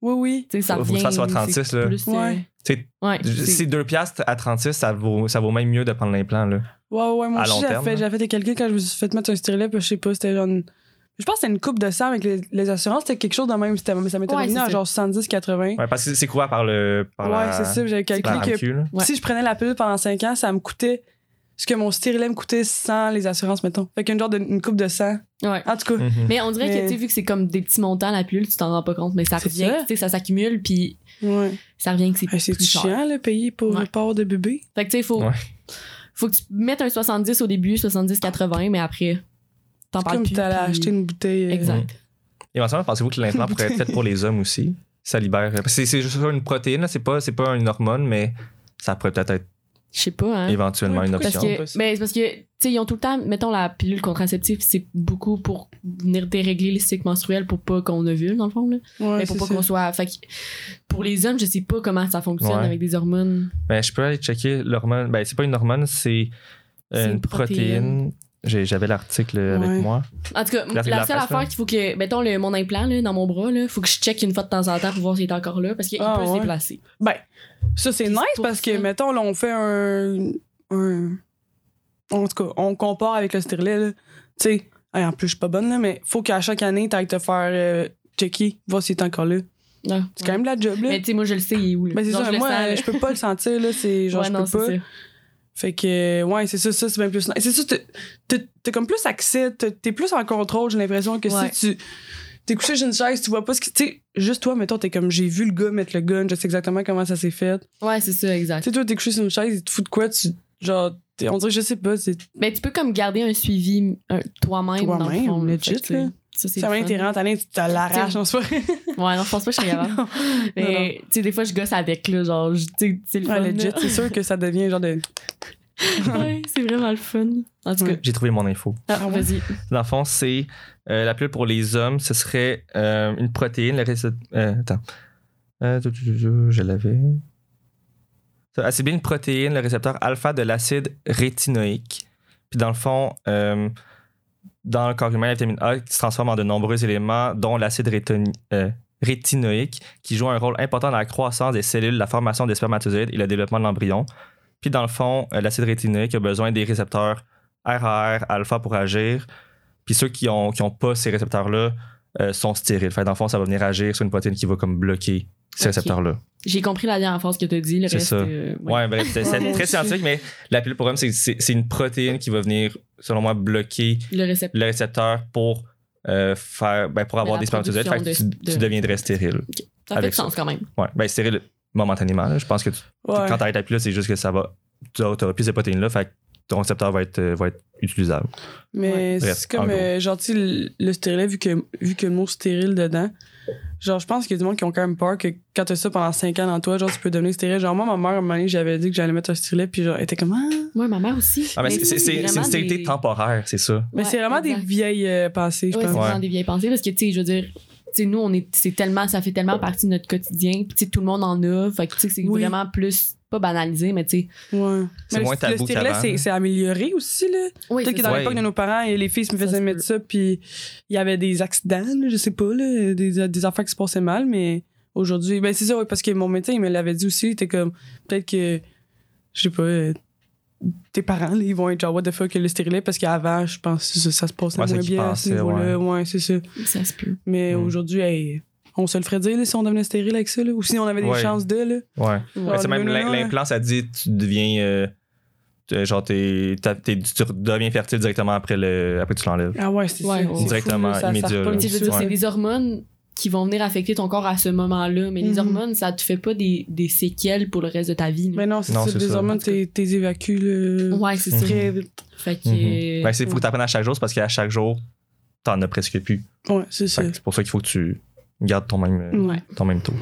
[SPEAKER 6] Oui, oui.
[SPEAKER 2] tu sais, ça
[SPEAKER 5] Faut- faut
[SPEAKER 2] revient...
[SPEAKER 5] que ça soit
[SPEAKER 2] c'est
[SPEAKER 5] 36, là.
[SPEAKER 2] plus, euh,
[SPEAKER 6] Ouais.
[SPEAKER 5] Tu sais,
[SPEAKER 2] ouais,
[SPEAKER 5] Si 2 piastres à 36, ça vaut, ça vaut même mieux de prendre l'implant. Là.
[SPEAKER 6] Ouais, ouais, ouais, moi
[SPEAKER 5] À
[SPEAKER 6] aussi,
[SPEAKER 5] long
[SPEAKER 6] j'avais
[SPEAKER 5] terme,
[SPEAKER 6] fait,
[SPEAKER 5] hein.
[SPEAKER 6] j'avais fait des calculs quand je me suis fait mettre un stylet, puis je sais pas, c'était genre une- Je pense que c'était une coupe de sang avec les, les assurances, c'était quelque chose de même, c'était- mais ça m'était
[SPEAKER 2] Ouais,
[SPEAKER 6] revenu
[SPEAKER 2] c'est
[SPEAKER 6] à
[SPEAKER 2] ça.
[SPEAKER 6] genre 70, 80. Ouais,
[SPEAKER 5] Ouais, parce que c'est couvert par le. Par la,
[SPEAKER 6] c'est ça, j'avais
[SPEAKER 5] par
[SPEAKER 6] calculé
[SPEAKER 5] la
[SPEAKER 6] que
[SPEAKER 5] RAMQ, là.
[SPEAKER 2] Ouais.
[SPEAKER 6] si je prenais la pilule pendant 5 ans, ça me coûtait ce que mon stylet me coûtait sans les assurances, mettons. Fait qu'une genre de, une coupe de sang.
[SPEAKER 2] Ouais.
[SPEAKER 6] En tout cas,
[SPEAKER 5] Mhm.
[SPEAKER 2] Mais on dirait
[SPEAKER 6] Mais-
[SPEAKER 2] que, tu sais, vu que c'est comme des petits montants la pilule, tu t'en rends pas compte, mais ça
[SPEAKER 6] C'est
[SPEAKER 2] revient,
[SPEAKER 6] ça.
[SPEAKER 2] tu sais, ça s'accumule, puis
[SPEAKER 6] ouais.
[SPEAKER 2] ça revient que c'est
[SPEAKER 6] Ouais, c'est
[SPEAKER 2] plus cher.
[SPEAKER 6] chiant, là, payer pour
[SPEAKER 2] Ouais.
[SPEAKER 6] le port de bébé.
[SPEAKER 2] Fait que, tu sais, faut,
[SPEAKER 5] Ouais.
[SPEAKER 2] faut que tu mettes un 70 au début, 70-80, mais après, t'en
[SPEAKER 6] C'est
[SPEAKER 2] parles
[SPEAKER 6] comme
[SPEAKER 2] plus.
[SPEAKER 6] t'allais
[SPEAKER 2] puis-
[SPEAKER 6] acheter une bouteille. euh,
[SPEAKER 2] Exact.
[SPEAKER 5] Éventuellement, pensez-vous que l'implant pourrait être fait pour les hommes aussi Ça libère. parce que C'est, c'est juste une protéine, là. c'est pas, c'est pas une hormone, mais ça pourrait peut-être être
[SPEAKER 2] Je sais pas, hein.
[SPEAKER 5] éventuellement
[SPEAKER 6] Ouais,
[SPEAKER 5] une
[SPEAKER 6] pourquoi-
[SPEAKER 2] Parce
[SPEAKER 5] option.
[SPEAKER 2] que, ben, c'est parce que, tu sais, ils ont tout le temps, mettons, la pilule contraceptive, c'est beaucoup pour venir dérégler les cycles menstruels pour pas qu'on ovule, dans le fond, là.
[SPEAKER 6] Ouais,
[SPEAKER 2] mais pour
[SPEAKER 6] c'est
[SPEAKER 2] pas
[SPEAKER 6] ça.
[SPEAKER 2] qu'on soit. Fait que, pour les hommes, je sais pas comment ça fonctionne
[SPEAKER 5] Ouais.
[SPEAKER 2] avec des hormones.
[SPEAKER 5] Ben, je peux aller checker l'hormone. Ben, c'est pas une hormone, c'est
[SPEAKER 2] C'est
[SPEAKER 5] une,
[SPEAKER 2] une
[SPEAKER 5] protéine.
[SPEAKER 2] protéine.
[SPEAKER 5] J'ai- J'avais l'article
[SPEAKER 6] Ouais.
[SPEAKER 5] avec moi.
[SPEAKER 2] En tout cas,
[SPEAKER 5] La- la
[SPEAKER 2] la, seule
[SPEAKER 5] face, là.
[SPEAKER 2] affaire qu'il faut que. Mettons, le, mon implant, là, dans mon bras, là, faut que je check une fois de temps en temps pour voir s'il est encore là, parce qu'il
[SPEAKER 6] Ah,
[SPEAKER 2] peut
[SPEAKER 6] ouais.
[SPEAKER 2] se déplacer.
[SPEAKER 6] Ben, ça, c'est
[SPEAKER 2] Puis
[SPEAKER 6] nice
[SPEAKER 2] c'est pour
[SPEAKER 6] parce que,
[SPEAKER 2] ça.
[SPEAKER 6] mettons, là, on fait un, un- En tout cas, on compare avec le stérilet, là. Tu sais, Hey, en plus, je suis pas bonne, là, mais faut qu'à chaque année, t'ailles te faire euh, checker, voir si t'es encore là.
[SPEAKER 2] Ouais.
[SPEAKER 6] C'est quand même de la job, là.
[SPEAKER 2] Mais tu sais, moi, je le sais, il est où. là.
[SPEAKER 6] Ben, c'est
[SPEAKER 2] Donc,
[SPEAKER 6] ça,
[SPEAKER 2] je le
[SPEAKER 6] moi,
[SPEAKER 2] sens, là.
[SPEAKER 6] euh, je peux pas le sentir, là. C'est genre,
[SPEAKER 2] Ouais,
[SPEAKER 6] je
[SPEAKER 2] non,
[SPEAKER 6] peux
[SPEAKER 2] c'est
[SPEAKER 6] pas.
[SPEAKER 2] ça.
[SPEAKER 6] Fait que, euh, ouais, c'est ça, ça, c'est bien plus. nice. C'est ça, t'es- t'es t'es comme plus accès, t'es t'es plus en contrôle, j'ai l'impression que
[SPEAKER 2] Ouais.
[SPEAKER 6] si tu. T'es couché sur une chaise, tu vois pas ce qui. Tu sais, juste toi, mettons, t'es comme, j'ai vu le gars mettre le gun, je sais exactement comment ça s'est fait.
[SPEAKER 2] Ouais, c'est ça,
[SPEAKER 6] Tu
[SPEAKER 2] exact.
[SPEAKER 6] sais, toi, t'es couché sur une chaise, il te fout de quoi, tu. Genre, t'es- on dirait, je sais pas, c'est.
[SPEAKER 2] Mais Ben, tu peux comme garder un suivi euh, toi-même. dans le
[SPEAKER 6] Toi-même,
[SPEAKER 2] fond, là.
[SPEAKER 6] legit,
[SPEAKER 2] Fait que, tu sais,
[SPEAKER 6] là.
[SPEAKER 2] Ça, c'est
[SPEAKER 6] Ça
[SPEAKER 2] le
[SPEAKER 6] va
[SPEAKER 2] fun.
[SPEAKER 6] t'es rentré, t'es- t'as l'arrache, non, c'est pas.
[SPEAKER 2] Ouais, non, je pense pas que je serais capable.
[SPEAKER 6] Non,
[SPEAKER 2] Mais, tu sais, des fois, je gosse avec, là. Genre, je- tu sais, c'est le fun.
[SPEAKER 6] Ouais, legit,
[SPEAKER 2] là.
[SPEAKER 6] c'est sûr que ça devient genre de.
[SPEAKER 2] ouais, c'est vraiment le fun. En tout cas,
[SPEAKER 6] Ouais.
[SPEAKER 5] J'ai trouvé mon info.
[SPEAKER 2] ah, vas-y.
[SPEAKER 5] Dans le fond, c'est euh, la pilule pour les hommes, ce serait euh, une protéine. Le reste- euh, attends. Euh, tu- tu- tu- je l'avais. Ça, ah, C'est bien une protéine, le récepteur alpha de l'acide rétinoïque. Puis dans le fond, euh, dans le corps humain, la vitamine A qui se transforme en de nombreux éléments, dont l'acide rétoni- euh, rétinoïque, qui joue un rôle important dans la croissance des cellules, la formation des spermatozoïdes et le développement de l'embryon. Puis dans le fond, euh, l'acide rétinoïque a besoin des récepteurs RAR alpha pour agir. Puis ceux qui n'ont qui ont pas ces récepteurs-là euh, sont stériles. Fait que dans le fond, ça va venir agir sur une protéine qui va comme bloquer ces
[SPEAKER 2] Ok.
[SPEAKER 5] récepteurs-là.
[SPEAKER 2] J'ai compris la dernière phrase que t'as dit. Le
[SPEAKER 5] C'est
[SPEAKER 2] reste,
[SPEAKER 5] ça.
[SPEAKER 2] euh, ouais.
[SPEAKER 5] Ouais, bref, c'est c'est
[SPEAKER 6] Ouais,
[SPEAKER 5] très
[SPEAKER 6] je
[SPEAKER 5] scientifique, mais la pilule pour homme, c'est- c'est c'est une protéine qui va venir, selon moi, bloquer
[SPEAKER 2] Le récepteur.
[SPEAKER 5] le récepteur pour euh, faire ben, pour avoir
[SPEAKER 2] la
[SPEAKER 5] des spermatozoïdes. Fait que tu,
[SPEAKER 2] production de-
[SPEAKER 5] tu
[SPEAKER 2] de-
[SPEAKER 5] deviendrais stérile.
[SPEAKER 2] Ça fait
[SPEAKER 5] avec
[SPEAKER 2] du sens quand même.
[SPEAKER 5] Ouais, ben stérile momentanément. là. Je pense que tu-
[SPEAKER 6] Ouais.
[SPEAKER 5] quand t'arrêtes la pilule, c'est juste que ça va. Tu n'auras plus ces protéines-là, fait que ton récepteur va être, euh, va être utilisable.
[SPEAKER 6] Mais
[SPEAKER 5] Bref,
[SPEAKER 6] c'est
[SPEAKER 5] en
[SPEAKER 6] comme,
[SPEAKER 5] gros.
[SPEAKER 6] euh, genre, tu sais, le, le stérilet, vu que, vu que le mot stérile dedans, genre, je pense qu'il y a du monde qui ont quand même peur que quand t'as ça pendant 5 ans dans toi, genre, tu peux devenir stérile. Genre, moi, ma mère, à un moment donné, j'avais dit que j'allais mettre un stérilet, puis genre, elle était comme, ah.
[SPEAKER 2] Ouais, ma mère aussi.
[SPEAKER 5] Ah, mais c'est-
[SPEAKER 2] ça,
[SPEAKER 5] c'est c'est- c'est une
[SPEAKER 2] vraiment
[SPEAKER 5] stérilité
[SPEAKER 2] des-
[SPEAKER 5] temporaire, c'est ça.
[SPEAKER 6] Mais
[SPEAKER 2] Ouais,
[SPEAKER 6] c'est vraiment des
[SPEAKER 2] exact.
[SPEAKER 6] vieilles euh, pensées, je
[SPEAKER 2] Ouais, c'est
[SPEAKER 6] pense.
[SPEAKER 5] Ouais.
[SPEAKER 2] vraiment des vieilles pensées parce que tu sais, je veux dire, tu sais, nous on est, c'est tellement, ça fait tellement partie de notre quotidien. Puis tu sais, tout le monde en a. Fait que tu sais, c'est
[SPEAKER 6] Oui.
[SPEAKER 2] vraiment plus pas banalisé, mais tu sais.
[SPEAKER 6] Ouais.
[SPEAKER 5] C'est
[SPEAKER 6] Mais
[SPEAKER 5] moins
[SPEAKER 6] le,
[SPEAKER 5] tabou
[SPEAKER 6] le stérilet,
[SPEAKER 5] qu'avant, là.
[SPEAKER 6] c'est, c'est amélioré aussi, là.
[SPEAKER 2] Oui,
[SPEAKER 6] Peut-être que
[SPEAKER 2] c'est
[SPEAKER 6] dans
[SPEAKER 5] ça.
[SPEAKER 6] l'époque
[SPEAKER 5] Ouais.
[SPEAKER 6] de nos parents, et les filles se me
[SPEAKER 2] Ça
[SPEAKER 6] faisaient
[SPEAKER 2] se
[SPEAKER 6] mettre
[SPEAKER 2] peut.
[SPEAKER 6] ça, puis il y avait des accidents, là, je sais pas, là, des, des affaires qui se passaient mal, mais aujourd'hui, ben c'est ça, ouais, parce que mon médecin, il me l'avait dit aussi, il était comme, peut-être que, je sais pas, euh, tes parents, là, ils vont être genre, what the fuck, le stérilet, parce qu'avant, je pense que ça, ça se passait
[SPEAKER 5] Ouais, c'est
[SPEAKER 6] moins
[SPEAKER 5] qu'ils
[SPEAKER 6] bien à ce
[SPEAKER 5] pensaient,
[SPEAKER 6] niveau-là, ouais, c'est ça.
[SPEAKER 2] ça se peut.
[SPEAKER 6] Mais
[SPEAKER 5] Mm.
[SPEAKER 6] aujourd'hui, hey, on se le ferait dire, là, si on devenait stérile avec ça, là, ou si on avait des
[SPEAKER 5] Ouais.
[SPEAKER 6] chances de, là.
[SPEAKER 5] Ouais.
[SPEAKER 2] Ouais.
[SPEAKER 5] Ben, c'est même
[SPEAKER 6] non, non,
[SPEAKER 5] l'im-
[SPEAKER 6] ouais.
[SPEAKER 5] l'implant, ça dit tu deviens. euh, t'es- genre, t'es- t'as- t'es- tu deviens fertile directement après, le, après que tu l'enlèves.
[SPEAKER 6] Ah ouais, c'est
[SPEAKER 2] Ouais,
[SPEAKER 6] ça.
[SPEAKER 2] ouais.
[SPEAKER 6] c'est fou,
[SPEAKER 5] Directement,
[SPEAKER 6] là, ça
[SPEAKER 5] immédiat,
[SPEAKER 6] sert pas
[SPEAKER 5] là.
[SPEAKER 6] le
[SPEAKER 2] Tu sais, je veux dire,
[SPEAKER 5] Ouais.
[SPEAKER 2] c'est des hormones qui vont venir affecter ton corps à ce moment-là, mais les
[SPEAKER 6] Mhm.
[SPEAKER 2] hormones, ça te fait pas des, des séquelles pour le reste de ta vie. là.
[SPEAKER 6] Mais non, c'est
[SPEAKER 5] Non,
[SPEAKER 6] ça,
[SPEAKER 5] c'est
[SPEAKER 6] des
[SPEAKER 5] ça. Mm.
[SPEAKER 6] hormones, t'es t'es évacué, là.
[SPEAKER 2] Ouais, c'est ça.
[SPEAKER 6] Très-
[SPEAKER 2] Fait que.
[SPEAKER 5] Mhm. Ben, c'est faut que
[SPEAKER 6] ouais.
[SPEAKER 5] tu apprennes à chaque jour c'est parce qu'à chaque jour, t'en as presque plus.
[SPEAKER 6] Ouais, c'est ça.
[SPEAKER 5] Fait que C'est pour ça qu'il faut que tu gardes ton même,
[SPEAKER 2] Mm.
[SPEAKER 5] euh,
[SPEAKER 6] Ouais.
[SPEAKER 5] ton même taux.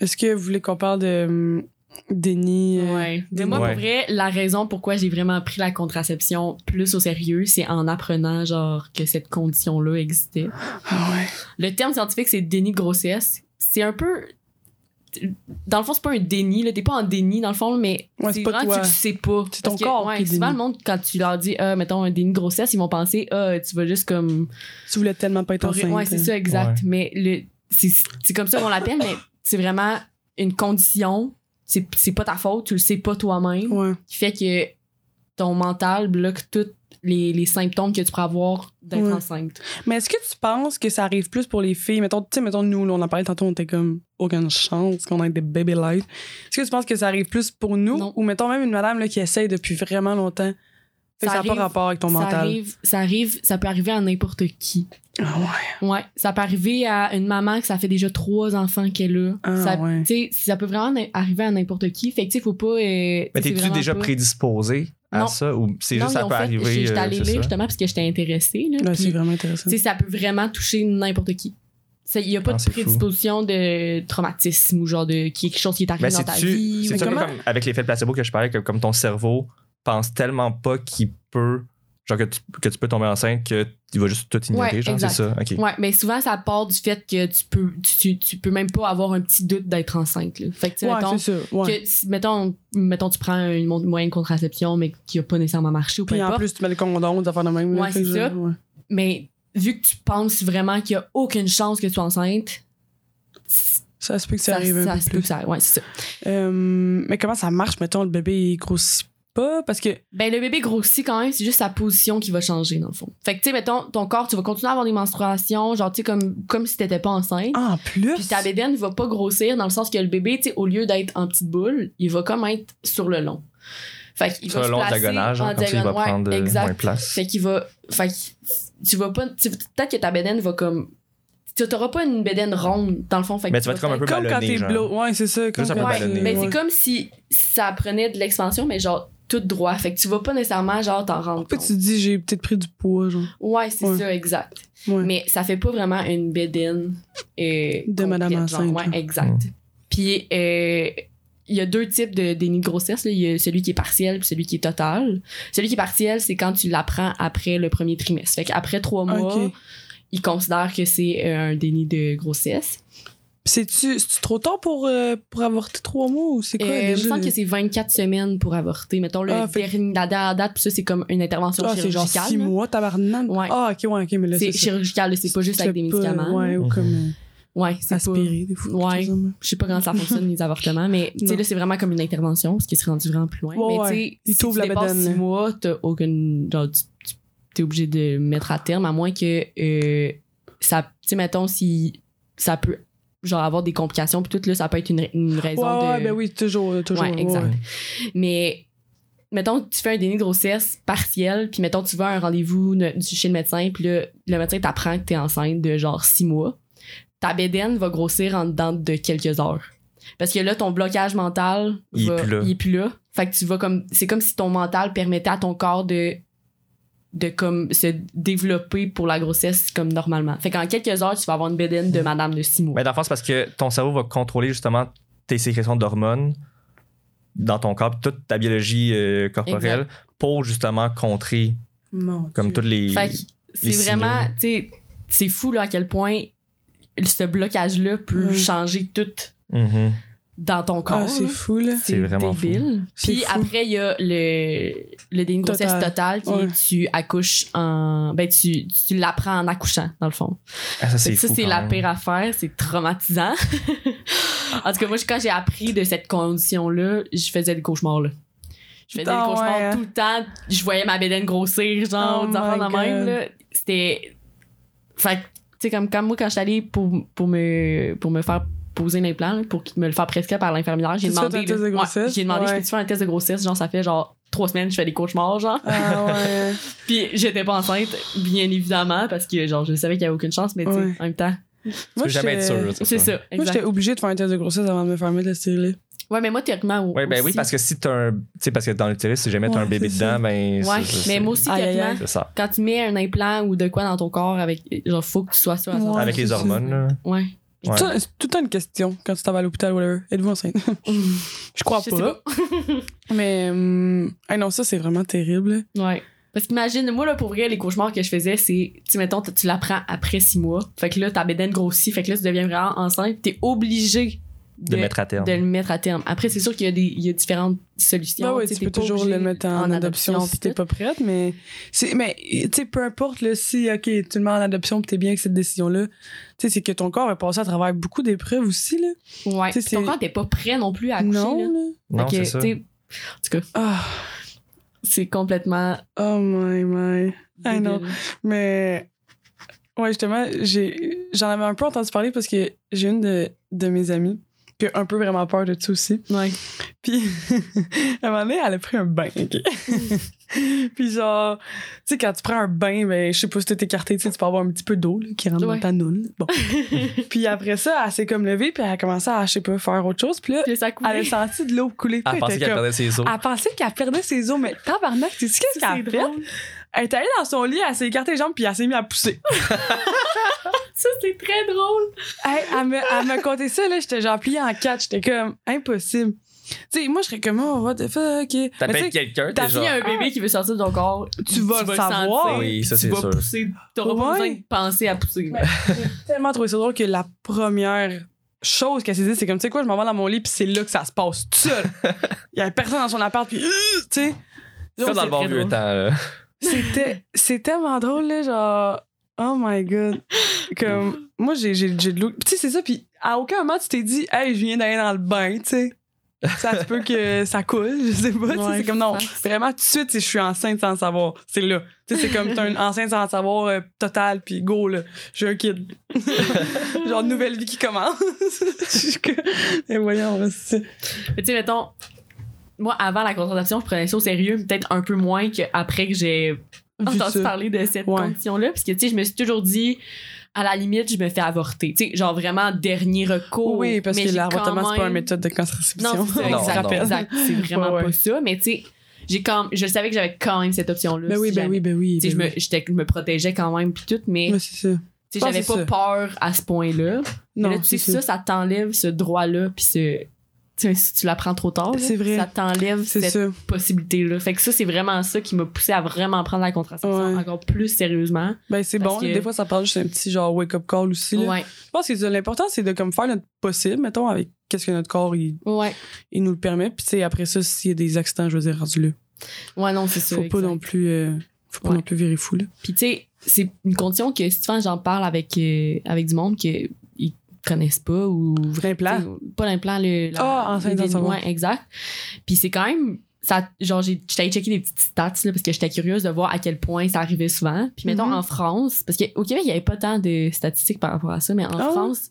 [SPEAKER 6] Est-ce que vous voulez qu'on parle de hum, déni? euh,
[SPEAKER 2] Ouais. Mais
[SPEAKER 6] déni-
[SPEAKER 2] moi,
[SPEAKER 5] Ouais.
[SPEAKER 2] pour vrai, la raison pourquoi j'ai vraiment pris la contraception plus au sérieux, c'est en apprenant, genre, que cette condition-là existait.
[SPEAKER 6] Ah ouais.
[SPEAKER 2] Le terme scientifique, c'est déni de grossesse. C'est un peu. Dans le fond, c'est pas un déni, là. T'es pas en déni, dans le fond, mais
[SPEAKER 6] Ouais,
[SPEAKER 2] c'est
[SPEAKER 6] c'est pas
[SPEAKER 2] vraiment
[SPEAKER 6] toi.
[SPEAKER 2] que tu le sais pas.
[SPEAKER 6] C'est ton
[SPEAKER 2] Parce que,
[SPEAKER 6] corps
[SPEAKER 2] ouais,
[SPEAKER 6] qui est
[SPEAKER 2] souvent,
[SPEAKER 6] déni.
[SPEAKER 2] le monde, quand tu leur dis, ah, mettons, un déni de grossesse, ils vont penser, ah, tu vas juste comme.
[SPEAKER 6] Tu voulais tellement pas être enceinte. hein.
[SPEAKER 2] Ouais, c'est ça, exact. Mais le, c'est, c'est comme ça qu'on l'appelle, mais c'est vraiment une condition. C'est, c'est pas ta faute, tu le sais pas toi-même
[SPEAKER 6] Ouais.
[SPEAKER 2] qui fait que ton mental bloque tous les, les symptômes que tu pourrais avoir d'être
[SPEAKER 6] Ouais.
[SPEAKER 2] enceinte.
[SPEAKER 6] Mais est-ce que tu penses que ça arrive plus pour les filles? Mettons, tu sais, mettons, nous, là, on en parlait tantôt, on était comme, aucune chance qu'on ait des baby light. Est-ce que tu penses que ça arrive plus pour nous?
[SPEAKER 2] Non.
[SPEAKER 6] Ou mettons, même une madame là, qui essaye depuis vraiment longtemps. Fait que ça
[SPEAKER 2] Ça
[SPEAKER 6] n'a pas
[SPEAKER 2] arrive-
[SPEAKER 6] rapport avec ton
[SPEAKER 2] ça
[SPEAKER 6] mental.
[SPEAKER 2] arrive, ça arrive, ça peut arriver à n'importe qui.
[SPEAKER 6] Ah ouais.
[SPEAKER 2] Ouais, ça peut arriver à une maman que ça fait déjà trois enfants qu'elle a.
[SPEAKER 6] Ah,
[SPEAKER 2] ça,
[SPEAKER 6] ouais.
[SPEAKER 2] tu sais, ça peut vraiment n- arriver à n'importe qui. Fait que tu sais, faut pas. euh,
[SPEAKER 5] Mais
[SPEAKER 2] c'est
[SPEAKER 5] t'es-tu
[SPEAKER 2] vraiment
[SPEAKER 5] déjà
[SPEAKER 2] pas-
[SPEAKER 5] prédisposé à
[SPEAKER 2] Non.
[SPEAKER 5] ça ou c'est
[SPEAKER 2] Non,
[SPEAKER 5] juste ça
[SPEAKER 2] mais en
[SPEAKER 5] peut
[SPEAKER 2] fait,
[SPEAKER 5] arriver?
[SPEAKER 2] j'ai- J'étais
[SPEAKER 5] euh,
[SPEAKER 2] allée
[SPEAKER 5] c'est
[SPEAKER 2] lire
[SPEAKER 5] ça?
[SPEAKER 2] justement parce que j'étais intéressée. Là,
[SPEAKER 6] Là,
[SPEAKER 2] puis-
[SPEAKER 6] c'est vraiment intéressant.
[SPEAKER 2] Tu sais, ça peut vraiment toucher n'importe qui. Il n'y a pas
[SPEAKER 5] Ah,
[SPEAKER 2] de
[SPEAKER 5] c'est fou.
[SPEAKER 2] prédisposition de traumatisme ou genre de quelque chose qui est arrivé
[SPEAKER 5] Ben,
[SPEAKER 2] dans ta
[SPEAKER 5] c'est-tu-
[SPEAKER 2] vie.
[SPEAKER 5] C'est
[SPEAKER 2] ou-
[SPEAKER 5] ça
[SPEAKER 6] comment-
[SPEAKER 5] comme avec l'effet placebo que je parlais, que comme ton cerveau pense tellement pas qu'il peut, genre que tu, que tu peux tomber enceinte que tu vas juste tout ignorer,
[SPEAKER 2] Ouais,
[SPEAKER 5] genre, c'est
[SPEAKER 2] exact.
[SPEAKER 5] ça? Ok.
[SPEAKER 2] Ouais, mais souvent, ça part du fait que tu peux, tu, tu peux même pas avoir un petit doute d'être enceinte. là. Fait que, tu sais,
[SPEAKER 6] ouais,
[SPEAKER 2] mettons,
[SPEAKER 6] c'est ça. Ouais.
[SPEAKER 2] que si- mettons, mettons, tu prends une mon- moyen de contraception, mais qui a pas nécessairement marché ou peu
[SPEAKER 6] Puis en
[SPEAKER 2] importe.
[SPEAKER 6] plus, tu mets le condom, des affaires de même. là,
[SPEAKER 2] Ouais,
[SPEAKER 6] fait que
[SPEAKER 2] c'est
[SPEAKER 6] genre,
[SPEAKER 2] ça.
[SPEAKER 6] ouais.
[SPEAKER 2] Mais vu que tu penses vraiment qu'il y a aucune chance que tu sois enceinte,
[SPEAKER 6] Ça se peut que ça,
[SPEAKER 2] ça,
[SPEAKER 6] arrive un
[SPEAKER 2] ça
[SPEAKER 6] peu
[SPEAKER 2] se peut
[SPEAKER 6] plus.
[SPEAKER 2] que ça- ouais, c'est ça.
[SPEAKER 6] Euh, mais comment ça marche, mettons, le bébé il grossit pas parce que
[SPEAKER 2] Ben, le bébé grossit quand même, c'est juste sa position qui va changer, dans le fond. Fait que, tu sais, mettons, ton corps, tu vas continuer à avoir des menstruations, genre, tu sais, comme, comme si t'étais pas enceinte.
[SPEAKER 6] en plus
[SPEAKER 2] Puis ta bédaine va pas grossir dans le sens que le bébé, tu sais, au lieu d'être en petite boule, il va comme être sur le long. Fait qu'il
[SPEAKER 5] Sur
[SPEAKER 2] va
[SPEAKER 5] le
[SPEAKER 2] se
[SPEAKER 5] long
[SPEAKER 2] placer
[SPEAKER 5] diagonal, genre,
[SPEAKER 2] en
[SPEAKER 5] comme ça, il va
[SPEAKER 2] diagonale. Ouais,
[SPEAKER 5] prendre, euh,
[SPEAKER 2] exact.
[SPEAKER 5] moins de place.
[SPEAKER 2] Fait qu'il va. Fait que tu vas pas. tu- Peut-être que ta bédaine va comme. Tu n'auras pas une bédaine ronde, dans le fond. Fait que
[SPEAKER 5] Mais tu
[SPEAKER 2] tu
[SPEAKER 5] vas
[SPEAKER 2] vas
[SPEAKER 5] être comme un peu
[SPEAKER 6] comme quand
[SPEAKER 5] ballonné,
[SPEAKER 6] t'es
[SPEAKER 5] genre.
[SPEAKER 6] blow ouais c'est ça comme
[SPEAKER 5] Juste un peu
[SPEAKER 6] quand-
[SPEAKER 2] Ouais,
[SPEAKER 5] ballonné,
[SPEAKER 2] mais
[SPEAKER 6] ouais.
[SPEAKER 2] c'est comme si ça prenait de l'expansion, mais genre tout droit. Fait que tu vas pas nécessairement genre t'en rendre
[SPEAKER 6] Puis
[SPEAKER 2] compte.
[SPEAKER 6] tu te dis j'ai peut-être pris du poids genre
[SPEAKER 2] Ouais, c'est
[SPEAKER 6] Ouais.
[SPEAKER 2] ça, exact.
[SPEAKER 6] Ouais.
[SPEAKER 2] Mais ça fait pas vraiment une bédaine. euh,
[SPEAKER 6] De madame
[SPEAKER 2] complète, genre.
[SPEAKER 6] enceinte,
[SPEAKER 2] Ouais,
[SPEAKER 6] là.
[SPEAKER 5] Mm.
[SPEAKER 2] exact. Puis euh, il y a deux types de déni de grossesse. là. Il y a celui qui est partiel puis celui qui est total. Celui qui est partiel, c'est quand tu l'apprends après le premier trimestre. Fait qu'après trois mois,
[SPEAKER 6] ok
[SPEAKER 2] ils considèrent que c'est euh, un déni de grossesse.
[SPEAKER 6] c'est tu trop tard pour euh, pour avorter trois mois ou c'est quoi
[SPEAKER 2] Euh, il me
[SPEAKER 6] déjà,
[SPEAKER 2] semble
[SPEAKER 6] le-
[SPEAKER 2] que c'est 24 semaines pour avorter. Mettons, le
[SPEAKER 6] Ah, fait-
[SPEAKER 2] dernier- la dernière date, puis ça, c'est comme une intervention
[SPEAKER 6] ah, c'est genre
[SPEAKER 2] chirurgicale.
[SPEAKER 6] six mois tabarnak
[SPEAKER 2] Ouais.
[SPEAKER 6] ah ok ouais ok mais là
[SPEAKER 2] C'est
[SPEAKER 6] ça.
[SPEAKER 2] chirurgical, là, c'est pas juste
[SPEAKER 6] Tu
[SPEAKER 2] avec des
[SPEAKER 6] fais pas,
[SPEAKER 2] médicaments.
[SPEAKER 6] ouais ou
[SPEAKER 5] Mhm.
[SPEAKER 6] comme euh,
[SPEAKER 2] Ouais, c'est pas.
[SPEAKER 6] aspirer des fois.
[SPEAKER 2] Ouais.
[SPEAKER 6] quelque chose hein. comme
[SPEAKER 2] Je sais pas comment ça fonctionne, les avortements, mais tu sais,
[SPEAKER 6] Non.
[SPEAKER 2] là, c'est vraiment comme une intervention, ce qui se rendu vraiment plus loin.
[SPEAKER 6] Ouais,
[SPEAKER 2] mais tu
[SPEAKER 6] ouais.
[SPEAKER 2] sais,
[SPEAKER 6] Il
[SPEAKER 2] si
[SPEAKER 6] t'ouvre
[SPEAKER 2] tu
[SPEAKER 6] la
[SPEAKER 2] dépasses
[SPEAKER 6] bédaine,
[SPEAKER 2] six
[SPEAKER 6] là.
[SPEAKER 2] mois, t'as aucune. Genre, tu, tu- t'es obligé de mettre à terme, à moins que. euh, ça, tu sais, mettons, si ça peut genre avoir des complications, puis tout, là, ça peut être une, une raison
[SPEAKER 6] ça. Ouais, ouais,
[SPEAKER 2] de.
[SPEAKER 6] ben oui, toujours, toujours.
[SPEAKER 2] Ouais, exact. Mais mettons, tu fais un déni de grossesse partiel, puis mettons, tu vas à un rendez-vous ne- chez le médecin, puis là, le médecin t'apprend que t'es enceinte de genre six mois. Ta bédaine va grossir en dedans de quelques heures. Parce que là, ton blocage mental,
[SPEAKER 5] Il est
[SPEAKER 2] va-
[SPEAKER 5] plus là.
[SPEAKER 2] il est plus là. Fait que tu vas comme. C'est comme si ton mental permettait à ton corps de de comme se développer pour la grossesse comme normalement. Fait qu'en quelques heures, tu vas avoir une bédaine de madame de six mois.
[SPEAKER 5] Mais Ben, dans le fond, c'est parce que ton cerveau va contrôler justement tes sécrétions d'hormones dans ton corps, puis toute ta biologie euh, corporelle, pour justement contrer
[SPEAKER 6] Mon
[SPEAKER 5] comme
[SPEAKER 6] Dieu.
[SPEAKER 5] toutes les.
[SPEAKER 2] Fait que c'est
[SPEAKER 5] signaux.
[SPEAKER 2] vraiment, tu sais, c'est fou là, à quel point ce blocage-là peut
[SPEAKER 6] Mm.
[SPEAKER 2] changer tout
[SPEAKER 5] Mhm.
[SPEAKER 2] dans ton corps.
[SPEAKER 6] Ah, c'est
[SPEAKER 2] là.
[SPEAKER 6] fou, là.
[SPEAKER 5] C'est vraiment fou.
[SPEAKER 2] débile.
[SPEAKER 6] C'est
[SPEAKER 2] Puis
[SPEAKER 6] fou.
[SPEAKER 2] après, il y a le, le déni de
[SPEAKER 6] Total.
[SPEAKER 2] grossesse totale qui est
[SPEAKER 6] Ouais.
[SPEAKER 2] tu accouches en. Ben, tu, tu l'apprends en accouchant, dans le fond.
[SPEAKER 5] Ah, ça,
[SPEAKER 2] Fait
[SPEAKER 5] c'est
[SPEAKER 2] que ça,
[SPEAKER 5] fou
[SPEAKER 2] c'est
[SPEAKER 5] quand
[SPEAKER 2] la
[SPEAKER 5] même.
[SPEAKER 2] pire affaire, c'est traumatisant. en tout cas, moi, je- quand j'ai appris de cette condition-là, je faisais des cauchemars, là. Je faisais
[SPEAKER 6] Ah
[SPEAKER 2] des cauchemars
[SPEAKER 6] ouais, hein?
[SPEAKER 2] tout le temps. Je voyais ma bédaine grossir, genre,
[SPEAKER 6] Oh
[SPEAKER 2] des affaires
[SPEAKER 6] my
[SPEAKER 2] de même,
[SPEAKER 6] God.
[SPEAKER 2] là. C'était. Fait que, tu sais, comme, comme moi, quand je suis allée pour, pour, me, pour me faire poser l'implant, là, pour me le faire prescrire par l'infirmière, j'ai
[SPEAKER 6] Tu te
[SPEAKER 2] demandé.
[SPEAKER 6] fais un test
[SPEAKER 2] là,
[SPEAKER 6] de
[SPEAKER 2] ouais,
[SPEAKER 6] grossesse?
[SPEAKER 2] j'ai demandé, je
[SPEAKER 6] Ouais.
[SPEAKER 2] peux-tu faire un test de grossesse? Genre, ça fait genre trois semaines, je fais des cauchemars, genre.
[SPEAKER 6] Ah ouais.
[SPEAKER 2] Puis j'étais pas enceinte, bien évidemment, parce que, genre, je savais qu'il y avait aucune chance, mais tu sais,
[SPEAKER 6] Ouais.
[SPEAKER 2] en même temps.
[SPEAKER 5] Tu peux jamais être sûr.
[SPEAKER 2] C'est ça,
[SPEAKER 6] Moi,
[SPEAKER 2] exact.
[SPEAKER 6] j'étais obligée de faire un test de grossesse avant de me faire mettre le stérilet.
[SPEAKER 2] Ouais, mais moi, théoriquement.
[SPEAKER 5] Oui, ben oui, parce que si t'as un. Tu sais, parce que dans l'utérus, si jamais t'as
[SPEAKER 6] Ouais,
[SPEAKER 5] un bébé
[SPEAKER 6] c'est ça.
[SPEAKER 5] dedans, ben.
[SPEAKER 2] Ouais,
[SPEAKER 5] c'est- c'est-
[SPEAKER 2] mais moi aussi,
[SPEAKER 6] Aïe, aïe, aïe.
[SPEAKER 2] théoriquement,
[SPEAKER 5] C'est ça.
[SPEAKER 2] quand tu mets un implant ou de quoi dans ton corps, avec, genre, faut que tu sois sûr à
[SPEAKER 6] Ouais.
[SPEAKER 5] Avec
[SPEAKER 6] c'est
[SPEAKER 5] les
[SPEAKER 6] ça.
[SPEAKER 5] hormones, là.
[SPEAKER 2] Ouais.
[SPEAKER 5] Ouais.
[SPEAKER 6] Ça, C'est tout le temps une question quand tu t'en vas à l'hôpital, whatever. Êtes-vous enceinte? Je crois
[SPEAKER 2] Je sais
[SPEAKER 6] pas. Mais, hum, ah non, ça, c'est vraiment terrible.
[SPEAKER 2] Ouais. Parce qu'imagine, moi, là, pour vrai, les cauchemars que je faisais, c'est, tu sais, mettons, t- tu l'apprends après six mois. Fait que là, ta bédaine grossit. Fait que là, tu deviens vraiment enceinte. T'es obligé
[SPEAKER 5] De mettre à terme.
[SPEAKER 2] de le mettre à terme. Après, c'est sûr qu'il y a, des, il y a différentes solutions.
[SPEAKER 6] Ah ouais,
[SPEAKER 2] sais,
[SPEAKER 6] tu
[SPEAKER 2] t'es
[SPEAKER 6] peux
[SPEAKER 2] pas
[SPEAKER 6] toujours
[SPEAKER 2] obligé
[SPEAKER 6] le mettre en, adoption,
[SPEAKER 2] puis
[SPEAKER 6] si t'es
[SPEAKER 2] tout.
[SPEAKER 6] pas prête, mais, c'est- mais tu sais, peu importe là, si ok, tu le mets en adoption et t'es bien avec cette décision-là, tu sais, c'est que ton corps va passer à travers beaucoup d'épreuves aussi. Là.
[SPEAKER 2] Ouais.
[SPEAKER 6] Tu sais,
[SPEAKER 2] Puis ton
[SPEAKER 6] c'est-
[SPEAKER 2] corps, t'es pas prêt non plus à accoucher.
[SPEAKER 6] Non,
[SPEAKER 2] là.
[SPEAKER 6] là.
[SPEAKER 5] Non,
[SPEAKER 2] Fait que,
[SPEAKER 5] c'est ça.
[SPEAKER 2] tu sais, En tout cas,
[SPEAKER 6] Ah,
[SPEAKER 2] c'est complètement.
[SPEAKER 6] oh my, my. Ah non.
[SPEAKER 2] débile.
[SPEAKER 6] Mais ouais, justement, j'ai j'en avais un peu entendu parler parce que j'ai une de, de mes amies qui a un peu vraiment peur de ça aussi.
[SPEAKER 2] Ouais.
[SPEAKER 6] Puis à un moment donné, elle a pris un bain. ok? Puis genre, tu sais, quand tu prends un bain, ben, je sais pas si t'es écarté, tu sais, tu peux avoir un petit peu d'eau là, qui rentre
[SPEAKER 2] Ouais.
[SPEAKER 6] dans ta noune. Bon. puis après ça, elle s'est comme levée, puis elle a commencé à, je sais pas, faire autre chose. Puis là,
[SPEAKER 2] Puis ça coulait.
[SPEAKER 6] elle a senti de l'eau couler. Puis
[SPEAKER 5] Elle
[SPEAKER 6] elle
[SPEAKER 5] pensait
[SPEAKER 6] était
[SPEAKER 5] qu'elle
[SPEAKER 6] comme-
[SPEAKER 5] perdait ses os.
[SPEAKER 6] elle pensait qu'elle perdait ses os, mais tabarnak, tu sais qu'est-ce qu'elle a
[SPEAKER 2] C'est
[SPEAKER 6] fait?
[SPEAKER 2] drôle.
[SPEAKER 6] Elle est allée dans son lit, elle s'est écartée les jambes, puis elle s'est mise à pousser.
[SPEAKER 2] Ça, c'est très drôle.
[SPEAKER 6] Hey, elle me, elle me contait ça, là, j'étais genre pliée en quatre, j'étais comme impossible. Tu sais, moi, je serais comme, oh, what the fuck, ok. Mais
[SPEAKER 5] T'appelles
[SPEAKER 6] tu sais,
[SPEAKER 5] quelqu'un,
[SPEAKER 2] T'as
[SPEAKER 5] t'es
[SPEAKER 2] mis
[SPEAKER 5] genre.
[SPEAKER 2] un bébé qui veut sortir de ton corps.
[SPEAKER 6] Ah. Tu vas le savoir.
[SPEAKER 2] sentir,
[SPEAKER 5] Oui,
[SPEAKER 2] puis
[SPEAKER 5] ça,
[SPEAKER 2] tu
[SPEAKER 5] c'est
[SPEAKER 2] vas
[SPEAKER 5] sûr.
[SPEAKER 2] pousser. T'auras
[SPEAKER 6] Ouais.
[SPEAKER 2] pas besoin de penser à pousser.
[SPEAKER 6] Ouais. j'ai tellement trouvé ça drôle que la première chose qu'elle s'est dit, c'est comme, tu sais quoi, je m'en vais dans mon lit, puis c'est là que ça se passe, tout seul. Il y avait personne dans son appart, puis, euh, tu sais.
[SPEAKER 5] C'est comme dans
[SPEAKER 2] c'est
[SPEAKER 5] le bon
[SPEAKER 2] très
[SPEAKER 5] vieux
[SPEAKER 2] drôle.
[SPEAKER 5] temps, là.
[SPEAKER 6] C'était, c'est tellement drôle, là, genre, oh my god. Comme, moi, j'ai, j'ai, j'ai de l'eau. Tu sais, c'est ça, puis à aucun moment, tu t'es dit, hey, je viens d'aller dans le bain, tu sais. Ça se peut que ça coule, je sais pas. tu sais,
[SPEAKER 2] Ouais,
[SPEAKER 6] c'est comme non,
[SPEAKER 2] je pense.
[SPEAKER 6] vraiment, tout de suite, si je suis enceinte sans le savoir, c'est là. Tu sais, c'est comme t'as une enceinte sans le savoir euh, total, puis go, là, j'ai un kid. Genre, nouvelle vie qui commence. Je suis que- Mais voyons, c'est
[SPEAKER 2] Mais tu sais, mettons, moi, avant la contraception, je prenais ça au sérieux, mais peut-être un peu moins qu'après que j'ai
[SPEAKER 6] Vu
[SPEAKER 2] entendu
[SPEAKER 6] ça.
[SPEAKER 2] parler de cette
[SPEAKER 6] Ouais.
[SPEAKER 2] condition-là. Parce que, tu sais, je me suis toujours dit, à la limite, je me fais avorter. Tu sais, genre vraiment dernier recours.
[SPEAKER 6] Oui, parce
[SPEAKER 2] mais
[SPEAKER 6] que
[SPEAKER 2] j'ai
[SPEAKER 6] l'avortement,
[SPEAKER 2] quand
[SPEAKER 6] c'est pas une
[SPEAKER 2] même-
[SPEAKER 6] méthode de contraception.
[SPEAKER 2] Non, c'est ça,
[SPEAKER 5] Non,
[SPEAKER 2] exact,
[SPEAKER 5] non.
[SPEAKER 2] exact. C'est vraiment
[SPEAKER 6] Ouais, ouais.
[SPEAKER 2] pas ça. Mais tu sais, j'ai quand je savais que j'avais quand même cette option-là.
[SPEAKER 6] Ben oui,
[SPEAKER 2] si
[SPEAKER 6] ben
[SPEAKER 2] jamais.
[SPEAKER 6] oui, ben oui.
[SPEAKER 2] Tu sais, je
[SPEAKER 6] ben
[SPEAKER 2] me,
[SPEAKER 6] oui.
[SPEAKER 2] j'étais- je me protégeais quand même, puis tout, mais
[SPEAKER 6] Mais c'est ça.
[SPEAKER 2] tu sais,
[SPEAKER 6] pense
[SPEAKER 2] j'avais
[SPEAKER 6] que
[SPEAKER 2] pas
[SPEAKER 6] c'est
[SPEAKER 2] peur à ce point-là. Mais
[SPEAKER 6] Non,
[SPEAKER 2] là, tu sais,
[SPEAKER 6] c'est
[SPEAKER 2] ça, ça t'enlève ce droit-là, puis ce... Tu sais, si tu l'apprends trop tard, là,
[SPEAKER 6] C'est vrai.
[SPEAKER 2] ça t'enlève
[SPEAKER 6] C'est
[SPEAKER 2] cette
[SPEAKER 6] ça.
[SPEAKER 2] possibilité-là. Fait que ça, c'est vraiment ça qui m'a poussé à vraiment prendre la contraception
[SPEAKER 6] Ouais.
[SPEAKER 2] encore plus sérieusement.
[SPEAKER 6] Ben, c'est
[SPEAKER 2] Parce
[SPEAKER 6] bon.
[SPEAKER 2] que-
[SPEAKER 6] Des fois, ça parle juste un petit genre wake-up call aussi. là.
[SPEAKER 2] Ouais,
[SPEAKER 6] Je pense que c'est- l'important, c'est de comme faire notre possible, mettons, avec qu'est-ce que notre corps, il,
[SPEAKER 2] ouais.
[SPEAKER 6] il nous le permet. Puis, tu sais, après ça, s'il y a des accidents, je veux dire, rendu là.
[SPEAKER 2] Ouais, non, c'est ça.
[SPEAKER 6] Faut pas
[SPEAKER 2] exact.
[SPEAKER 6] non plus. euh, Faut pas
[SPEAKER 2] Ouais.
[SPEAKER 6] non plus virer fou, là.
[SPEAKER 2] Puis tu sais, c'est une condition que souvent j'en parle avec, euh, avec du monde que ils connaissent pas ou
[SPEAKER 6] L'implant.
[SPEAKER 2] T'sais, Pas l'implant, le. la-
[SPEAKER 6] Ah, enceinte
[SPEAKER 2] le-
[SPEAKER 6] sans savoir.
[SPEAKER 2] ouais, exact. Puis c'est quand même. Ça, genre, j'ai- j'étais allée checker des petites stats là, parce que j'étais curieuse de voir à quel point ça arrivait souvent. Puis mettons
[SPEAKER 6] Mhm.
[SPEAKER 2] en France, parce qu'au Québec, il n'y avait pas tant de statistiques par rapport à ça, mais en
[SPEAKER 6] Ah ouais?
[SPEAKER 2] France,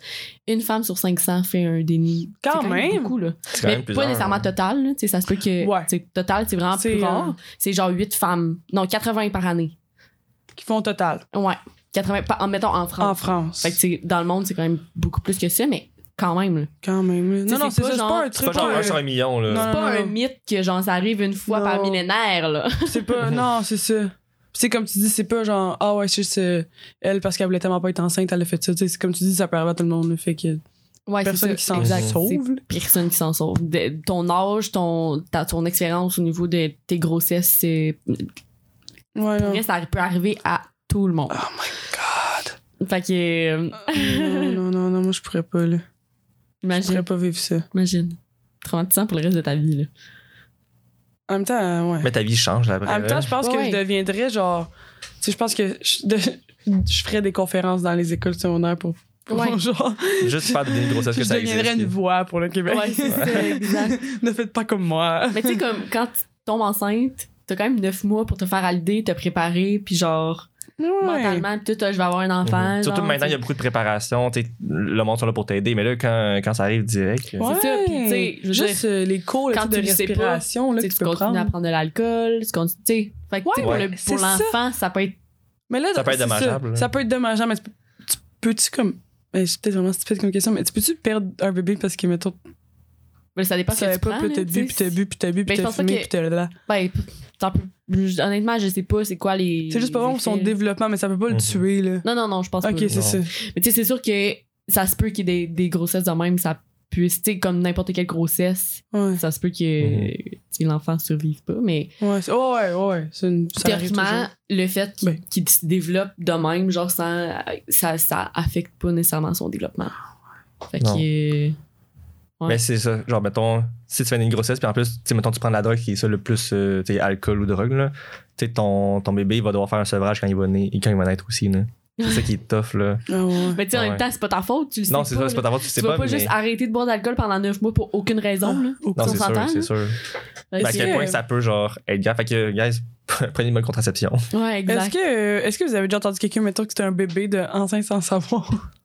[SPEAKER 2] une femme sur 500 fait un déni.
[SPEAKER 6] Quand
[SPEAKER 2] C'est
[SPEAKER 6] même!
[SPEAKER 2] beaucoup, là.
[SPEAKER 5] C'est quand
[SPEAKER 2] Mais
[SPEAKER 5] même
[SPEAKER 2] pas
[SPEAKER 5] plusieurs,
[SPEAKER 2] nécessairement
[SPEAKER 5] hein.
[SPEAKER 2] total. là, tu sais, ça se peut que.
[SPEAKER 6] Ouais.
[SPEAKER 2] tu sais, Total, c'est vraiment
[SPEAKER 6] C'est,
[SPEAKER 2] plus rare.
[SPEAKER 6] euh,
[SPEAKER 2] C'est genre 8 femmes. Non, 80 par année.
[SPEAKER 6] Qui font total.
[SPEAKER 2] Ouais. 80, par- en, mettons en France.
[SPEAKER 6] En France.
[SPEAKER 2] Ah. Fait que, tu sais, dans le monde, c'est quand même beaucoup plus que ça, mais quand même. là.
[SPEAKER 6] Quand même. là.
[SPEAKER 2] Tu sais,
[SPEAKER 6] Non, non,
[SPEAKER 2] c'est
[SPEAKER 6] c'est
[SPEAKER 2] pas
[SPEAKER 6] ça, c'est
[SPEAKER 2] genre-
[SPEAKER 6] pas un
[SPEAKER 5] C'est
[SPEAKER 6] truc.
[SPEAKER 5] pas genre
[SPEAKER 6] euh,
[SPEAKER 5] un sur un million, là.
[SPEAKER 6] Non,
[SPEAKER 2] C'est pas un
[SPEAKER 6] non.
[SPEAKER 2] mythe que genre ça arrive une fois
[SPEAKER 6] Non.
[SPEAKER 2] par millénaire là.
[SPEAKER 6] C'est pas. Non, c'est ça. Puis C'est comme tu dis, c'est pas genre, ah ouais, c'est juste euh, elle parce qu'elle voulait tellement pas être enceinte, elle a fait ça. Tu sais, C'est comme tu dis, ça peut arriver à tout le monde. là. Fait que
[SPEAKER 2] Ouais,
[SPEAKER 6] personne qui s'en
[SPEAKER 5] Exact.
[SPEAKER 6] sauve. là.
[SPEAKER 2] Personne qui s'en sauve. De- ton âge, ton ta- ton expérience au niveau de tes grossesses, c'est
[SPEAKER 6] Ouais, non.
[SPEAKER 2] ça peut arriver à tout le monde.
[SPEAKER 6] Oh God.
[SPEAKER 2] Fait que euh,
[SPEAKER 6] non, non, non, non, moi je pourrais pas, là. Je
[SPEAKER 2] imagine,
[SPEAKER 6] pourrais pas vivre ça.
[SPEAKER 2] imagine. Traumatisant pour le reste de ta vie là.
[SPEAKER 6] En même temps, euh, ouais.
[SPEAKER 5] Mais ta vie change, là, après.
[SPEAKER 6] En même temps,
[SPEAKER 5] là.
[SPEAKER 6] je pense que
[SPEAKER 2] Ouais.
[SPEAKER 6] je deviendrais genre. Tu sais, je pense que je, de- je ferais des conférences dans les écoles secondaires pour. pour
[SPEAKER 2] Ouais.
[SPEAKER 6] genre,
[SPEAKER 5] euh, Juste faire des grossesses
[SPEAKER 6] je
[SPEAKER 5] que ça
[SPEAKER 6] deviendrais
[SPEAKER 5] existe.
[SPEAKER 6] une
[SPEAKER 5] puis-
[SPEAKER 6] voix pour le Québec.
[SPEAKER 2] ça, exact.
[SPEAKER 6] ne faites pas comme moi.
[SPEAKER 2] Mais tu sais comme quand tu tombes enceinte, t'as quand même neuf mois pour te faire à l'idée, te préparer, puis genre mentalement tout, ah, je vais avoir un enfant.
[SPEAKER 5] Mhm. Surtout
[SPEAKER 2] genre,
[SPEAKER 5] maintenant,
[SPEAKER 2] tu
[SPEAKER 5] il y a beaucoup de préparation. tu sais, Le monde sont là pour t'aider. Mais là, quand, quand ça arrive direct.
[SPEAKER 6] Ouais.
[SPEAKER 2] ça, puis tu sais, je veux
[SPEAKER 6] juste euh, les cours là,
[SPEAKER 2] quand
[SPEAKER 6] tu sais,
[SPEAKER 2] tu
[SPEAKER 6] de
[SPEAKER 2] le sais pas,
[SPEAKER 6] respiration là,
[SPEAKER 2] sais,
[SPEAKER 6] que
[SPEAKER 2] tu
[SPEAKER 6] tu peux
[SPEAKER 2] continues
[SPEAKER 6] prendre.
[SPEAKER 2] à prendre de l'alcool, tu continues, tu sais. Fait que, tu sais, pour
[SPEAKER 5] Ouais,
[SPEAKER 2] le-
[SPEAKER 6] c'est
[SPEAKER 2] pour
[SPEAKER 6] ça.
[SPEAKER 2] l'enfant, ça. peut être.
[SPEAKER 6] Mais là,
[SPEAKER 5] Ça peut être
[SPEAKER 6] c'est
[SPEAKER 5] dommageable, là.
[SPEAKER 6] Ça, peut être dommageable, mais tu peux- tu peux-tu comme. mais C'est peut-être vraiment stupide comme question, mais tu peux-tu perdre un bébé parce que, mettons,
[SPEAKER 2] ben, ça dépend
[SPEAKER 6] tu
[SPEAKER 2] ce que
[SPEAKER 6] savais
[SPEAKER 2] tu
[SPEAKER 6] pas,
[SPEAKER 2] prends,
[SPEAKER 6] puis
[SPEAKER 2] là,
[SPEAKER 6] t'as bu,
[SPEAKER 2] tu
[SPEAKER 6] puis t'as
[SPEAKER 2] sais.
[SPEAKER 6] bu, puis t'as bu,
[SPEAKER 2] Ben,
[SPEAKER 6] puis
[SPEAKER 2] je
[SPEAKER 6] t'as
[SPEAKER 2] pense pas
[SPEAKER 6] fumé,
[SPEAKER 2] que-
[SPEAKER 6] puis t'as là.
[SPEAKER 2] Ben, t'en peux- je- honnêtement, je sais pas c'est quoi les.
[SPEAKER 6] C'est juste pas bon pour son
[SPEAKER 2] les-
[SPEAKER 6] développement, mais ça peut pas le
[SPEAKER 5] Mhm.
[SPEAKER 6] tuer, là.
[SPEAKER 2] Non, non, non, je pense
[SPEAKER 6] Ok,
[SPEAKER 2] pas.
[SPEAKER 6] c'est ça.
[SPEAKER 2] Mais tu sais, c'est sûr que ça se peut qu'il y ait des, des grossesses de même, ça puisse. Tu sais, comme n'importe quelle grossesse,
[SPEAKER 6] Ouais,
[SPEAKER 2] ça se peut
[SPEAKER 5] Mhm.
[SPEAKER 2] que tu sais, l'enfant survive pas, mais.
[SPEAKER 6] ouais, c'est- oh, ouais, ouais, ouais. c'est Une... Ça arrive
[SPEAKER 2] Théoriquement,
[SPEAKER 6] toujours.
[SPEAKER 2] le fait qu'il
[SPEAKER 6] Ben.
[SPEAKER 2] qu'il se développe de même, genre, ça, ça, ça affecte pas nécessairement son développement. Fait
[SPEAKER 5] Non.
[SPEAKER 2] que. Ouais.
[SPEAKER 5] Mais ben, c'est ça. Genre, mettons, si tu fais une grossesse, puis en plus, tu sais, mettons, tu prends de la drogue qui est ça le plus, euh, tu sais, alcool ou drogue, là. Tu sais, ton, ton bébé, il va devoir faire un sevrage quand il va, naître- quand il va naître aussi, là. C'est ça qui est tough, là.
[SPEAKER 6] Ah, ouais.
[SPEAKER 2] Mais Ben, tu sais, en
[SPEAKER 5] Ouais.
[SPEAKER 2] même temps, c'est pas ta faute, tu le sais.
[SPEAKER 5] Non, c'est ça, c'est pas
[SPEAKER 2] là.
[SPEAKER 5] ta faute, tu sais
[SPEAKER 2] Tu vas
[SPEAKER 5] pas,
[SPEAKER 2] pas,
[SPEAKER 5] mais-
[SPEAKER 2] juste arrêter de boire de l'alcool pendant 9 mois pour aucune raison. là.
[SPEAKER 6] Au
[SPEAKER 5] Non,
[SPEAKER 2] On
[SPEAKER 5] c'est sûr,
[SPEAKER 2] s'entend,
[SPEAKER 5] c'est
[SPEAKER 2] là.
[SPEAKER 5] sûr.
[SPEAKER 2] Ouais,
[SPEAKER 5] Mais Ben, à
[SPEAKER 2] c'est-
[SPEAKER 5] quel
[SPEAKER 6] que-
[SPEAKER 5] point ça peut, genre, être grave. Fait que, guys, prenez une bonne contraception.
[SPEAKER 2] Ouais,
[SPEAKER 6] Est-ce
[SPEAKER 2] exact.
[SPEAKER 6] que, euh, est-ce que vous avez déjà entendu quelqu'un, mettons, que c'était un bébé de enceinte sans savoir?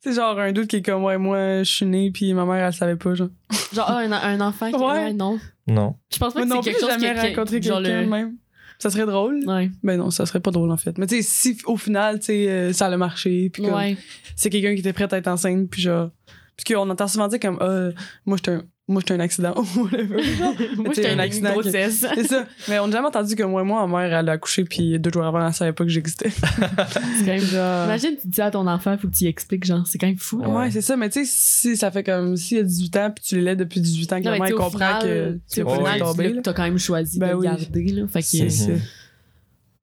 [SPEAKER 6] c'est genre un doute qui est comme, ouais, moi, je suis née, puis ma mère, elle savait pas, genre.
[SPEAKER 2] Genre, ah, un, un enfant qui.
[SPEAKER 6] Ouais.
[SPEAKER 2] Ouais, non.
[SPEAKER 5] Non.
[SPEAKER 2] Je pense pas
[SPEAKER 6] Moi
[SPEAKER 2] que
[SPEAKER 6] non
[SPEAKER 2] c'est
[SPEAKER 6] plus,
[SPEAKER 2] quelque
[SPEAKER 6] j'ai
[SPEAKER 2] chose
[SPEAKER 6] jamais
[SPEAKER 2] que- que-
[SPEAKER 6] rencontré
[SPEAKER 2] genre
[SPEAKER 6] quelqu'un,
[SPEAKER 2] le-
[SPEAKER 6] même. Ça serait drôle?
[SPEAKER 2] Ouais.
[SPEAKER 6] Ben non, ça serait pas drôle, en fait. Mais tu sais, si au final, tu sais, euh, ça a marché, puis comme,
[SPEAKER 2] Ouais.
[SPEAKER 6] c'est quelqu'un qui était prêt à être enceinte, puis genre. Puis qu'on entend souvent dire comme, ah, moi, j'étais un. Moi, j'étais un accident. ou whatever.
[SPEAKER 2] Moi,
[SPEAKER 6] Mais
[SPEAKER 2] j'étais
[SPEAKER 6] t'sais,
[SPEAKER 2] un
[SPEAKER 6] un
[SPEAKER 2] accident.
[SPEAKER 6] accident qui-
[SPEAKER 2] grossesse.
[SPEAKER 6] c'est ça. Mais on n'a jamais entendu que moi, moi, ma mère, elle a accouché, puis deux jours avant, elle savait pas que j'existais.
[SPEAKER 2] C'est quand même-
[SPEAKER 6] Genre-
[SPEAKER 2] Imagine, tu dis à ton enfant, faut que tu y expliques, genre, c'est quand même fou.
[SPEAKER 6] Ouais, c'est ça, mais tu sais, si ça fait comme s'il y a 18 ans, puis tu l'élèves depuis 18 ans, que
[SPEAKER 2] Non,
[SPEAKER 6] la
[SPEAKER 2] mais
[SPEAKER 6] mère
[SPEAKER 2] tu sais, au
[SPEAKER 6] comprend
[SPEAKER 2] final,
[SPEAKER 6] que
[SPEAKER 2] tu sais, au
[SPEAKER 5] Ouais,
[SPEAKER 2] final,
[SPEAKER 5] ouais.
[SPEAKER 2] tu l'as- t'as quand même choisi de
[SPEAKER 6] Ben
[SPEAKER 2] le
[SPEAKER 6] oui.
[SPEAKER 2] garder, là. Fait
[SPEAKER 6] C'est
[SPEAKER 2] que.
[SPEAKER 6] ça.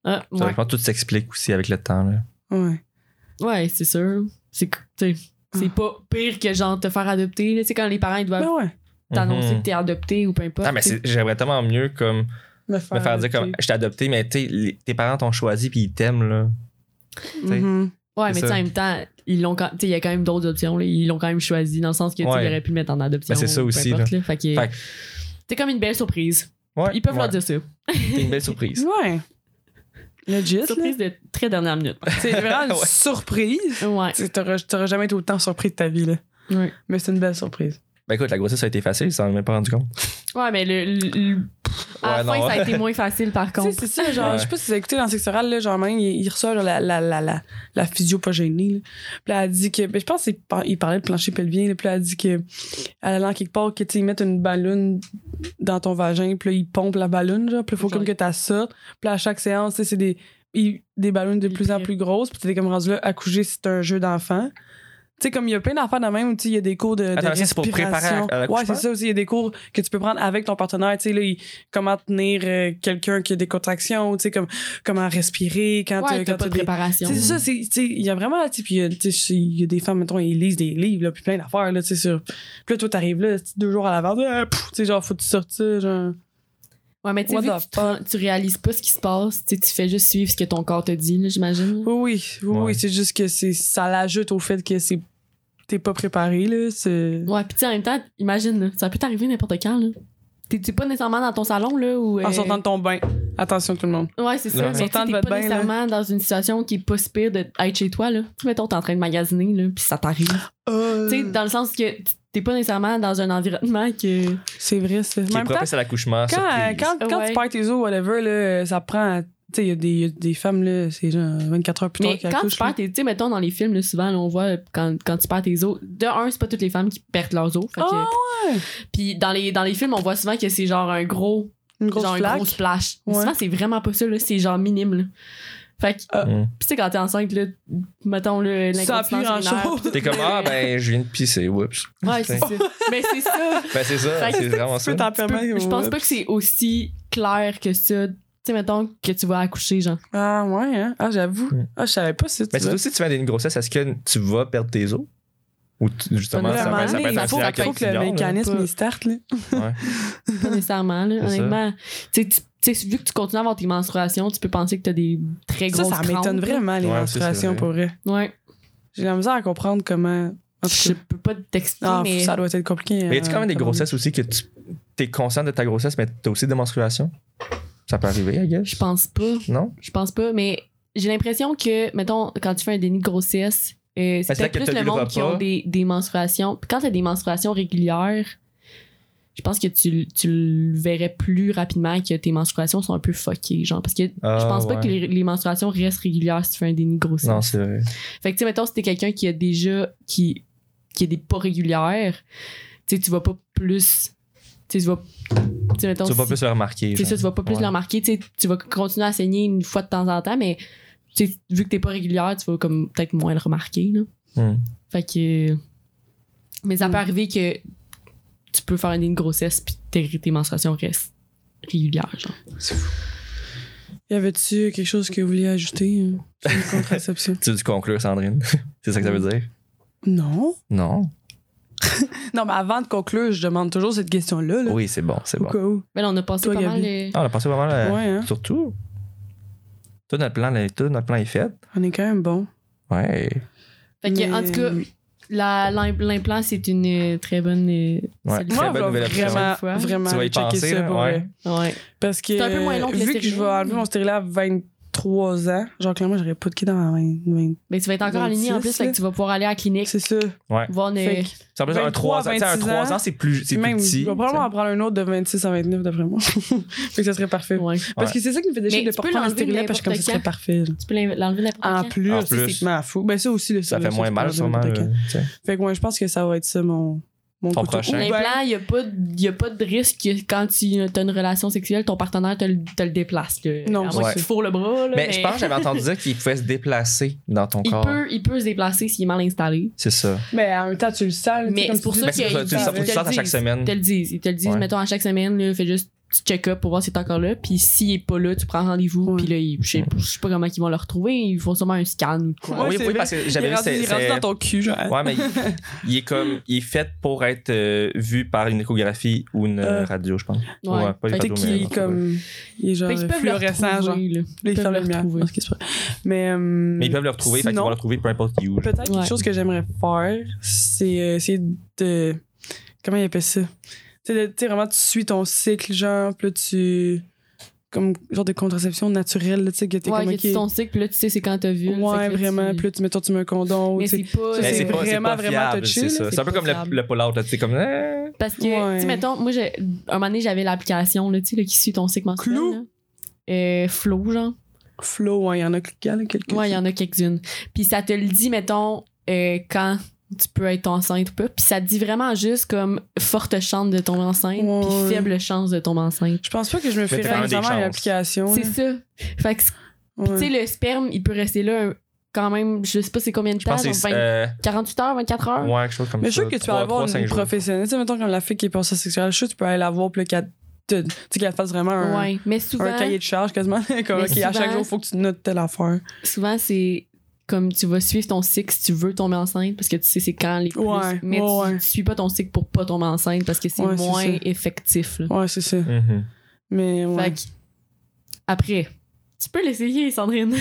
[SPEAKER 2] Ah,
[SPEAKER 5] Mhm. Ça,
[SPEAKER 2] ouais.
[SPEAKER 5] Je pense que tout s'explique aussi avec le temps, là.
[SPEAKER 6] Ouais.
[SPEAKER 2] Ouais, c'est sûr. C'est que, tu sais, c'est pas pire que genre te faire adopter. là. Tu sais, quand les parents ils doivent
[SPEAKER 6] Ben ouais.
[SPEAKER 2] t'annoncer
[SPEAKER 5] Mhm.
[SPEAKER 2] que t'es adopté ou peu importe.
[SPEAKER 5] Ah, mais c'est- j'aimerais tellement mieux, comme,
[SPEAKER 6] Me
[SPEAKER 5] me faire dire, comme, je t'ai adopté, mais tu sais, les- tes parents t'ont choisi, puis ils t'aiment, là.
[SPEAKER 6] Mhm.
[SPEAKER 2] Ouais, mais
[SPEAKER 5] C'est
[SPEAKER 2] tu sais, en
[SPEAKER 5] ça.
[SPEAKER 2] même temps, ils l'ont quand- tu sais, il y a quand même d'autres options là. ils l'ont quand même choisi dans le sens que tu sais,
[SPEAKER 5] Ouais.
[SPEAKER 2] ils auraient pu le mettre en adoption
[SPEAKER 5] Ben, c'est ça
[SPEAKER 2] peu
[SPEAKER 5] aussi,
[SPEAKER 2] importe, là. fait que
[SPEAKER 5] Fait que-
[SPEAKER 2] c'est comme une belle surprise
[SPEAKER 5] Ouais,
[SPEAKER 2] ils peuvent
[SPEAKER 5] ouais.
[SPEAKER 2] leur dire ça
[SPEAKER 5] C'est une belle surprise.
[SPEAKER 6] Ouais. Legit, là.
[SPEAKER 2] surprise de très dernière minute
[SPEAKER 6] C'est vraiment une
[SPEAKER 5] Ouais.
[SPEAKER 6] surprise.
[SPEAKER 2] ouais
[SPEAKER 6] Tu sais, T'aurais t'aurais jamais été autant surpris de ta vie, là.
[SPEAKER 2] ouais,
[SPEAKER 6] Mais c'est une belle surprise.
[SPEAKER 5] Ben écoute, la grossesse a été facile, ça m'en même pas rendu compte.
[SPEAKER 2] Ouais, mais le, le- le- à la
[SPEAKER 5] Ouais,
[SPEAKER 2] fin
[SPEAKER 5] non.
[SPEAKER 2] ça a été moins facile par
[SPEAKER 6] Tu sais,
[SPEAKER 2] contre
[SPEAKER 6] c'est ça, genre,
[SPEAKER 5] Ouais.
[SPEAKER 6] je sais pas si vous avez écouté dans Sexe Oral, là, genre, même, il, il reçoit genre, la, la, la, la, la physio pas gênée, là. Puis là, elle dit que, ben, je pense qu'il par- il parlait de plancher pelvien, là, puis là, elle dit que, elle allait en quelque part, que, tu sais, ils mettent une ballonne dans ton vagin, puis là, ils pompent la ballonne, genre, puis il faut
[SPEAKER 2] Genre.
[SPEAKER 6] comme que t'as ça. Puis là, à chaque séance, tu sais, c'est des, ils- des ballons de
[SPEAKER 2] Des
[SPEAKER 6] plus en
[SPEAKER 2] prix.
[SPEAKER 6] plus grosses, puis t'es comme rendu là, accoucher, c'est un jeu d'enfant. Tu sais, comme il y a plein d'enfants de même, où, tu sais, il y a des cours de, de
[SPEAKER 5] Attends, mais ça, c'est pour préparer à- à
[SPEAKER 6] respiration.
[SPEAKER 5] l'accouchement?
[SPEAKER 6] ouais, c'est ça aussi, il y a des cours que tu peux prendre avec ton partenaire, tu sais, là, il- comment tenir euh, quelqu'un qui a des contractions, tu sais, comme, comment respirer quand
[SPEAKER 2] ouais
[SPEAKER 6] euh,
[SPEAKER 2] t'as
[SPEAKER 6] quand
[SPEAKER 2] pas de
[SPEAKER 6] des-
[SPEAKER 2] préparation
[SPEAKER 6] Tu sais, ça, c'est, tu sais, il y a vraiment, tu sais, puis il y a- tu sais, il y a des femmes, mettons, ils lisent des livres, là, puis plein d'affaires, là, tu sais, sur. Puis là, toi, t'arrives là, tu sais, deux jours à l'avance, ah, pff, tu sais, genre, faut-tu sortir, genre.
[SPEAKER 2] ouais mais tu sais
[SPEAKER 6] What
[SPEAKER 2] vu
[SPEAKER 6] the
[SPEAKER 2] que tu, te rends- tu réalises pas ce qui se passe tu sais, tu fais juste suivre ce que ton corps te dit là, j'imagine
[SPEAKER 6] Oui, oui, oui,
[SPEAKER 5] Ouais.
[SPEAKER 6] oui, c'est juste que c'est, ça l'ajoute au fait que c'est, t'es pas préparé, là, c'est.
[SPEAKER 2] ouais puis tu sais, en même temps imagine là, ça peut t'arriver n'importe quand là t'es t'es pas nécessairement dans ton salon là ou
[SPEAKER 6] En
[SPEAKER 2] euh,
[SPEAKER 6] sortant de Ah, ton bain. Attention, tout le monde.
[SPEAKER 2] Ouais, c'est ça.
[SPEAKER 5] Là.
[SPEAKER 2] Mais tu
[SPEAKER 6] Sortant
[SPEAKER 2] sais,
[SPEAKER 6] de
[SPEAKER 2] t'es
[SPEAKER 6] votre
[SPEAKER 2] pas
[SPEAKER 6] bain, là.
[SPEAKER 2] nécessairement dans une situation qui est pas si pire d'être chez toi, là. Tu sais, mettons, t'es en train de magasiner, là, puis ça t'arrive. Tu sais, dans le sens que t'es pas nécessairement dans un environnement que...
[SPEAKER 6] c'est vrai, c'est.
[SPEAKER 5] Qui est propice à l'accouchement.
[SPEAKER 6] Quand,
[SPEAKER 2] euh,
[SPEAKER 6] euh,
[SPEAKER 5] surprise.
[SPEAKER 6] quand, quand
[SPEAKER 2] Ouais.
[SPEAKER 6] tu perds tes os, whatever, là, ça prend. Tu sais, il y a des- il y, a des femmes, là, c'est genre 24 heures plus tard
[SPEAKER 2] Mais
[SPEAKER 6] qu'elles
[SPEAKER 2] quand tu
[SPEAKER 6] accouchent,
[SPEAKER 2] perds tes... Tu sais, mettons, dans les films, là, souvent, là, on voit euh, quand, quand tu perds tes os... De un, c'est pas toutes les femmes qui perdent leurs os. Fait que-
[SPEAKER 6] Ah ouais!
[SPEAKER 2] Puis dans les, dans les films, on voit souvent que c'est genre un gros...
[SPEAKER 6] Une grosse
[SPEAKER 2] genre un
[SPEAKER 6] flaque.
[SPEAKER 2] gros splash. Mais
[SPEAKER 6] Ouais.
[SPEAKER 2] Souvent, c'est vraiment pas ça, là. C'est genre minime, là. Fait que...
[SPEAKER 6] Ah.
[SPEAKER 5] Mm.
[SPEAKER 2] Puis tu sais, quand t'es enceinte, là, mettons, là,
[SPEAKER 6] Ça pue en
[SPEAKER 2] l'incontinence urinaire,
[SPEAKER 6] chaud.
[SPEAKER 5] T'es comme, ah ben, je viens de pisser, whoops.
[SPEAKER 2] Ouais, c'est ça. Mais c'est ça.
[SPEAKER 5] Ben c'est ça,
[SPEAKER 2] Fait que
[SPEAKER 5] c'est vraiment ça.
[SPEAKER 6] t'en
[SPEAKER 2] Tu peux-
[SPEAKER 6] permettre,
[SPEAKER 2] je
[SPEAKER 6] ouais.
[SPEAKER 2] pense pas que c'est aussi clair que ça. Tu sais, mettons que tu vas accoucher, genre.
[SPEAKER 6] Ah ouais, hein? Ah, j'avoue.
[SPEAKER 5] Mm.
[SPEAKER 6] Ah, je savais pas si
[SPEAKER 5] Mais
[SPEAKER 6] tu
[SPEAKER 5] c'est aussi si tu viens d'une grossesse, est-ce que tu vas perdre tes os? Ou tu- justement, ça
[SPEAKER 2] Vraiment,
[SPEAKER 5] peut, ça peut
[SPEAKER 2] mais
[SPEAKER 5] être
[SPEAKER 2] il
[SPEAKER 5] un
[SPEAKER 2] faut-
[SPEAKER 5] signal
[SPEAKER 2] il
[SPEAKER 6] faut que le
[SPEAKER 5] signal, là.
[SPEAKER 6] mécanisme
[SPEAKER 2] Pas-
[SPEAKER 6] il starte, là.
[SPEAKER 2] Pas nécessairement, là.
[SPEAKER 5] C'est ça.
[SPEAKER 2] Honnêtement, tu sais, tu- tu sais, vu que tu continues à avoir tes menstruations, tu peux penser que t'as des très
[SPEAKER 6] Ça,
[SPEAKER 2] grosses
[SPEAKER 6] ça m'étonne
[SPEAKER 2] crampes,
[SPEAKER 6] vraiment, les
[SPEAKER 5] Ouais, ça, c'est
[SPEAKER 6] menstruations,
[SPEAKER 5] vrai.
[SPEAKER 6] pour vrai.
[SPEAKER 2] là. Ouais.
[SPEAKER 6] J'ai la misère à comprendre comment. En tout
[SPEAKER 2] Je
[SPEAKER 6] cas,
[SPEAKER 2] peux pas t'expliquer,
[SPEAKER 6] ah,
[SPEAKER 2] mais...
[SPEAKER 6] ça doit être compliqué.
[SPEAKER 5] Mais y a-tu
[SPEAKER 6] euh,
[SPEAKER 5] quand même des
[SPEAKER 6] comme-
[SPEAKER 5] grossesses aussi que tu t'es consciente de ta grossesse, mais t'as aussi des menstruations? Ça peut arriver, I guess.
[SPEAKER 2] Je pense pas.
[SPEAKER 5] Non?
[SPEAKER 2] Je pense pas, mais j'ai l'impression que, mettons, quand tu fais un déni de grossesse, euh,
[SPEAKER 5] Ben,
[SPEAKER 2] c'est
[SPEAKER 5] c'est là
[SPEAKER 2] peut-être
[SPEAKER 5] que
[SPEAKER 2] plus
[SPEAKER 5] t'as
[SPEAKER 2] le
[SPEAKER 5] vu le
[SPEAKER 2] monde qui
[SPEAKER 5] repas.
[SPEAKER 2] ont des, des menstruations. Puis quand t'as des menstruations régulières, je pense que tu, l- tu le verrais plus rapidement que tes menstruations sont un peu fuckées, genre. Parce que je pense pas que les, les menstruations restent régulières si tu fais un déni de grossesse.
[SPEAKER 5] Ah, Non, c'est vrai.
[SPEAKER 2] Fait que, tu sais, mettons, si t'es quelqu'un qui a déjà. qui, qui a des pas régulières, tu sais, tu vas pas plus. Tu sais, tu vas. Tu sais, mettons.
[SPEAKER 5] Tu vas pas
[SPEAKER 2] si-
[SPEAKER 5] plus le remarquer.
[SPEAKER 2] c'est
[SPEAKER 5] genre.
[SPEAKER 2] ça, tu vas pas plus
[SPEAKER 5] Ouais.
[SPEAKER 2] le remarquer. Tu sais, tu vas continuer à saigner une fois de temps en temps, mais tu sais, vu que t'es pas régulière, tu vas comme peut-être moins le remarquer. Là.
[SPEAKER 5] Hmm.
[SPEAKER 2] Fait que. Mais ça
[SPEAKER 6] Hmm.
[SPEAKER 2] peut arriver que tu peux faire une grossesse puis tes, tes menstruations restent régulières. Genre.
[SPEAKER 6] Y avait-tu quelque chose que vous vouliez ajouter? euh, sur les contraceptions?
[SPEAKER 5] Tu veux du conclure, Sandrine? c'est ça que ça veut dire?
[SPEAKER 6] Non.
[SPEAKER 5] Non?
[SPEAKER 6] Non, mais avant de conclure, je demande toujours cette question-là. Là,
[SPEAKER 5] Oui, c'est bon, c'est
[SPEAKER 6] Au
[SPEAKER 5] bon.
[SPEAKER 6] cas où.
[SPEAKER 2] Mais là, Ben, on a passé
[SPEAKER 6] Toi,
[SPEAKER 2] pas mal.
[SPEAKER 6] Gabi?
[SPEAKER 2] euh,
[SPEAKER 5] Ah, on a pensé vraiment à...
[SPEAKER 6] Ouais, hein?
[SPEAKER 5] Surtout. Tout notre plan, là, tout notre plan est fait.
[SPEAKER 6] On est quand même bon.
[SPEAKER 5] Ouais.
[SPEAKER 2] Fait que, en tout cas, la- l'im- l'implant, c'est une euh, très bonne. euh,
[SPEAKER 5] Ouais.
[SPEAKER 2] solution.
[SPEAKER 6] moi,
[SPEAKER 5] bonne
[SPEAKER 6] je
[SPEAKER 5] nouvelle
[SPEAKER 6] vais
[SPEAKER 5] option.
[SPEAKER 6] vraiment,
[SPEAKER 2] Une fois.
[SPEAKER 6] vraiment
[SPEAKER 5] Tu vas y
[SPEAKER 6] aller checker
[SPEAKER 5] penser,
[SPEAKER 6] ça
[SPEAKER 5] là,
[SPEAKER 6] pour
[SPEAKER 5] ouais.
[SPEAKER 6] vrai.
[SPEAKER 2] Ouais.
[SPEAKER 6] Parce que
[SPEAKER 2] C'est un peu moins long que le
[SPEAKER 6] vu que je
[SPEAKER 2] stérilet.
[SPEAKER 6] vais enlever mon stérilet à 23 ans, genre clairement, j'aurais pas de kid dans la main. main-
[SPEAKER 2] Mais ben, tu vas être encore aligné en plus,
[SPEAKER 6] 26,
[SPEAKER 2] fait que tu vas pouvoir aller à la clinique,
[SPEAKER 6] C'est ça.
[SPEAKER 2] voir euh, une-
[SPEAKER 6] Fait que-
[SPEAKER 5] Ça peut être un
[SPEAKER 6] 23,
[SPEAKER 5] 3 ans. Tu sais, un
[SPEAKER 6] 26
[SPEAKER 5] 3 ans, c'est plus, c'est plus
[SPEAKER 6] même,
[SPEAKER 5] petit.
[SPEAKER 6] je vais probablement en prendre un autre de 26 à 29, d'après moi. fait que ça serait parfait.
[SPEAKER 2] Ouais.
[SPEAKER 6] Parce que c'est ça qui me fait des
[SPEAKER 2] Mais
[SPEAKER 6] chier de
[SPEAKER 2] tu
[SPEAKER 6] pas
[SPEAKER 2] peux
[SPEAKER 6] prendre le
[SPEAKER 2] l'enlever
[SPEAKER 6] stérilet parce que comme ça,
[SPEAKER 2] n'importe
[SPEAKER 6] ça serait parfait.
[SPEAKER 2] quand.
[SPEAKER 6] là.
[SPEAKER 2] Tu peux l'en- l'enlever n'importe
[SPEAKER 6] En
[SPEAKER 2] quand.
[SPEAKER 6] plus,
[SPEAKER 5] En
[SPEAKER 6] c'est
[SPEAKER 5] plus.
[SPEAKER 6] complètement fou. Ben, ça aussi, le
[SPEAKER 5] Ça fait
[SPEAKER 6] stérilet,
[SPEAKER 5] moins
[SPEAKER 6] tu
[SPEAKER 5] mal,
[SPEAKER 6] peux
[SPEAKER 5] sûrement.
[SPEAKER 6] l'enlever n'importe
[SPEAKER 5] là, tu sais.
[SPEAKER 6] quand. Fait que moi, je pense que ça va être ça, mon. Mon
[SPEAKER 5] Ton
[SPEAKER 6] couteau.
[SPEAKER 5] prochain.
[SPEAKER 6] Ou ben,
[SPEAKER 2] L'implant, il n'y a, pas de- y a pas de risque que quand tu as une relation sexuelle, ton partenaire te, le- te le déplace. là.
[SPEAKER 6] Non,
[SPEAKER 2] à moins
[SPEAKER 5] Ouais.
[SPEAKER 2] que tu fourres le bras. là,
[SPEAKER 5] Mais je pense que j'avais entendu dire qu'il pouvait se déplacer dans ton
[SPEAKER 2] il
[SPEAKER 5] corps.
[SPEAKER 2] peut, il peut se déplacer s'il est mal installé.
[SPEAKER 5] C'est ça.
[SPEAKER 6] Mais en même temps, tu le sens.
[SPEAKER 2] Mais c'est pour ça
[SPEAKER 5] Ben, c'est
[SPEAKER 2] qu'il
[SPEAKER 5] pour ça, tu le sors- faut que tu le sortes à chaque
[SPEAKER 2] Ils
[SPEAKER 5] semaine.
[SPEAKER 2] te le disent. Ils te le disent,
[SPEAKER 5] Mm. Ouais.
[SPEAKER 2] mettons, à chaque semaine, là, fais juste petit check-up pour voir s'il est encore là. Puis s'il est pas là, tu prends rendez-vous.
[SPEAKER 6] Ouais.
[SPEAKER 2] Puis là, ils- je sais je sais pas comment ils vont le retrouver. Ils font sûrement un scan ou de quoi.
[SPEAKER 6] Ouais,
[SPEAKER 5] oui,
[SPEAKER 6] c'est
[SPEAKER 5] oui,
[SPEAKER 6] vrai.
[SPEAKER 5] parce que
[SPEAKER 6] Il
[SPEAKER 5] j'avais
[SPEAKER 6] est
[SPEAKER 5] vu.
[SPEAKER 6] rendu,
[SPEAKER 5] c'est-
[SPEAKER 6] il est rendu
[SPEAKER 5] c'est-
[SPEAKER 6] dans ton cul, genre.
[SPEAKER 5] Ouais, mais il, il est comme. Il est fait pour être euh, vu par une échographie ou une euh,
[SPEAKER 6] Euh,
[SPEAKER 5] radio, je pense.
[SPEAKER 2] Ouais.
[SPEAKER 5] Ouais, pas
[SPEAKER 2] Fait
[SPEAKER 5] les
[SPEAKER 6] Fait
[SPEAKER 5] Pardon,
[SPEAKER 6] qu'il
[SPEAKER 5] mais-
[SPEAKER 6] est comme. Il est genre
[SPEAKER 2] Fait qu'ils peuvent le
[SPEAKER 6] fluorescent, genre.
[SPEAKER 2] retrouver,
[SPEAKER 6] Là,
[SPEAKER 2] là.
[SPEAKER 6] il
[SPEAKER 2] peuvent
[SPEAKER 6] ferme
[SPEAKER 2] le
[SPEAKER 6] la lumière.
[SPEAKER 2] retrouver.
[SPEAKER 6] Parce qu'il se fait- Mais. euh,
[SPEAKER 5] Mais ils peuvent le retrouver, fait qu'ils
[SPEAKER 6] sinon-
[SPEAKER 5] vont le retrouver peu importe qui où. genre.
[SPEAKER 6] Peut-être quelque
[SPEAKER 2] Ouais.
[SPEAKER 6] chose que j'aimerais faire, c'est euh, essayer de. Comment il appelle ça? Tu sais, de- tu sais, vraiment, tu suis ton cycle, genre, puis là, tu. Comme genre de contraception naturelle, là, tu sais, que t'es
[SPEAKER 2] Ouais,
[SPEAKER 6] comme.
[SPEAKER 2] que tu
[SPEAKER 6] ok,
[SPEAKER 2] ton cycle, puis là, tu sais, c'est quand t'as vu.
[SPEAKER 6] ouais, vraiment, puis là, tu mets toi, tu mets un condom,
[SPEAKER 2] Mais
[SPEAKER 6] tu sais.
[SPEAKER 2] c'est pas.
[SPEAKER 6] ça,
[SPEAKER 5] Mais
[SPEAKER 6] c'est
[SPEAKER 5] c'est pas, c'est
[SPEAKER 6] vraiment,
[SPEAKER 5] pas
[SPEAKER 6] vraiment
[SPEAKER 5] fiable,
[SPEAKER 6] touché,
[SPEAKER 5] c'est
[SPEAKER 6] là,
[SPEAKER 5] ça.
[SPEAKER 2] c'est
[SPEAKER 5] C'est un peu
[SPEAKER 2] pas
[SPEAKER 5] comme le,
[SPEAKER 2] fiable.
[SPEAKER 5] le pull-out, là, tu sais, comme. euh,
[SPEAKER 2] Parce que,
[SPEAKER 6] Ouais.
[SPEAKER 2] tu sais, mettons, moi, j'ai, un moment donné, j'avais l'application, là, tu sais, là, qui suit ton cycle menstruel.
[SPEAKER 6] Clou?
[SPEAKER 2] là. Euh, Flow, genre.
[SPEAKER 6] Flow, ouais, il y en a quelques- il y en a quelques.
[SPEAKER 2] Ouais, il y en a quelques-unes. Puis ça te le dit, mettons, euh, quand tu peux être enceinte ou pas. Puis ça te dit vraiment juste comme forte chance de tomber enceinte,
[SPEAKER 6] Ouais, ouais.
[SPEAKER 2] puis faible chance de tomber enceinte.
[SPEAKER 6] Je pense pas que je me
[SPEAKER 5] t'as quand
[SPEAKER 6] ferais
[SPEAKER 5] même des
[SPEAKER 6] nécessairement à
[SPEAKER 5] chances.
[SPEAKER 6] l'application.
[SPEAKER 2] C'est
[SPEAKER 6] là.
[SPEAKER 2] ça. Fait que,
[SPEAKER 6] Ouais.
[SPEAKER 2] tu sais, le sperme, il peut rester là un- quand même, je sais pas c'est combien de
[SPEAKER 5] Je
[SPEAKER 2] temps,
[SPEAKER 5] pense que c'est.
[SPEAKER 2] genre, vingt-
[SPEAKER 5] euh,
[SPEAKER 2] 48 heures, 24 heures.
[SPEAKER 5] Ouais, quelque chose comme
[SPEAKER 6] Mais je
[SPEAKER 5] ça.
[SPEAKER 6] suis sûr que tu vas
[SPEAKER 5] Trois-
[SPEAKER 6] avoir
[SPEAKER 5] trois, cinq
[SPEAKER 6] une
[SPEAKER 5] jours.
[SPEAKER 6] professionnelle. Tu sais, mettons, comme la fille qui est pensée sexuelle, je suis sûr que tu peux aller la voir, puis là, qu'elle te- tu sais, qu'elle te fasse vraiment un.
[SPEAKER 2] Ouais, mais souvent,
[SPEAKER 6] un cahier de charge quasiment. comme,
[SPEAKER 2] Mais
[SPEAKER 6] ok, à chaque
[SPEAKER 2] souvent-
[SPEAKER 6] jour, faut que tu notes telle affaire.
[SPEAKER 2] souvent c'est comme tu vas suivre ton cycle si tu veux tomber enceinte parce que tu sais c'est quand les plus
[SPEAKER 6] Ouais,
[SPEAKER 2] mais
[SPEAKER 6] ouais,
[SPEAKER 2] tu,
[SPEAKER 6] ouais.
[SPEAKER 2] tu suis pas ton cycle pour pas tomber enceinte parce que c'est
[SPEAKER 6] Ouais, c'est
[SPEAKER 2] moins
[SPEAKER 6] ça.
[SPEAKER 2] effectif. là.
[SPEAKER 6] Ouais, c'est ça.
[SPEAKER 5] Mhm.
[SPEAKER 6] Mais
[SPEAKER 2] Fait
[SPEAKER 6] ouais.
[SPEAKER 2] que, après, tu peux l'essayer Sandrine.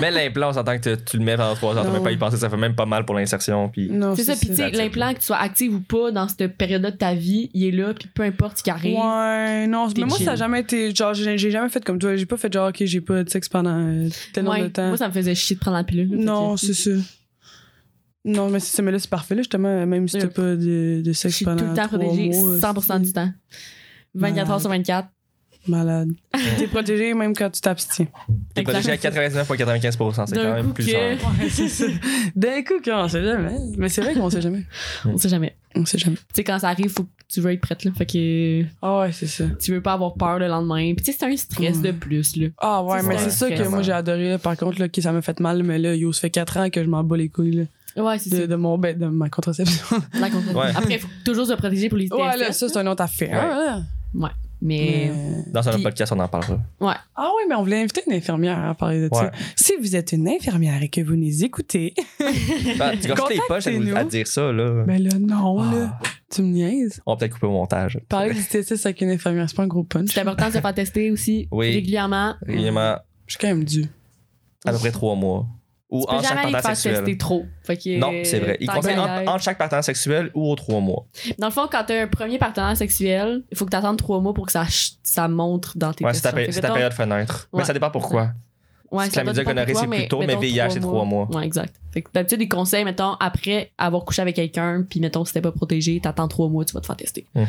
[SPEAKER 5] Mais l'implant, on s'entend que tu, tu le mets pendant trois heures, t'as
[SPEAKER 6] Non.
[SPEAKER 5] même pas y penser, ça fait même pas mal pour l'insertion. Puis...
[SPEAKER 6] Non,
[SPEAKER 2] c'est ça puis tu
[SPEAKER 5] ça.
[SPEAKER 2] sais l'implant que tu sois active ou pas dans cette période là de ta vie, il est là puis peu importe ce qui arrive.
[SPEAKER 6] Ouais, non,
[SPEAKER 2] T'es
[SPEAKER 6] mais moi, ça a
[SPEAKER 2] chill.
[SPEAKER 6] jamais été. Genre, j'ai j'ai jamais fait comme toi. J'ai pas fait genre, ok, j'ai pas de sexe pendant euh, tel nombre
[SPEAKER 2] Ouais,
[SPEAKER 6] de temps.
[SPEAKER 2] Moi ça me faisait chier de prendre la pilule. là,
[SPEAKER 6] non,
[SPEAKER 2] fait
[SPEAKER 6] c'est
[SPEAKER 2] que-
[SPEAKER 6] ça. Non, mais c'est ça, mais là, c'est parfait, là, justement, même si t'as
[SPEAKER 2] Ouais.
[SPEAKER 6] pas de, de
[SPEAKER 2] Je
[SPEAKER 6] sexe
[SPEAKER 2] suis tout
[SPEAKER 6] pendant.
[SPEAKER 2] le temps
[SPEAKER 6] trois
[SPEAKER 2] protégée
[SPEAKER 6] mois,
[SPEAKER 2] 100% du temps. 24 heures sur 24.
[SPEAKER 6] c'est Malade. T'es protégé même quand tu t'abstiens.
[SPEAKER 5] T'es protégé à 99,95%, c'est
[SPEAKER 2] D'un
[SPEAKER 5] quand même
[SPEAKER 2] coup
[SPEAKER 5] plus
[SPEAKER 2] que-
[SPEAKER 6] Ouais, c'est ça. D'un coup, on sait jamais. Mais c'est vrai qu'on sait jamais.
[SPEAKER 2] On sait jamais.
[SPEAKER 6] On sait jamais.
[SPEAKER 2] Tu sais quand ça arrive, faut que tu veux être prête là. Fait que
[SPEAKER 6] Ah ouais, c'est ça.
[SPEAKER 2] tu veux pas avoir peur le lendemain. Puis tu sais, c'est un stress
[SPEAKER 6] Ouais.
[SPEAKER 2] de plus, là.
[SPEAKER 6] Ah ouais,
[SPEAKER 2] C'est
[SPEAKER 6] mais
[SPEAKER 5] ça.
[SPEAKER 6] c'est ça que
[SPEAKER 5] Vraiment.
[SPEAKER 6] moi j'ai adoré. là. Par contre, là, qui ça m'a fait mal, mais là, yo, ça fait 4 ans que je m'en bats les couilles là,
[SPEAKER 2] Ouais, c'est
[SPEAKER 6] de, de mon ben, de ma contraception.
[SPEAKER 2] ça. La contraception.
[SPEAKER 5] Ouais.
[SPEAKER 2] Après, il faut toujours se protéger pour les ITSS.
[SPEAKER 6] ouais, là, ça, c'est une autre affaire. hein.
[SPEAKER 2] Mais.
[SPEAKER 6] Mais-
[SPEAKER 5] Dans un autre
[SPEAKER 2] Puis-
[SPEAKER 5] podcast, on en parlera. Bah,
[SPEAKER 6] Ah oui, mais on voulait inviter une infirmière à parler de
[SPEAKER 5] Ouais.
[SPEAKER 6] ça. Si vous êtes une infirmière et que vous nous écoutez,
[SPEAKER 5] Bah, tu gâches les poches à, nous-
[SPEAKER 6] Contactez-nous.
[SPEAKER 5] à dire ça, là.
[SPEAKER 6] ben là, non,
[SPEAKER 5] Ah.
[SPEAKER 6] là, tu me niaises.
[SPEAKER 5] On va peut-être couper au montage.
[SPEAKER 6] Parler du TSS avec une infirmière, c'est pas un gros punch.
[SPEAKER 2] C'est important de se faire tester aussi
[SPEAKER 5] Oui.
[SPEAKER 2] régulièrement.
[SPEAKER 5] Régulièrement,
[SPEAKER 6] Je suis quand même dû.
[SPEAKER 5] à peu près trois mois. Ou
[SPEAKER 2] Tu
[SPEAKER 5] en
[SPEAKER 2] peux
[SPEAKER 5] chaque
[SPEAKER 2] jamais aller te
[SPEAKER 5] partenaire
[SPEAKER 2] faire tester
[SPEAKER 5] sexuel.
[SPEAKER 2] trop. Fait que,
[SPEAKER 5] Non, c'est vrai. Il
[SPEAKER 2] tant
[SPEAKER 5] conseille
[SPEAKER 2] qu'à y
[SPEAKER 5] entre,
[SPEAKER 2] aller.
[SPEAKER 5] entre chaque partenaire sexuel ou aux trois mois.
[SPEAKER 2] Dans le fond, quand t'as un premier partenaire sexuel, il faut que t'attendes trois mois pour que ça, ch- ça montre dans tes
[SPEAKER 5] Ouais, c'est
[SPEAKER 2] questions.
[SPEAKER 5] ta,
[SPEAKER 2] Fait que
[SPEAKER 5] c'est ta
[SPEAKER 2] mettons-
[SPEAKER 5] période fenêtre. Mais
[SPEAKER 2] Ouais.
[SPEAKER 5] ça dépend pourquoi.
[SPEAKER 2] Ouais,
[SPEAKER 5] Si la média
[SPEAKER 2] doit dépendre
[SPEAKER 5] gonorrhée,
[SPEAKER 2] de toi,
[SPEAKER 5] c'est plus tôt, mais
[SPEAKER 2] mettons
[SPEAKER 5] VIH, c'est trois mois.
[SPEAKER 2] Ouais, exact. Fait que d'habitude, ils conseillent, mettons, après avoir couché avec quelqu'un, puis mettons, si t'es pas protégé, t'attends trois mois, tu vas te faire tester.
[SPEAKER 5] Mhm.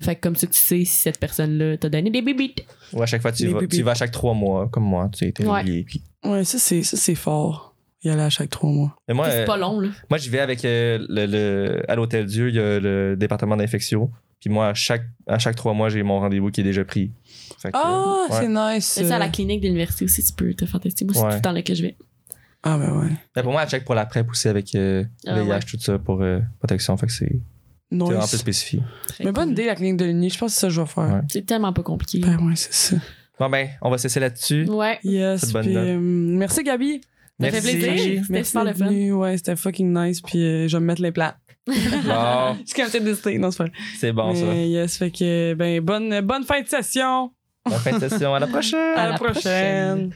[SPEAKER 2] Fait que comme ça, tu sais si cette personne-là t'a donné des bébites.
[SPEAKER 5] Ou à chaque fois, tu
[SPEAKER 6] Les
[SPEAKER 5] vas,
[SPEAKER 6] bébés.
[SPEAKER 5] tu vas à chaque trois mois, comme moi. Tu sais, t'es
[SPEAKER 2] Ouais.
[SPEAKER 5] relié, puis-
[SPEAKER 6] Ouais, ça, c'est ça, c'est fort. Y aller à chaque trois mois.
[SPEAKER 5] Mais moi,
[SPEAKER 2] c'est
[SPEAKER 5] euh,
[SPEAKER 2] pas long, là.
[SPEAKER 5] moi j'y vais avec euh, le, le- à l'Hôtel Dieu, il y a le département d'infection. Puis moi, à chaque, à chaque trois mois, j'ai mon rendez-vous qui est déjà pris. Fait que,
[SPEAKER 2] Oh!
[SPEAKER 6] Ah,
[SPEAKER 5] ouais.
[SPEAKER 6] c'est nice.
[SPEAKER 2] C'est ça, à la clinique de l'université aussi, tu peux te faire tester. Moi, c'est
[SPEAKER 5] Ouais.
[SPEAKER 2] tout le temps là que je vais.
[SPEAKER 6] Ah ben ouais.
[SPEAKER 5] Mais euh, pour moi, elle check pour la PrEP aussi avec euh,
[SPEAKER 2] Ah,
[SPEAKER 5] VIH,
[SPEAKER 2] ouais.
[SPEAKER 5] tout ça, pour euh, protection. Fait que c'est c'est vraiment plus
[SPEAKER 6] Nice.
[SPEAKER 5] spécifique.
[SPEAKER 2] Très
[SPEAKER 6] Mais bonne
[SPEAKER 2] cool.
[SPEAKER 6] idée, la clinique de l'Uni. Je pense que c'est ça que je vais faire.
[SPEAKER 5] Ouais.
[SPEAKER 2] C'est tellement pas compliqué.
[SPEAKER 6] Ben ouais, c'est ça.
[SPEAKER 5] Bon, ben, on va cesser là-dessus.
[SPEAKER 2] Ouais.
[SPEAKER 5] C'est
[SPEAKER 6] Yes,
[SPEAKER 5] de bonnes
[SPEAKER 6] puis,
[SPEAKER 5] notes.
[SPEAKER 6] euh, merci Gabi.
[SPEAKER 2] Ça fait plaisir. C'était
[SPEAKER 6] Merci
[SPEAKER 2] super le
[SPEAKER 6] d'être
[SPEAKER 2] fun.
[SPEAKER 6] venue. Ouais, c'était fucking nice. Puis euh, je vais me mettre les plats.
[SPEAKER 5] Bon,
[SPEAKER 6] C'est comme ça décidé. Non, c'est pas.
[SPEAKER 5] c'est bon, ça.
[SPEAKER 6] Mais yes, fait que ben bonne bonne fin de session.
[SPEAKER 5] Bonne fin de session. À la prochaine.
[SPEAKER 6] À,
[SPEAKER 2] À
[SPEAKER 6] la
[SPEAKER 2] la
[SPEAKER 6] prochaine.
[SPEAKER 2] prochaine.